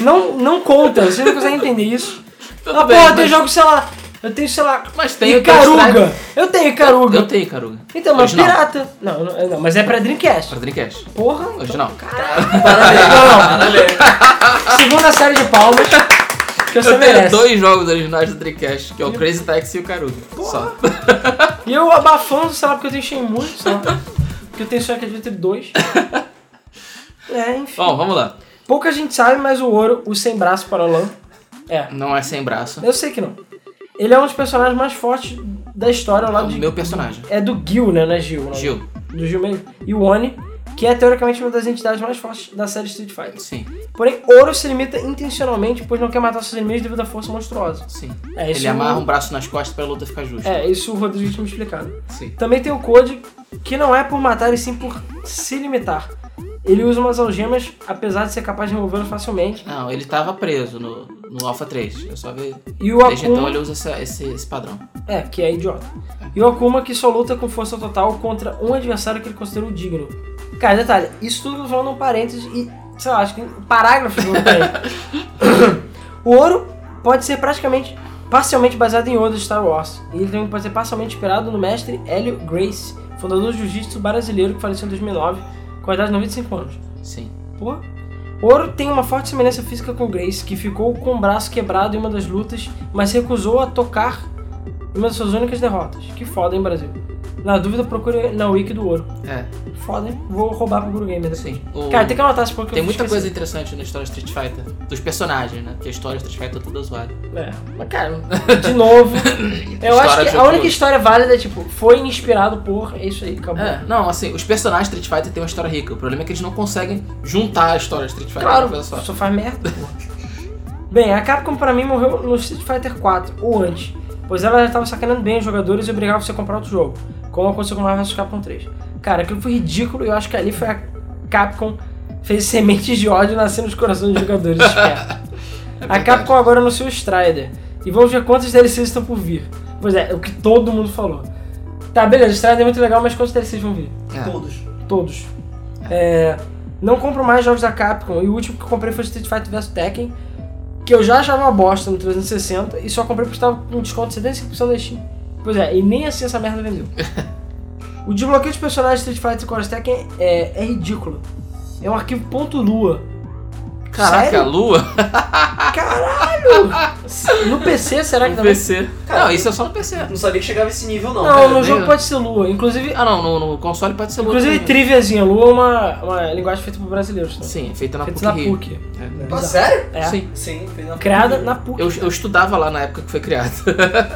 Não, não conta, você não consegue entender isso. Tudo ah, bem, porra, eu mas- tenho jogo, sei lá. Eu tenho, sei lá. Mas tem o Icaruga. Counter-Strike. Eu tenho Icaruga. Eu tenho, Caruga. Então, mas Original. pirata. Não, não, não, mas é pra Dreamcast. Pra Dreamcast. Porra, então, Original. Caralho. Parabéns. Não, não. Segunda série de palmas. Que você Eu tenho merece. dois jogos originais do Dreamcast, que é o Crazy Taxi e o Caruga. Só. E eu abafando, sei lá, porque eu tenho Shenmue, sei lá. Porque eu tenho Sonic Adventure 2. É, enfim. Bom, vamos lá. Pouca gente sabe, mas o Ouro, o sem braço para o Lan, é. Não é sem braço. Eu sei que não. Ele é um dos personagens mais fortes da história ao É lado o de. meu personagem. É do Gil, né? Não é Gil, não. Gil. Do Gil mesmo. E o Oni, que é teoricamente uma das entidades mais fortes da série Street Fighter. Sim, Porém, Ouro se limita intencionalmente, pois não quer matar seus inimigos devido à força monstruosa. sim. É, isso Ele é amarra um- um braço nas costas pra luta ficar justa. É, isso o Rodrigo tinha me explicado. Sim. Também tem o Code, que não é por matar e sim por se limitar. Ele usa umas algemas, apesar de ser capaz de removê-las facilmente. Não, ele tava preso no, no Alpha 3. Eu só vi. E o Desde então Akuma, ele usa essa- esse, esse padrão. é, que é idiota. E o Akuma, que só luta com força total contra um adversário que ele considera o digno. Cara, detalhe, isso tudo eu tô falando um parênteses e, sei lá, acho que um parágrafo não tem. o ouro pode ser praticamente, parcialmente baseado em ouro de Star Wars. E ele também pode ser parcialmente inspirado no mestre Hélio Grace, fundador do jiu-jitsu brasileiro que faleceu em 2009, com a idade de 95 anos. Sim. Pô. Ouro tem uma forte semelhança física com Grace, que ficou com o braço quebrado em uma das lutas, mas recusou a tocar em uma das suas únicas derrotas. Que foda, hein, Brasil? Na dúvida, procure na wiki do Ouro. É, Foda, hein? Vou roubar pro Guru Gamer. sim. O- Cara, tem que anotar esse ponto que Tem eu muita coisa esqueci. interessante na história do Street Fighter. Dos personagens, né? Porque a história do Street Fighter é toda zoada. É, mas cara, de novo. eu História acho de que a jogo. única história válida é tipo, foi inspirado por. É isso aí, acabou. É, não, assim, os personagens do Street Fighter têm uma história rica. O problema é que eles não conseguem juntar a história do Street Fighter Claro, numa coisa só. só faz merda. pô. bem, a Capcom pra mim morreu no Street Fighter 4 ou antes, pois ela já tava sacaneando bem os jogadores e obrigava você a comprar outro jogo, como aconteceu com Marvel vs Capcom 3. Cara, aquilo foi ridículo e eu acho que ali foi a Capcom fez sementes de ódio nascer nos corações dos jogadores. espertos. a É verdade. Capcom agora anunciou o Strider e vamos ver quantos DLCs estão por vir. Pois é, é o que todo mundo falou. Tá, beleza, Strider é muito legal, mas quantos DLCs vão vir? Ah. É. Todos. Todos. É, não compro mais jogos da Capcom. E o último que eu comprei foi Street Fighter vs Tekken. Que eu já achava uma bosta no 360 e só comprei porque estava com um desconto de 75% da Steam. Pois é, e nem assim essa merda vendeu. o desbloqueio de personagens de Street Fighter vs Tekken é, é ridículo. É um arquivo ponto .lua. Caraca, é a Sério? lua? No PC, será que No também? PC. Não, isso é só no PC. Não sabia que chegava esse nível, não. Não, no nem jogo eu. pode ser lua. Inclusive, Ah, não, no, no console pode ser lua. inclusive também. triviazinha. Lua é uma, uma linguagem feita por brasileiros. Tá? Sim, é feita na Feita PUC na Rio. PUC. É. Ah, sério? É. Sim. Sim, fez uma Criada na PUC. Eu, eu estudava lá na época que foi criado.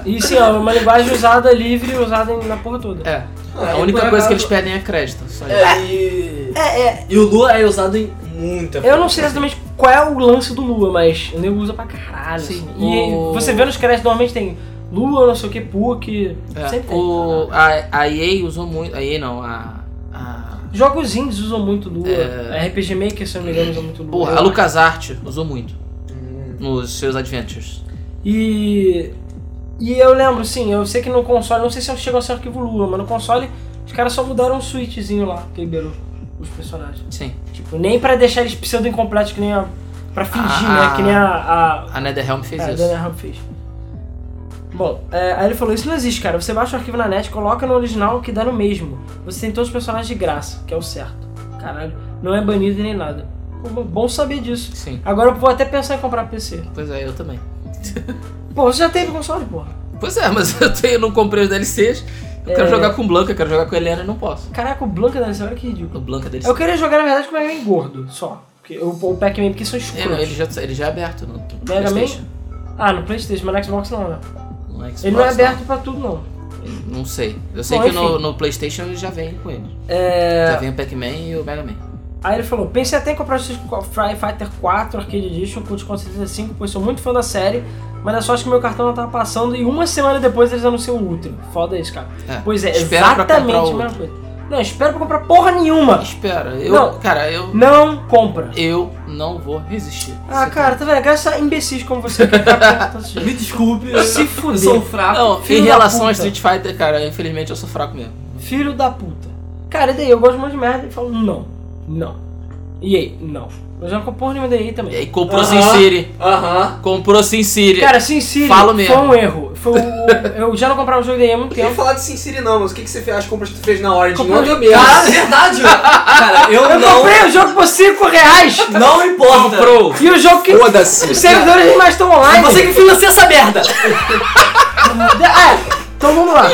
E sim, é uma linguagem usada livre, usada em- na porra toda. É. Ah, A e única por acaso- coisa que eles pedem é crédito. Só isso. É, e... E o Lua é usado em muita Eu não sei exatamente qual é o lance do Lua, mas o nego usa pra caralho. Sim, assim. E o- você vê nos créditos, normalmente tem Lua, não sei o que, PUC, É. sempre tem. né? O, a, a EA usou muito. A EA não, a. a Jogos indies usam muito Lua, É. RPG Maker, se eu não me engano, usa muito Lua. porra, a LucasArts usou muito. Hum. Nos seus adventures. E... E eu lembro, sim, eu sei que no console, não sei se chegou a ser arquivo Lua, mas no console os caras só mudaram um switchzinho lá, que liberou os personagens. Sim. Tipo, nem pra deixar eles pseudo-incompletos, que nem a... Pra fingir, Ah. né, que nem a- a A NetherRealm fez É, isso. Daniel Hub fez. Bom, é, aí ele falou, isso não existe, cara. Você baixa o arquivo na net, coloca no original que dá no mesmo. Você tem todos os personagens de graça, que é o certo. Caralho, não é banido nem nada. Pô, bom- bom saber disso. Sim. Agora eu vou até pensar em comprar PC. Pois é, eu também. Pô, você já teve console, porra. Pois é, mas eu, tenho, eu não comprei os DLCs. Eu É. quero jogar com o Blanca, eu quero jogar com a Helena e não posso. Caraca, o Blanca da olha que ridículo. O Blanca deles. Eu queria jogar, na verdade, com o Mega Man gordo, só. Porque, o, o Pac-Man, porque são É, não, ele escuros. já, ele já é aberto no no Mega Man? PlayStation. Ah, no Playstation, mas no Xbox não, né? No Xbox, Ele não é não. aberto pra tudo, não. Não sei. Eu sei Bom, que no, enfim. no PlayStation ele já vem com ele. É... Já vem o Pac-Man e o Mega Man. Aí ele falou, pensei até em comprar o Street Fighter 4 Arcade Edition com desconto 75, pois sou muito fã da série, mas é só que meu cartão não tava passando e uma semana depois eles anunciam o Ultra. Foda isso, cara. É, Pois é, espera pra comprar exatamente o a mesma coisa. Não, espero pra comprar porra nenhuma. Espera, eu. Não. Cara, eu. Não compra. Eu não vou resistir. Ah, cara, tá vendo? Gasta imbecis como você que tá pensando desse jeito. Me desculpe, Se eu sou um fuder. fraco. Não, filho em da relação puta. a Street Fighter, cara, infelizmente eu sou fraco mesmo. Filho da puta. Cara, e daí? Eu gosto muito de merda e falo, não, não. E aí? Não. Eu já não compro porra nenhuma daí também. E aí comprou Aham. Sin City. Aham. Comprou Sin City. Cara, Sin City Falo foi mesmo. um erro. Foi o- eu já não comprava o jogo daí há muito Eu ia tempo. falar de Sin City não, mas o que, que você fez, as compras que tu fez na hora de Comprou ontem um- mesmo? Cara, verdade! Cara, eu, Eu não. comprei um- o jogo por 5 reais! Não importa! Comprou. E o jogo que. Foda-se. Os servidores mais estão online. Você que financia essa merda! Ah, então vamos lá.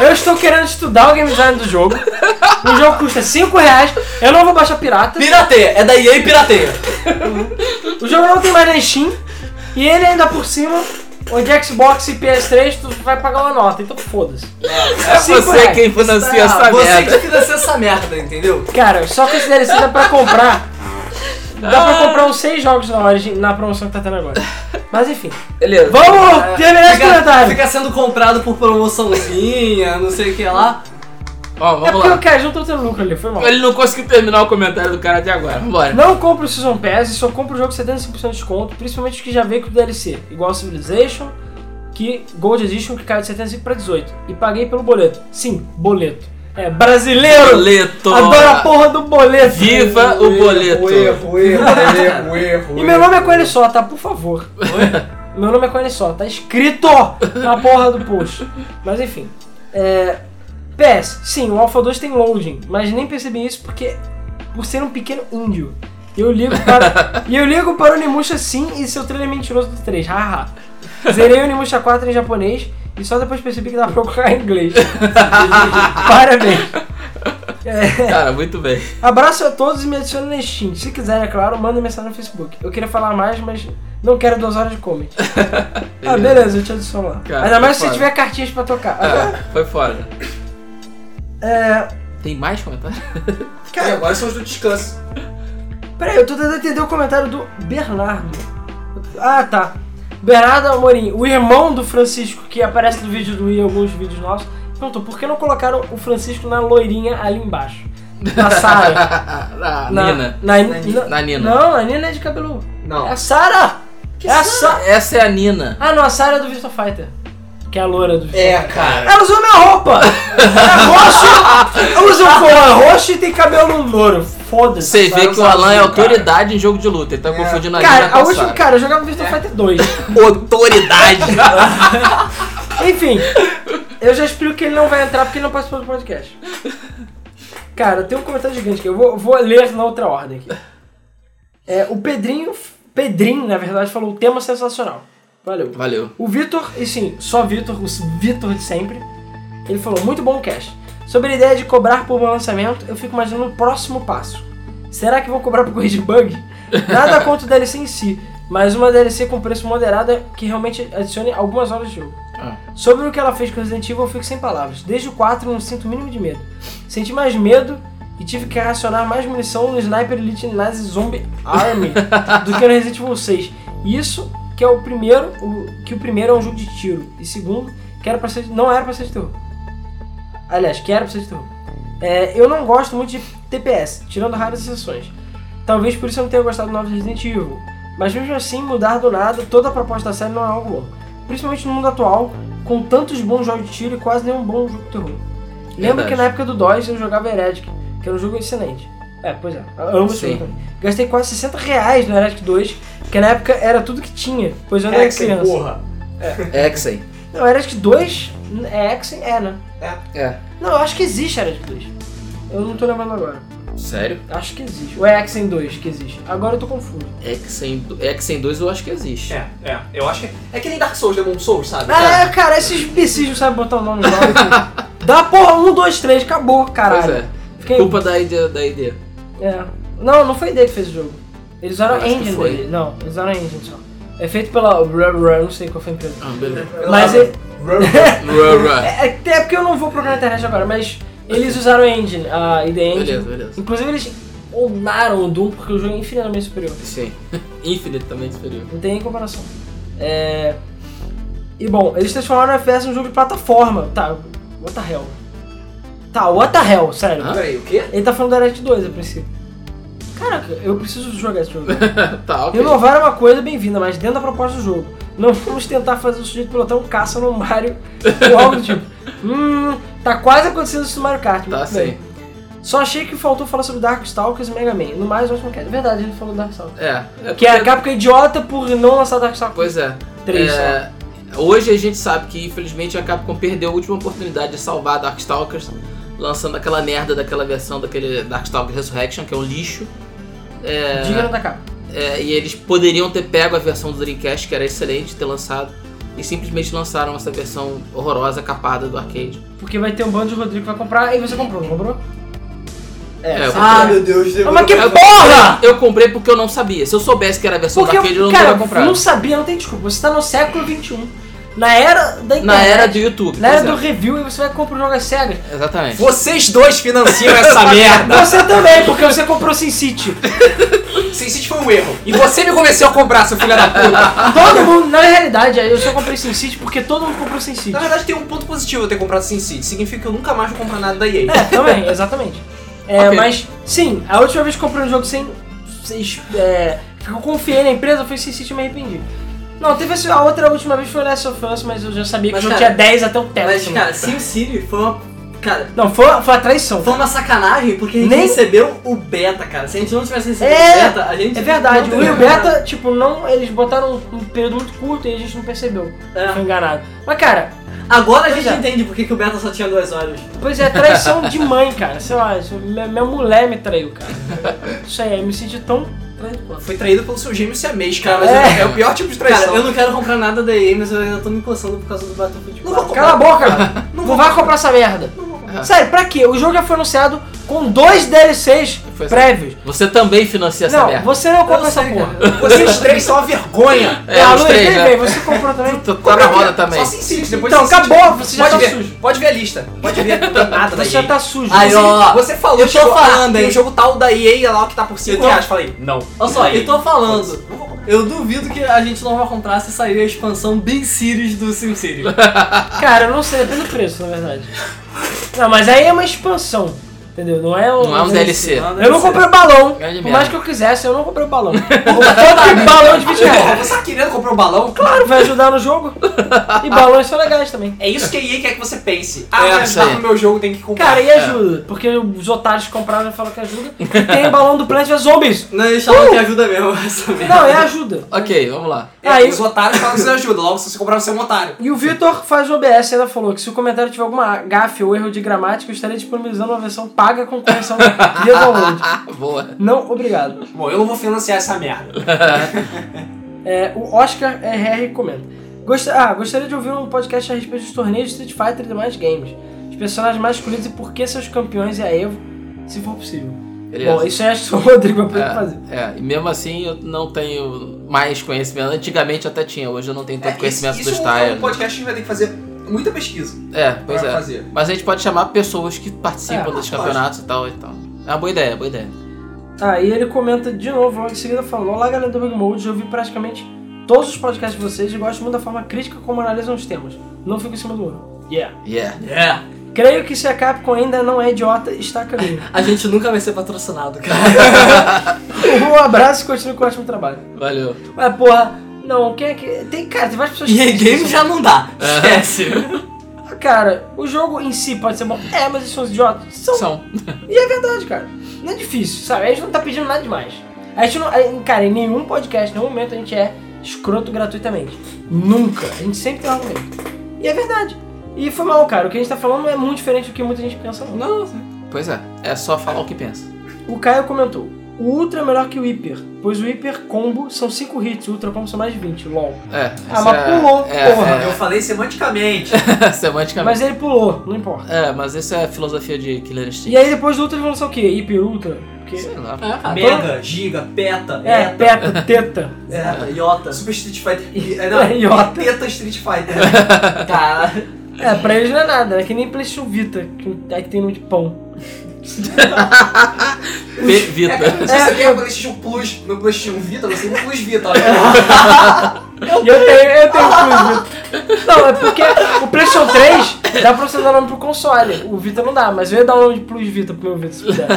Eu estou querendo estudar o game design do jogo. O jogo custa 5 reais. Eu não vou baixar pirata. Pirateia! É da EA e pirateia! O jogo não tem mais na Steam. E ele ainda por cima, onde Xbox e PS3, tu vai pagar uma nota. Então foda-se. é cinco você reais. quem "Ah, financia assim, essa você merda. que assim financia essa merda, entendeu? Cara, só com esse DLC dá pra comprar. Dá Ah. pra comprar uns 6 jogos na, origem, na promoção que tá tendo agora. Mas enfim. Beleza. Vamos É, terminar esse Fica, comentário. fica sendo comprado por promoçãozinha, não sei o que lá. Ó, É vamos porque o lá. Caju tá tendo lucro ali, foi mal. Ele não conseguiu terminar o comentário do cara até agora. Vambora. Não compra o Season Pass e só compra o jogo 75% de desconto, principalmente os que já veio com o DLC, igual Civilization, que Gold Edition que caiu de 75 para 18. E paguei pelo boleto. Sim, boleto. É, brasileiro! Boleto. Adoro a porra do boleto! Viva o boleto. O erro, o erro, o erro, o erro. E meu nome é com ele só, tá? Por favor. Meu nome é com ele só, tá escrito na porra do post. Mas enfim. É... PS, sim, o Alpha 2 tem loading, mas nem percebi isso porque. Por ser um pequeno índio. Eu ligo para. e eu ligo para o Onimusha sim e seu trailer é mentiroso do 3. Haha. Zerei o Onimusha 4 em japonês e só depois percebi que dá pra colocar em inglês. Parabéns. Cara, muito bem. Abraço a todos e me adicione na Steam. Se quiser, é claro, manda mensagem no Facebook. Eu queria falar mais, mas não quero duas horas de comment. ah, beleza, eu te adiciono lá. Cara, Ainda mais tá se foda. tiver cartinhas pra tocar. Agora, É, foi foda. é. Tem mais comentário? Cara, É, agora são os do descanso. Peraí, eu tô tentando entender o comentário do Bernardo. Ah, tá. Bernardo Amorim, o irmão do Francisco, que aparece no vídeo do I, alguns vídeos nossos, perguntou por que não colocaram o Francisco na loirinha ali embaixo? Na Sara. Na na, Ah, Nina. Na, Na, na- Nina. não, a Nina é de cabelo. Não. É a Sara! É a Sara! Essa é a Nina. Ah, não, a Sarah é do Virtua Fighter. Que é a loura do Virtua É, cara. Ela usou minha roupa! É roxo! Ela usa um colar roxo e tem cabelo louro. Foda-se. Você Sara vê que o Sarah, Alan é cara. autoridade em jogo de luta. Ele tá confundindo a Nina Cara, a com a última, Sarah. cara, eu jogava Virtua Fighter 2. Autoridade. Enfim, eu já explico que ele não vai entrar porque ele não participou do podcast. Cara, tem um comentário gigante aqui. Eu vou, vou ler na outra ordem aqui. É, o Pedrinho. Pedrinho, na verdade, falou o tema sensacional. Valeu. Valeu. O Vitor, e sim, só Vitor, o Vitor de sempre, ele falou: muito bom o cast. Sobre a ideia de cobrar por meu lançamento, eu fico imaginando o próximo passo. Será que vão cobrar por corrigir bug? Nada contra o DLC em si, mas uma DLC com preço moderado é que realmente adicione algumas horas de jogo. Ah. Sobre o que ela fez com Resident Evil, eu fico sem palavras. Desde o 4 eu não sinto o mínimo de medo. Senti mais medo e tive que racionar mais munição no Sniper Elite Nazi Zombie Army do que no Resident Evil 6. Isso que é o primeiro, o- que o primeiro é um jogo de tiro e segundo, que era pra ser, de- não era pra ser de terror. Aliás, que era pra ser de terror. É, eu não gosto muito de TPS, tirando raras exceções. Talvez por isso eu não tenha gostado do novo Resident Evil. Mas mesmo assim, mudar do nada toda a proposta da série não é algo bom. Principalmente no mundo atual, com tantos bons jogos de tiro e quase nenhum bom jogo de terror. Lembro Verdade. que na época do DOS eu jogava Heretic, que era um jogo excelente. É, pois é, eu amo esse Sim. jogo também. Gastei quase 60 reais no Heretic 2, que na época era tudo que tinha, pois eu ainda era Hexen, criança. É, porra. Exen. Não, Heretic 2 é Exen, é, né? É. Não, eu acho que existe Heretic 2. Eu não tô lembrando agora. Sério? Acho que existe. Ou é Exen 2 que existe. Agora eu tô confuso. Exen, Exen 2 eu acho que existe. É, é. Eu acho que é que nem Dark Souls, Demon Souls, É. sabe? Ah, cara, esses imbecis não sabem botar o nome lá. Dá porra, um, dois, três, acabou, Pois caralho. é. Fiquei- Culpa da ID. Da ID. É. Não, não foi ele que fez o jogo. Eles usaram Eu a acho que engine foi. dele. Não, eles usaram a engine só. É feito pela Rare, não sei qual foi a empresa. Ah, beleza. Mas é, Rá, rá. é, até porque eu não vou procurar na internet agora, mas eles usaram a engine, a ID Engine. beleza, beleza. Inclusive eles onaram o Doom porque o jogo é infinitamente superior. Sim. Infinitamente superior. Não tem nem comparação. É... E bom, eles transformaram o FPS num jogo de plataforma. Tá, what the hell? Tá, what the hell, sério. Hã? Peraí, o quê? Ele tá falando da Direct 2 a princípio. Caraca, eu preciso jogar esse jogo. tá, ok. Inovar é uma coisa bem-vinda, mas dentro da proposta do jogo. Não vamos tentar fazer o sujeito pilotar um caça no Mario ou algo do tipo. Hum, tá quase acontecendo isso no Mario Kart. Tá, muito bem. sim. Só achei que faltou falar sobre Darkstalkers e Mega Man. No mais, eu acho que é verdade, ele falou Darkstalkers. É. é Que a porque- Capcom é idiota por não lançar Darkstalkers. Pois é. Três, É, Hoje a gente sabe que, infelizmente, a Capcom perdeu a última oportunidade de salvar Darkstalkers, lançando aquela merda daquela versão daquele Darkstalkers Resurrection, que é um lixo. É, Digno da Capcom. é, e eles poderiam ter pego a versão do Dreamcast, que era excelente, ter lançado, e simplesmente lançaram essa versão horrorosa, capada do arcade. Porque vai ter um bando de Rodrigo que vai comprar. E você comprou, não comprou? É, eu Ah, comprei. meu Deus, Ah, demorou. mas que Eu- porra! Eu comprei porque eu não sabia. Se eu soubesse que era a versão Porque, do arcade, eu não cara, teria comprado. não sabia, não tem desculpa. Você tá no século XXI. Na era da internet. Na era do YouTube. Na era pois do review e você vai comprar um jogo às cegas. é. Exatamente. Vocês dois financiam essa merda. Você também, porque você comprou Sin City. SimCity foi um erro. E você me convenceu a comprar, seu filho da puta. Todo mundo, na realidade, eu só comprei Sin City porque todo mundo comprou Sin City. Na verdade, tem um ponto positivo eu ter comprado SimCity. Significa que eu nunca mais vou comprar nada da EA. É, também, exatamente. É, Ok. mas, sim, a última vez que comprei um jogo sem. sem é, que eu confiei na empresa foi Sin City e me arrependi. Não, teve essa- a outra última vez foi Last of Us, mas eu já sabia que Mas, o jogo cara, tinha 10 até o teto. Mas, cara, SimCity foi uma. Cara, não, foi, foi a traição. foi uma sacanagem porque a gente Nem- recebeu o beta, cara. Se a gente não tivesse recebido É, o beta, a gente. É verdade, não o teria Will comprado. Beta, tipo, não. Eles botaram um um período muito curto e a gente não percebeu. É. Foi enganado. Mas, cara, Agora a gente Pois é. entende por que que o beta só tinha duas horas. Pois é, traição de mãe, cara. Sei lá, isso- minha, minha mulher me traiu, cara. Isso aí, eu me senti tão. Foi traído pelo seu gêmeo siamês, cara. Mas É. é. o pior tipo de traição. Cara, eu não quero comprar nada da EA, mas eu ainda tô me coçando por causa do Battlefield 4. Cala a boca, cara. Não, vai comprar essa merda. Sério, pra quê? O jogo já foi anunciado com dois DLCs Foi essa- prévios. Você também financia essa não, merda. você não compra não é essa sei, porra. Ah, Vocês três são uma vergonha. É, a os três, né? bem, você comprou também. Tá- Tá na roda também. Só SimCity, depois Então, Sin City. acabou, você já pode tá ver, sujo. Pode ver a lista. Pode ver, não tem nada da Você já EA. tá sujo. Aí, ó. Você falou, Eu tô tipo, ah, falando, tem hein. um jogo tal da EA lá que tá por Eu 5 tô- Então- reais. Falei, não. Olha só, eu tô falando. Não vou comprar. Eu duvido que a gente não vai comprar se sair a expansão Big Series do SimCity. Cara, eu não sei, depende do preço, na verdade. Não, mas aí é uma expansão, entendeu? Não é o. Não é um DLC. Eu não comprei o balão. Grande Por merda. mais que eu quisesse, eu não comprei o balão. Eu comprei balão de 20 reais. É. Porra, você tá querendo comprar o balão? Claro, vai ajudar no jogo. E balões são legais também. É isso que a EA quer que você pense. Ah, É, vai isso ajudar aí. no meu jogo, tem que comprar. Cara, e É. ajuda? Porque os otários que compraram e falam que ajuda. E tem o balão do Plants vs Zombies. Não, eles falam que ajuda mesmo essa merda. Não, é ajuda. Ok, vamos lá. É, Aí- Os otários falam que você ajuda. Logo, se você comprar, você é um otário. E o Vitor faz o OBS e ainda falou que se o comentário tiver alguma gafe ou erro de gramática, eu estaria disponibilizando uma versão paga com correção de download. Ah, boa. Não, obrigado. Bom, eu não vou financiar essa merda. É, o Oscar RR comenta. Gosta- ah, gostaria de ouvir um podcast a respeito dos torneios de Street Fighter e demais games. Os personagens mais escolhidos e por que seus campeões e a Evo, se for possível. Beleza. Bom, é isso eu acho que só o Rodrigo vai poder fazer. É, e mesmo assim eu não tenho mais conhecimento. Antigamente até tinha, hoje eu não tenho tanto É, conhecimento isso, do isso é style. um podcast que a gente vai ter que fazer muita pesquisa É, pois pra é. fazer. Mas a gente pode chamar pessoas que participam É, dos lógico. campeonatos e tal e tal. É uma boa ideia, boa ideia. Aí ele comenta de novo, logo em seguida falando, olá galera do Big Mode, eu ouvi praticamente todos os podcasts de vocês e gosto muito da forma crítica como analisam os temas. Não fico em cima do muro. Yeah. Yeah. É. Creio que se a Capcom ainda não é idiota, está a caminho. A gente nunca vai ser patrocinado, cara. um abraço e continue com o ótimo trabalho. Valeu. Mas porra, não, quem é que... Tem, cara, tem várias pessoas... E aí, que- game já não dá. Esquece. Cara, o jogo em si pode ser bom. É, mas eles são idiotas. São, São. E é verdade, cara. Não é difícil, sabe? A gente não tá pedindo nada demais. A gente não. a- Cara, em nenhum podcast, em nenhum momento a gente é escroto gratuitamente. Nunca. A gente sempre tem um argumento. E é verdade. E foi mal, cara. O que a gente tá falando não é muito diferente do que muita gente pensa, não. Não, Pois é, é só falar o que pensa. O Caio comentou: o Ultra é melhor que o Hyper, pois o Hyper Combo são 5 hits, o Ultra Combo são mais de 20, lol. É. Ah, essa mas é- pulou, é, porra. Eu falei semanticamente. É, semanticamente. Mas ele pulou, não importa. É, mas isso é a filosofia de Killer Instinct. E aí É. depois do Ultra eles vão lançar o quê? Hyper Ultra? Porque... Sei lá. Mega, giga, peta, É, peta, teta. é, iota. Super Street Fighter. E- é, Não, Idiota. Teta Street Fighter. É. Cara, né? É, pra eles não é nada, é que nem PlayStation Vita, que, aí que tem nome de pão. P. Vita. Se você tem o PlayStation Plus no PlayStation Vita, você tem o Plus Vita. É. Eu tenho, eu tenho o Plus Vita. Não, é porque o PlayStation 3 dá pra você dar nome pro console. O Vita não dá, mas eu ia dar o nome de Plus Vita pro meu Vita se puder.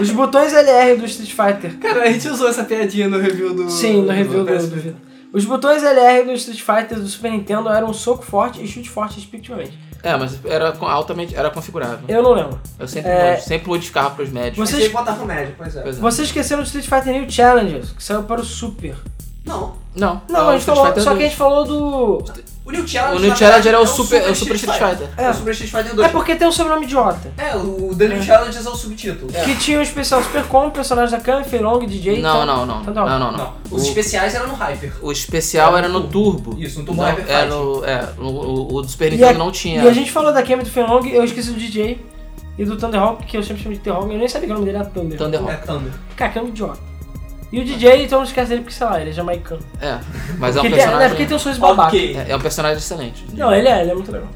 Os botões LR do Street Fighter. Cara, a gente usou essa piadinha no review do. Sim, no review do, do Vita. Os botões LR do Street Fighter do Super Nintendo eram um soco forte e chute forte, respectivamente. É, mas era com- altamente. Era configurável. Eu não lembro. Eu sempre, É. sempre modificava pros médicos. Vocês Vocês, botar com médio, pois é. Pois é. vocês esqueceram do Street Fighter New Challengers, que saiu para o Super. Não, Não, Não, é o a gente Street falou, Fighter só que a 2. gente falou do. o New Challenge. O New na Challenger verdade, é o Super, é o super Street Fighter. É o Super Street Fighter É 2. porque tem um sobrenome idiota. É, o The New Challenge é o subtítulo. Que tinha um especial Super Com, personagem da Kami, Feilong, DJ. Não, então- não, não. então tá Não, bom. não, Não, não. os O- especiais eram no Hyper. O especial era no Turbo. Isso, no Turbo Não, Hyper era Fighting. no, é, no- o, o do Super E a, Nintendo não tinha. e a gente falou da Kami do Feilong, eu esqueci do DJ e do Thunderhawk, que eu sempre chamo de Thunderhawk, eu nem sabia que o nome dele era Thunder. Thunderhawk. É Thunder. Cara, que é um idiota. E o DJ, então não esquece dele porque, sei lá, ele é jamaicano. É, Ah. mas é um porque, tem, né, personagem. porque tem um sorriso babaca. Ok. É, é um personagem excelente. Não, ele é, ele é muito legal.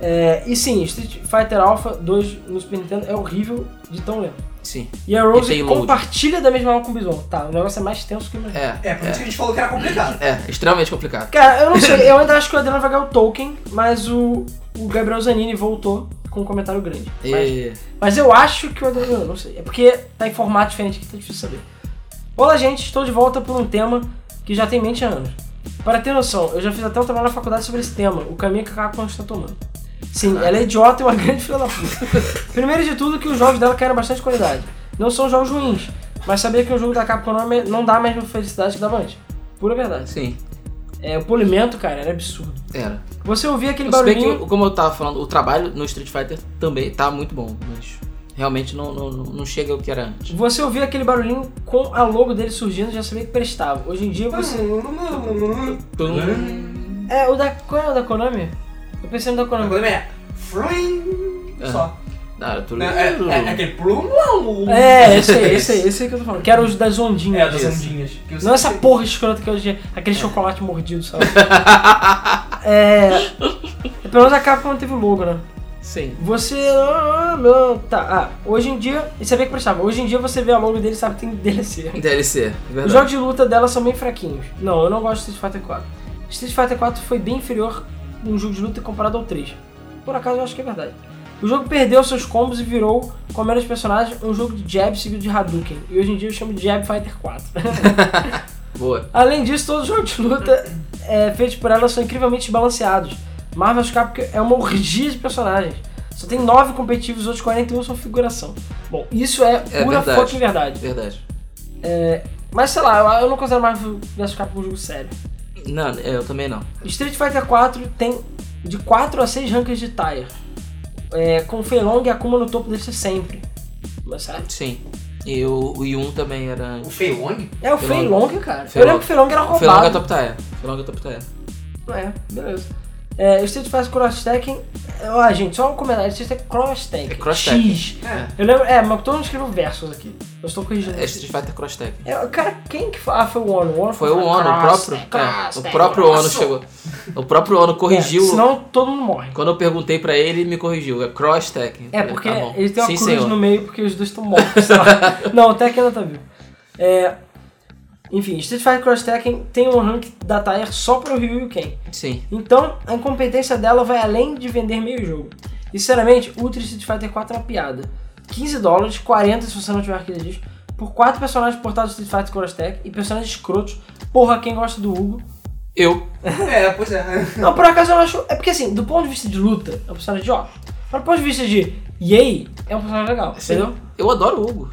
É, e sim, Street Fighter Alpha 2 no Super Nintendo é horrível de tão lento. Sim. E a Rose tem load. compartilha da mesma alma com o Bison. Tá, o negócio é mais tenso que o imagina. É, É, por isso que a gente falou que era complicado. é, extremamente complicado. Cara, eu não sei, eu ainda acho que o Adriano vai ganhar o Tolkien, mas o, o Gabriel Zanini voltou com um comentário grande. Mas, E mas eu acho que o Adriano ganhou, não sei. É porque tá em formato diferente que tá difícil saber. Olá, gente, estou de volta por um tema que já tem em mente há anos. Para ter noção, eu já fiz até um trabalho na faculdade sobre esse tema, o caminho que a Capcom está tomando. Sim, ela é idiota e uma grande filha da puta. Primeiro de tudo, que os jogos dela caíram bastante qualidade. Não são jogos ruins, mas sabia que o jogo da Capcom não, é me- não dá a mesma felicidade que dava antes. Pura verdade. sim, É, o polimento, cara, era absurdo. assim, era. Você ouvia aquele Se bem barulhinho. que, como eu tava falando, o trabalho no Street Fighter também tá muito bom, mas realmente não, não, não não chega ao que era antes. Você ouvia aquele barulhinho com a logo dele surgindo, já sabia que prestava. Hoje em dia você. É, o da. Qual é o da Konami? Eu pensei no da O Konami. problema é. Fring. É. Só. Não, era tudo. Né, É, é, é aquele plum. É, esse aí, esse aí, esse aí que eu tô falando. Que era os das ondinhas. É, das ondinhas. que eu Não essa sei- porra escrota que hoje é aquele chocolate mordido, sabe? é. Pelo menos a Capcom teve o logo, né? Sim. Você. Ah, não, tá. Ah, hoje em dia. E você vê que prestava. Hoje em dia você vê a logo dele e sabe que tem DLC. DLC, Os é verdade. jogos de luta dela são bem fraquinhos. Não, eu não gosto de Street Fighter 4. Street Fighter 4 foi bem inferior num jogo de luta comparado ao 3. Por acaso eu acho que é verdade. O jogo perdeu seus combos e virou, com menos personagens, um jogo de jab seguido de Hadouken. E hoje em dia eu chamo de Jab Fighter 4. Boa. Além disso, todos os jogos de luta é, feitos por ela são incrivelmente balanceados. Marvel's Capcom é uma orgia de personagens. Só tem 9 competitivos, os outros 41 são figuração. Bom, isso é É pura verdade. fucking verdade. Verdade. Mas sei lá, eu, eu não considero Marvel vs Capcom um jogo sério. Não, é, eu também não. Street Fighter 4 tem de 4 a 6 rankings de tire. É, com Feilong e Akuma no topo desse sempre. Mas sabe? Sim. E o, o Yun também era antes. O Feilong? É o Feilong. Feilong, cara. Eu Feilong. lembro que Feilong era O Felonga roubado. Top Tier. Felonga Top Tier. É, beleza. É, Street Fighter Cross Tekken. Ó, gente, só um comentário. Street Fighter Cross Tekken. É Cross X. É. Eu lembro. É, mas todo mundo escreveu versos aqui. Eu estou corrigindo. É Street Fighter Cross Tech. É, cara, quem que foi? Ah, foi o Ono. O Ono Foi o Ono, o Cross próprio. Tekken, é, Cross o Tekken, próprio Ono Cross- chegou. O próprio Ono corrigiu. É, senão todo mundo morre. Quando eu perguntei pra ele, ele me corrigiu. É Cross Tech. É, porque tá bom. ele tem uma Sim, cruz senhor. no meio porque os dois estão mortos. sei lá. Não, o Tekken ainda tá vivo. É, enfim, Street Fighter Cross Tekken tem um rank da Tire só para o Ryu e o Ken. Sim. Então, a incompetência dela vai além de vender meio jogo. E, sinceramente, Ultra Street Fighter 4 é uma piada. 15 dólares, 40 se você não tiver arquivo disco, por 4 personagens portados do Street Fighter Cross Tekken e personagens escrotos. Porra, quem gosta do Hugo? Eu. É, pois é. Não, por acaso eu não acho... É porque, assim, do ponto de vista de luta, é um personagem idiota. Mas do ponto de vista de Yay, é um personagem legal, entendeu? Eu adoro o Hugo.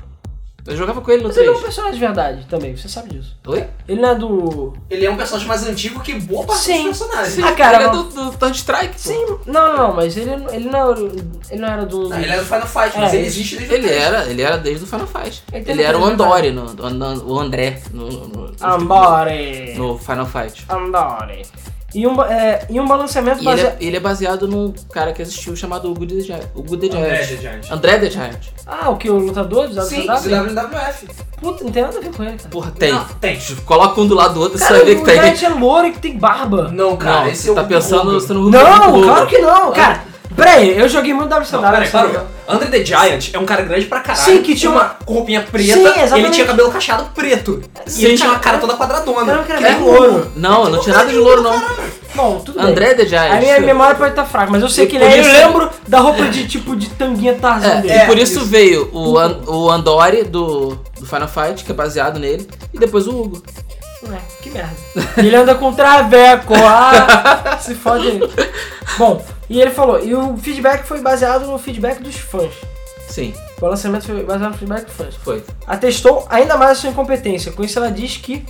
Eu jogava com ele no Mas ele é um 3. personagem de verdade também, você sabe disso. Oi? Ele não é do. Ele é um personagem mais antigo que boa parte Sim, dos personagens. Ah, cara, ele é não. do, do Third Strike. pô. Sim, não, não, não, mas ele, ele, não, era- ele não era do. Ah, Não, ele é do Final Fight, mas É, ele existe desde Ele era, ele era desde o Final Fight. Ele Ele, tem era o uma coisa Andori, no, o o André no, no, no- Ambore! no Final Fight. Andore. E um, ba- é, e um balanceamento E ele baseado. é, ele é baseado num cara que existiu chamado Hugo the Giant. Hugo the André Giant. the Giant. André the Giant. Ah, o que? O lutador do Sim, WCW? WWF. Puta, não tem nada a ver com ele, cara. Porra, tem. Não, tem. Coloca um do lado do outro e Cara, você vê que o tem. Giant é louro e que tem barba. Não, cara, não, esse você é o tá pensando Hugo. você no Não, Hugo. claro que não, cara. Peraí, eu joguei muito WCW. Não, peraí, sabe? parou. André the Giant é um cara grande pra caralho. Sim, que tinha uma- roupinha Sim, preta. exatamente. ele tinha cabelo cachado preto. Sim, e ele tinha cara. uma cara toda quadradona. Caramba, cara, Que é louro. Não, não tinha nada de louro, não. Bom, tudo bem. André The Giant. A minha memória pode estar fraca, mas eu sei que ele é. Podia Eu ser. lembro da roupa de tipo de tanguinha Tarzan dele. É, e por isso, isso. veio o, An o Andori do, do Final Fight, que é baseado nele, e depois o Hugo. Ué, que merda. Ele anda com traveco, ah, se fode aí. Bom, e ele falou, e o feedback foi baseado no feedback dos fãs. Sim, O lançamento foi baseado no feedback dos fãs. foi. Atestou ainda mais a sua incompetência, com isso ela diz que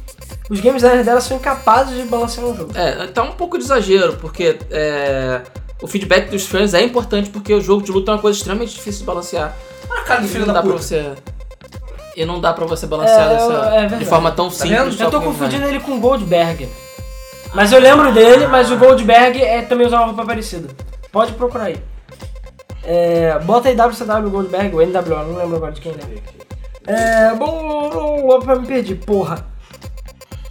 os game designers dela são incapazes de balancear um jogo. É, tá um pouco de exagero, porque é, o feedback dos fãs é importante, porque o jogo de luta é uma coisa extremamente difícil de balancear. Olha é a cara do E não filho da dá pra puta. você. E não dá pra você balancear É, dessa- é verdade. de forma tão simples. vendo? só Eu tô com- confundindo ele com o Goldberg. Mas eu lembro dele, mas o Goldberg é, também usava uma roupa parecida. Pode procurar aí. É, bota aí WCW Goldberg ou NWA, não lembro agora de quem ele é. É, bom, bom, bom, pra me perdi, porra.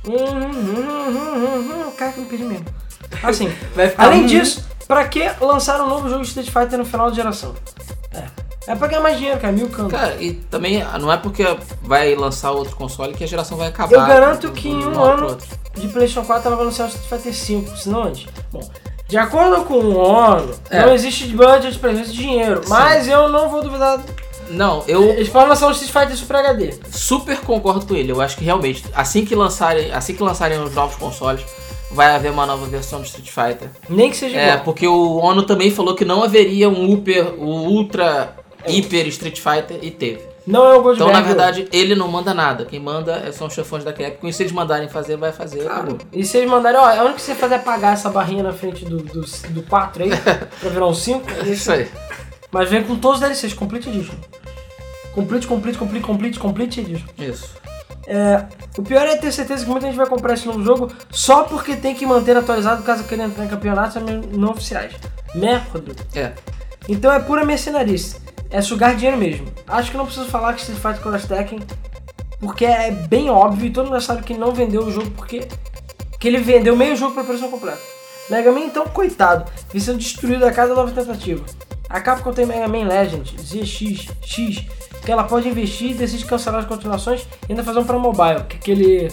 Hum, hum, hum, hum, Cara, que eu me perdi mesmo. Assim, Vai ficar além Hum. um- disso, pra que lançar um novo jogo de Street Fighter no final de geração? É, é pra ganhar mais dinheiro, cara, mil cantos. Cara, e também não é porque vai lançar outro console que a geração vai acabar. Eu garanto do- que do- em do um modo pro ano outro. de PlayStation 4 ela vai lançar o Street Fighter 5, senão antes. Bom, de acordo com o ONU, É. não existe budget pra gente dinheiro, mas eu não vou duvidar. Não, eu Eles podem lançar o Street Fighter Super HD. super concordo com ele. Eu acho que realmente, assim que lançarem, assim que lançarem os novos consoles, vai haver uma nova versão de Street Fighter. Nem que seja É, igual. porque o Ono também falou que não haveria um Uper, o Ultra Hiper Street Fighter e teve. Não é o Goldberg. Então, na hoje. verdade, ele não manda nada. Quem manda é- são os chefões da Capcom. E se eles mandarem fazer, vai fazer. Acabou. E se eles mandarem, ó, a única que você faz é apagar essa barrinha na frente do, do, do 4 aí, pra virar um 5. É isso aí. Mas vem com todos os DLCs, Complete Edition. Complete, complete, complete, complete, complete edition. Isso. É, o pior é ter certeza que muita gente vai comprar esse novo jogo só porque tem que manter atualizado caso queira entrar em campeonatos não oficiais. Merda. É. Então é pura mercenarice. É sugar dinheiro mesmo. Acho que não preciso falar que Street Fighter Cross Tekken, porque é bem óbvio e todo mundo já sabe que ele não vendeu o jogo porque que ele vendeu meio jogo para preço completo. Mega Man então, coitado, vem sendo destruído a cada nova tentativa. A Capcom tem Mega Man Legend, ZX, X, que ela pode investir e decide cancelar as continuações e ainda fazer um pra mobile, que aquele...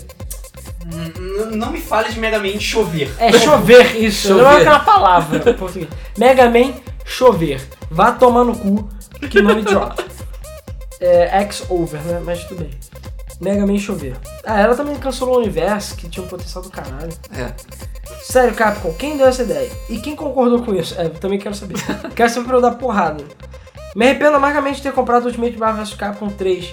N- Não me fale de Mega Man de chover. É chover, isso. Chover. Não é aquela palavra em português. Mega Man chover. Vá tomar no cu, que nome idiota. É X-Over, né? Mas tudo bem. Mega Man chover. Ah, ela também cancelou o universo, que tinha um potencial do caralho. É. Sério, Capcom, quem deu essa ideia? E quem concordou com isso? É, eu também quero saber. quero saber pra eu dar porrada. Me arrependo amargamente de ter comprado Ultimate Marvel vs Capcom 3.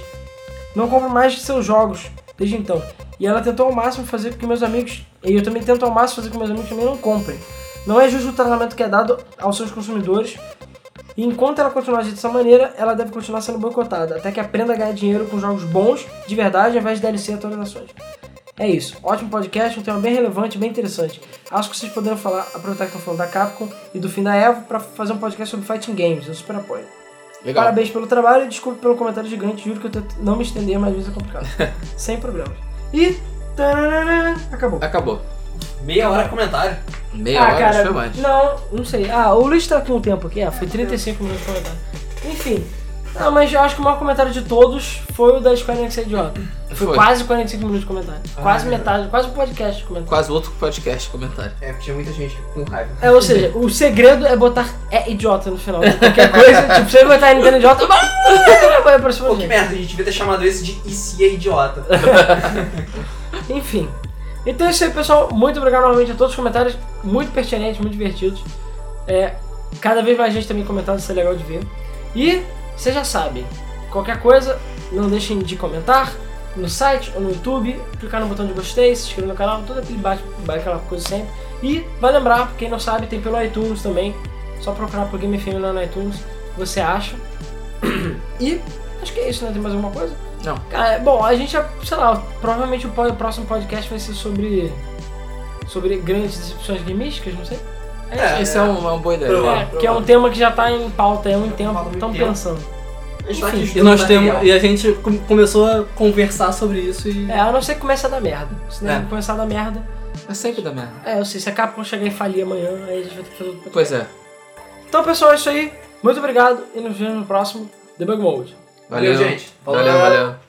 Não compro mais de seus jogos desde então. E ela tentou ao máximo fazer com que meus amigos. E eu também tento ao máximo fazer com que meus amigos também não comprem. Não é justo o tratamento que é dado aos seus consumidores. E enquanto ela continuar agindo dessa maneira, ela deve continuar sendo boicotada, até que aprenda a ganhar dinheiro com jogos bons, de verdade, ao invés de DLC e atualizações. É isso. Ótimo podcast, um tema bem relevante, bem interessante. Acho que vocês poderiam falar, aproveitar que estão falando da Capcom e do fim da Evo para fazer um podcast sobre fighting games. Eu super apoio. Legal. Parabéns pelo trabalho e desculpe pelo comentário gigante. Juro que eu tento não me estender, mas às vezes é complicado. Sem problemas. E... Tananana, acabou. Ah, Acabou. Meia hora de comentário. Meia hora, acho que foi mais. Não, não sei. Ah, o Luiz tá com o tempo aqui. Ah, foi 35 minutos de comentário. Enfim. Ah, mas eu acho que o maior comentário de todos foi o da Square Enix Idiota. Foi, Foi. Ah, é. quase 45 minutos de comentário. Quase metade, quase um podcast de comentário. Quase outro podcast comentário. É, tinha muita gente com raiva. É, ou seja, o segredo é botar é idiota no final. Qualquer coisa, tipo, se você botar Nintendo idiota, vai aproximar Pô, a que gente. merda, a gente devia ter chamado esse de IC é idiota. Enfim. Então é isso aí, pessoal. Muito obrigado novamente a todos os comentários. Muito pertinentes, muito divertidos. É, cada vez mais gente também comentando, isso é legal de ver. E vocês já sabem, qualquer coisa, não deixem de comentar no site ou no YouTube, clicar no botão de gostei, se inscrever no canal, tudo aquele bate, bate aquela coisa sempre. E vai lembrar, quem não sabe, tem pelo iTunes também. Só procurar por Game FM lá no iTunes, você acha. E acho que é isso, né? Tem mais alguma coisa? Não. Cara, é- bom, a gente, já- sei lá, provavelmente o po- o próximo podcast vai ser sobre. sobre grandes decepções gamísticas, não sei. É, Isso é, uma, uma boa ideia. Pro- É, que é um tema que já tá em pauta há um tempo, estão pensando. A gente tá aqui E estudando nós material. temos. E a gente com- começou a conversar sobre isso e. É, a não ser que comece a dar merda. Se não É. começar a dar merda, É sempre da merda. é, eu sei, se a Capcom chegar em falir amanhã, aí a gente vai ter que fazer outro podcast. Pois é. Então Então, pessoal, é isso aí. Muito obrigado e nos vemos no próximo Debug Mode. Valeu, gente. Valeu, valeu.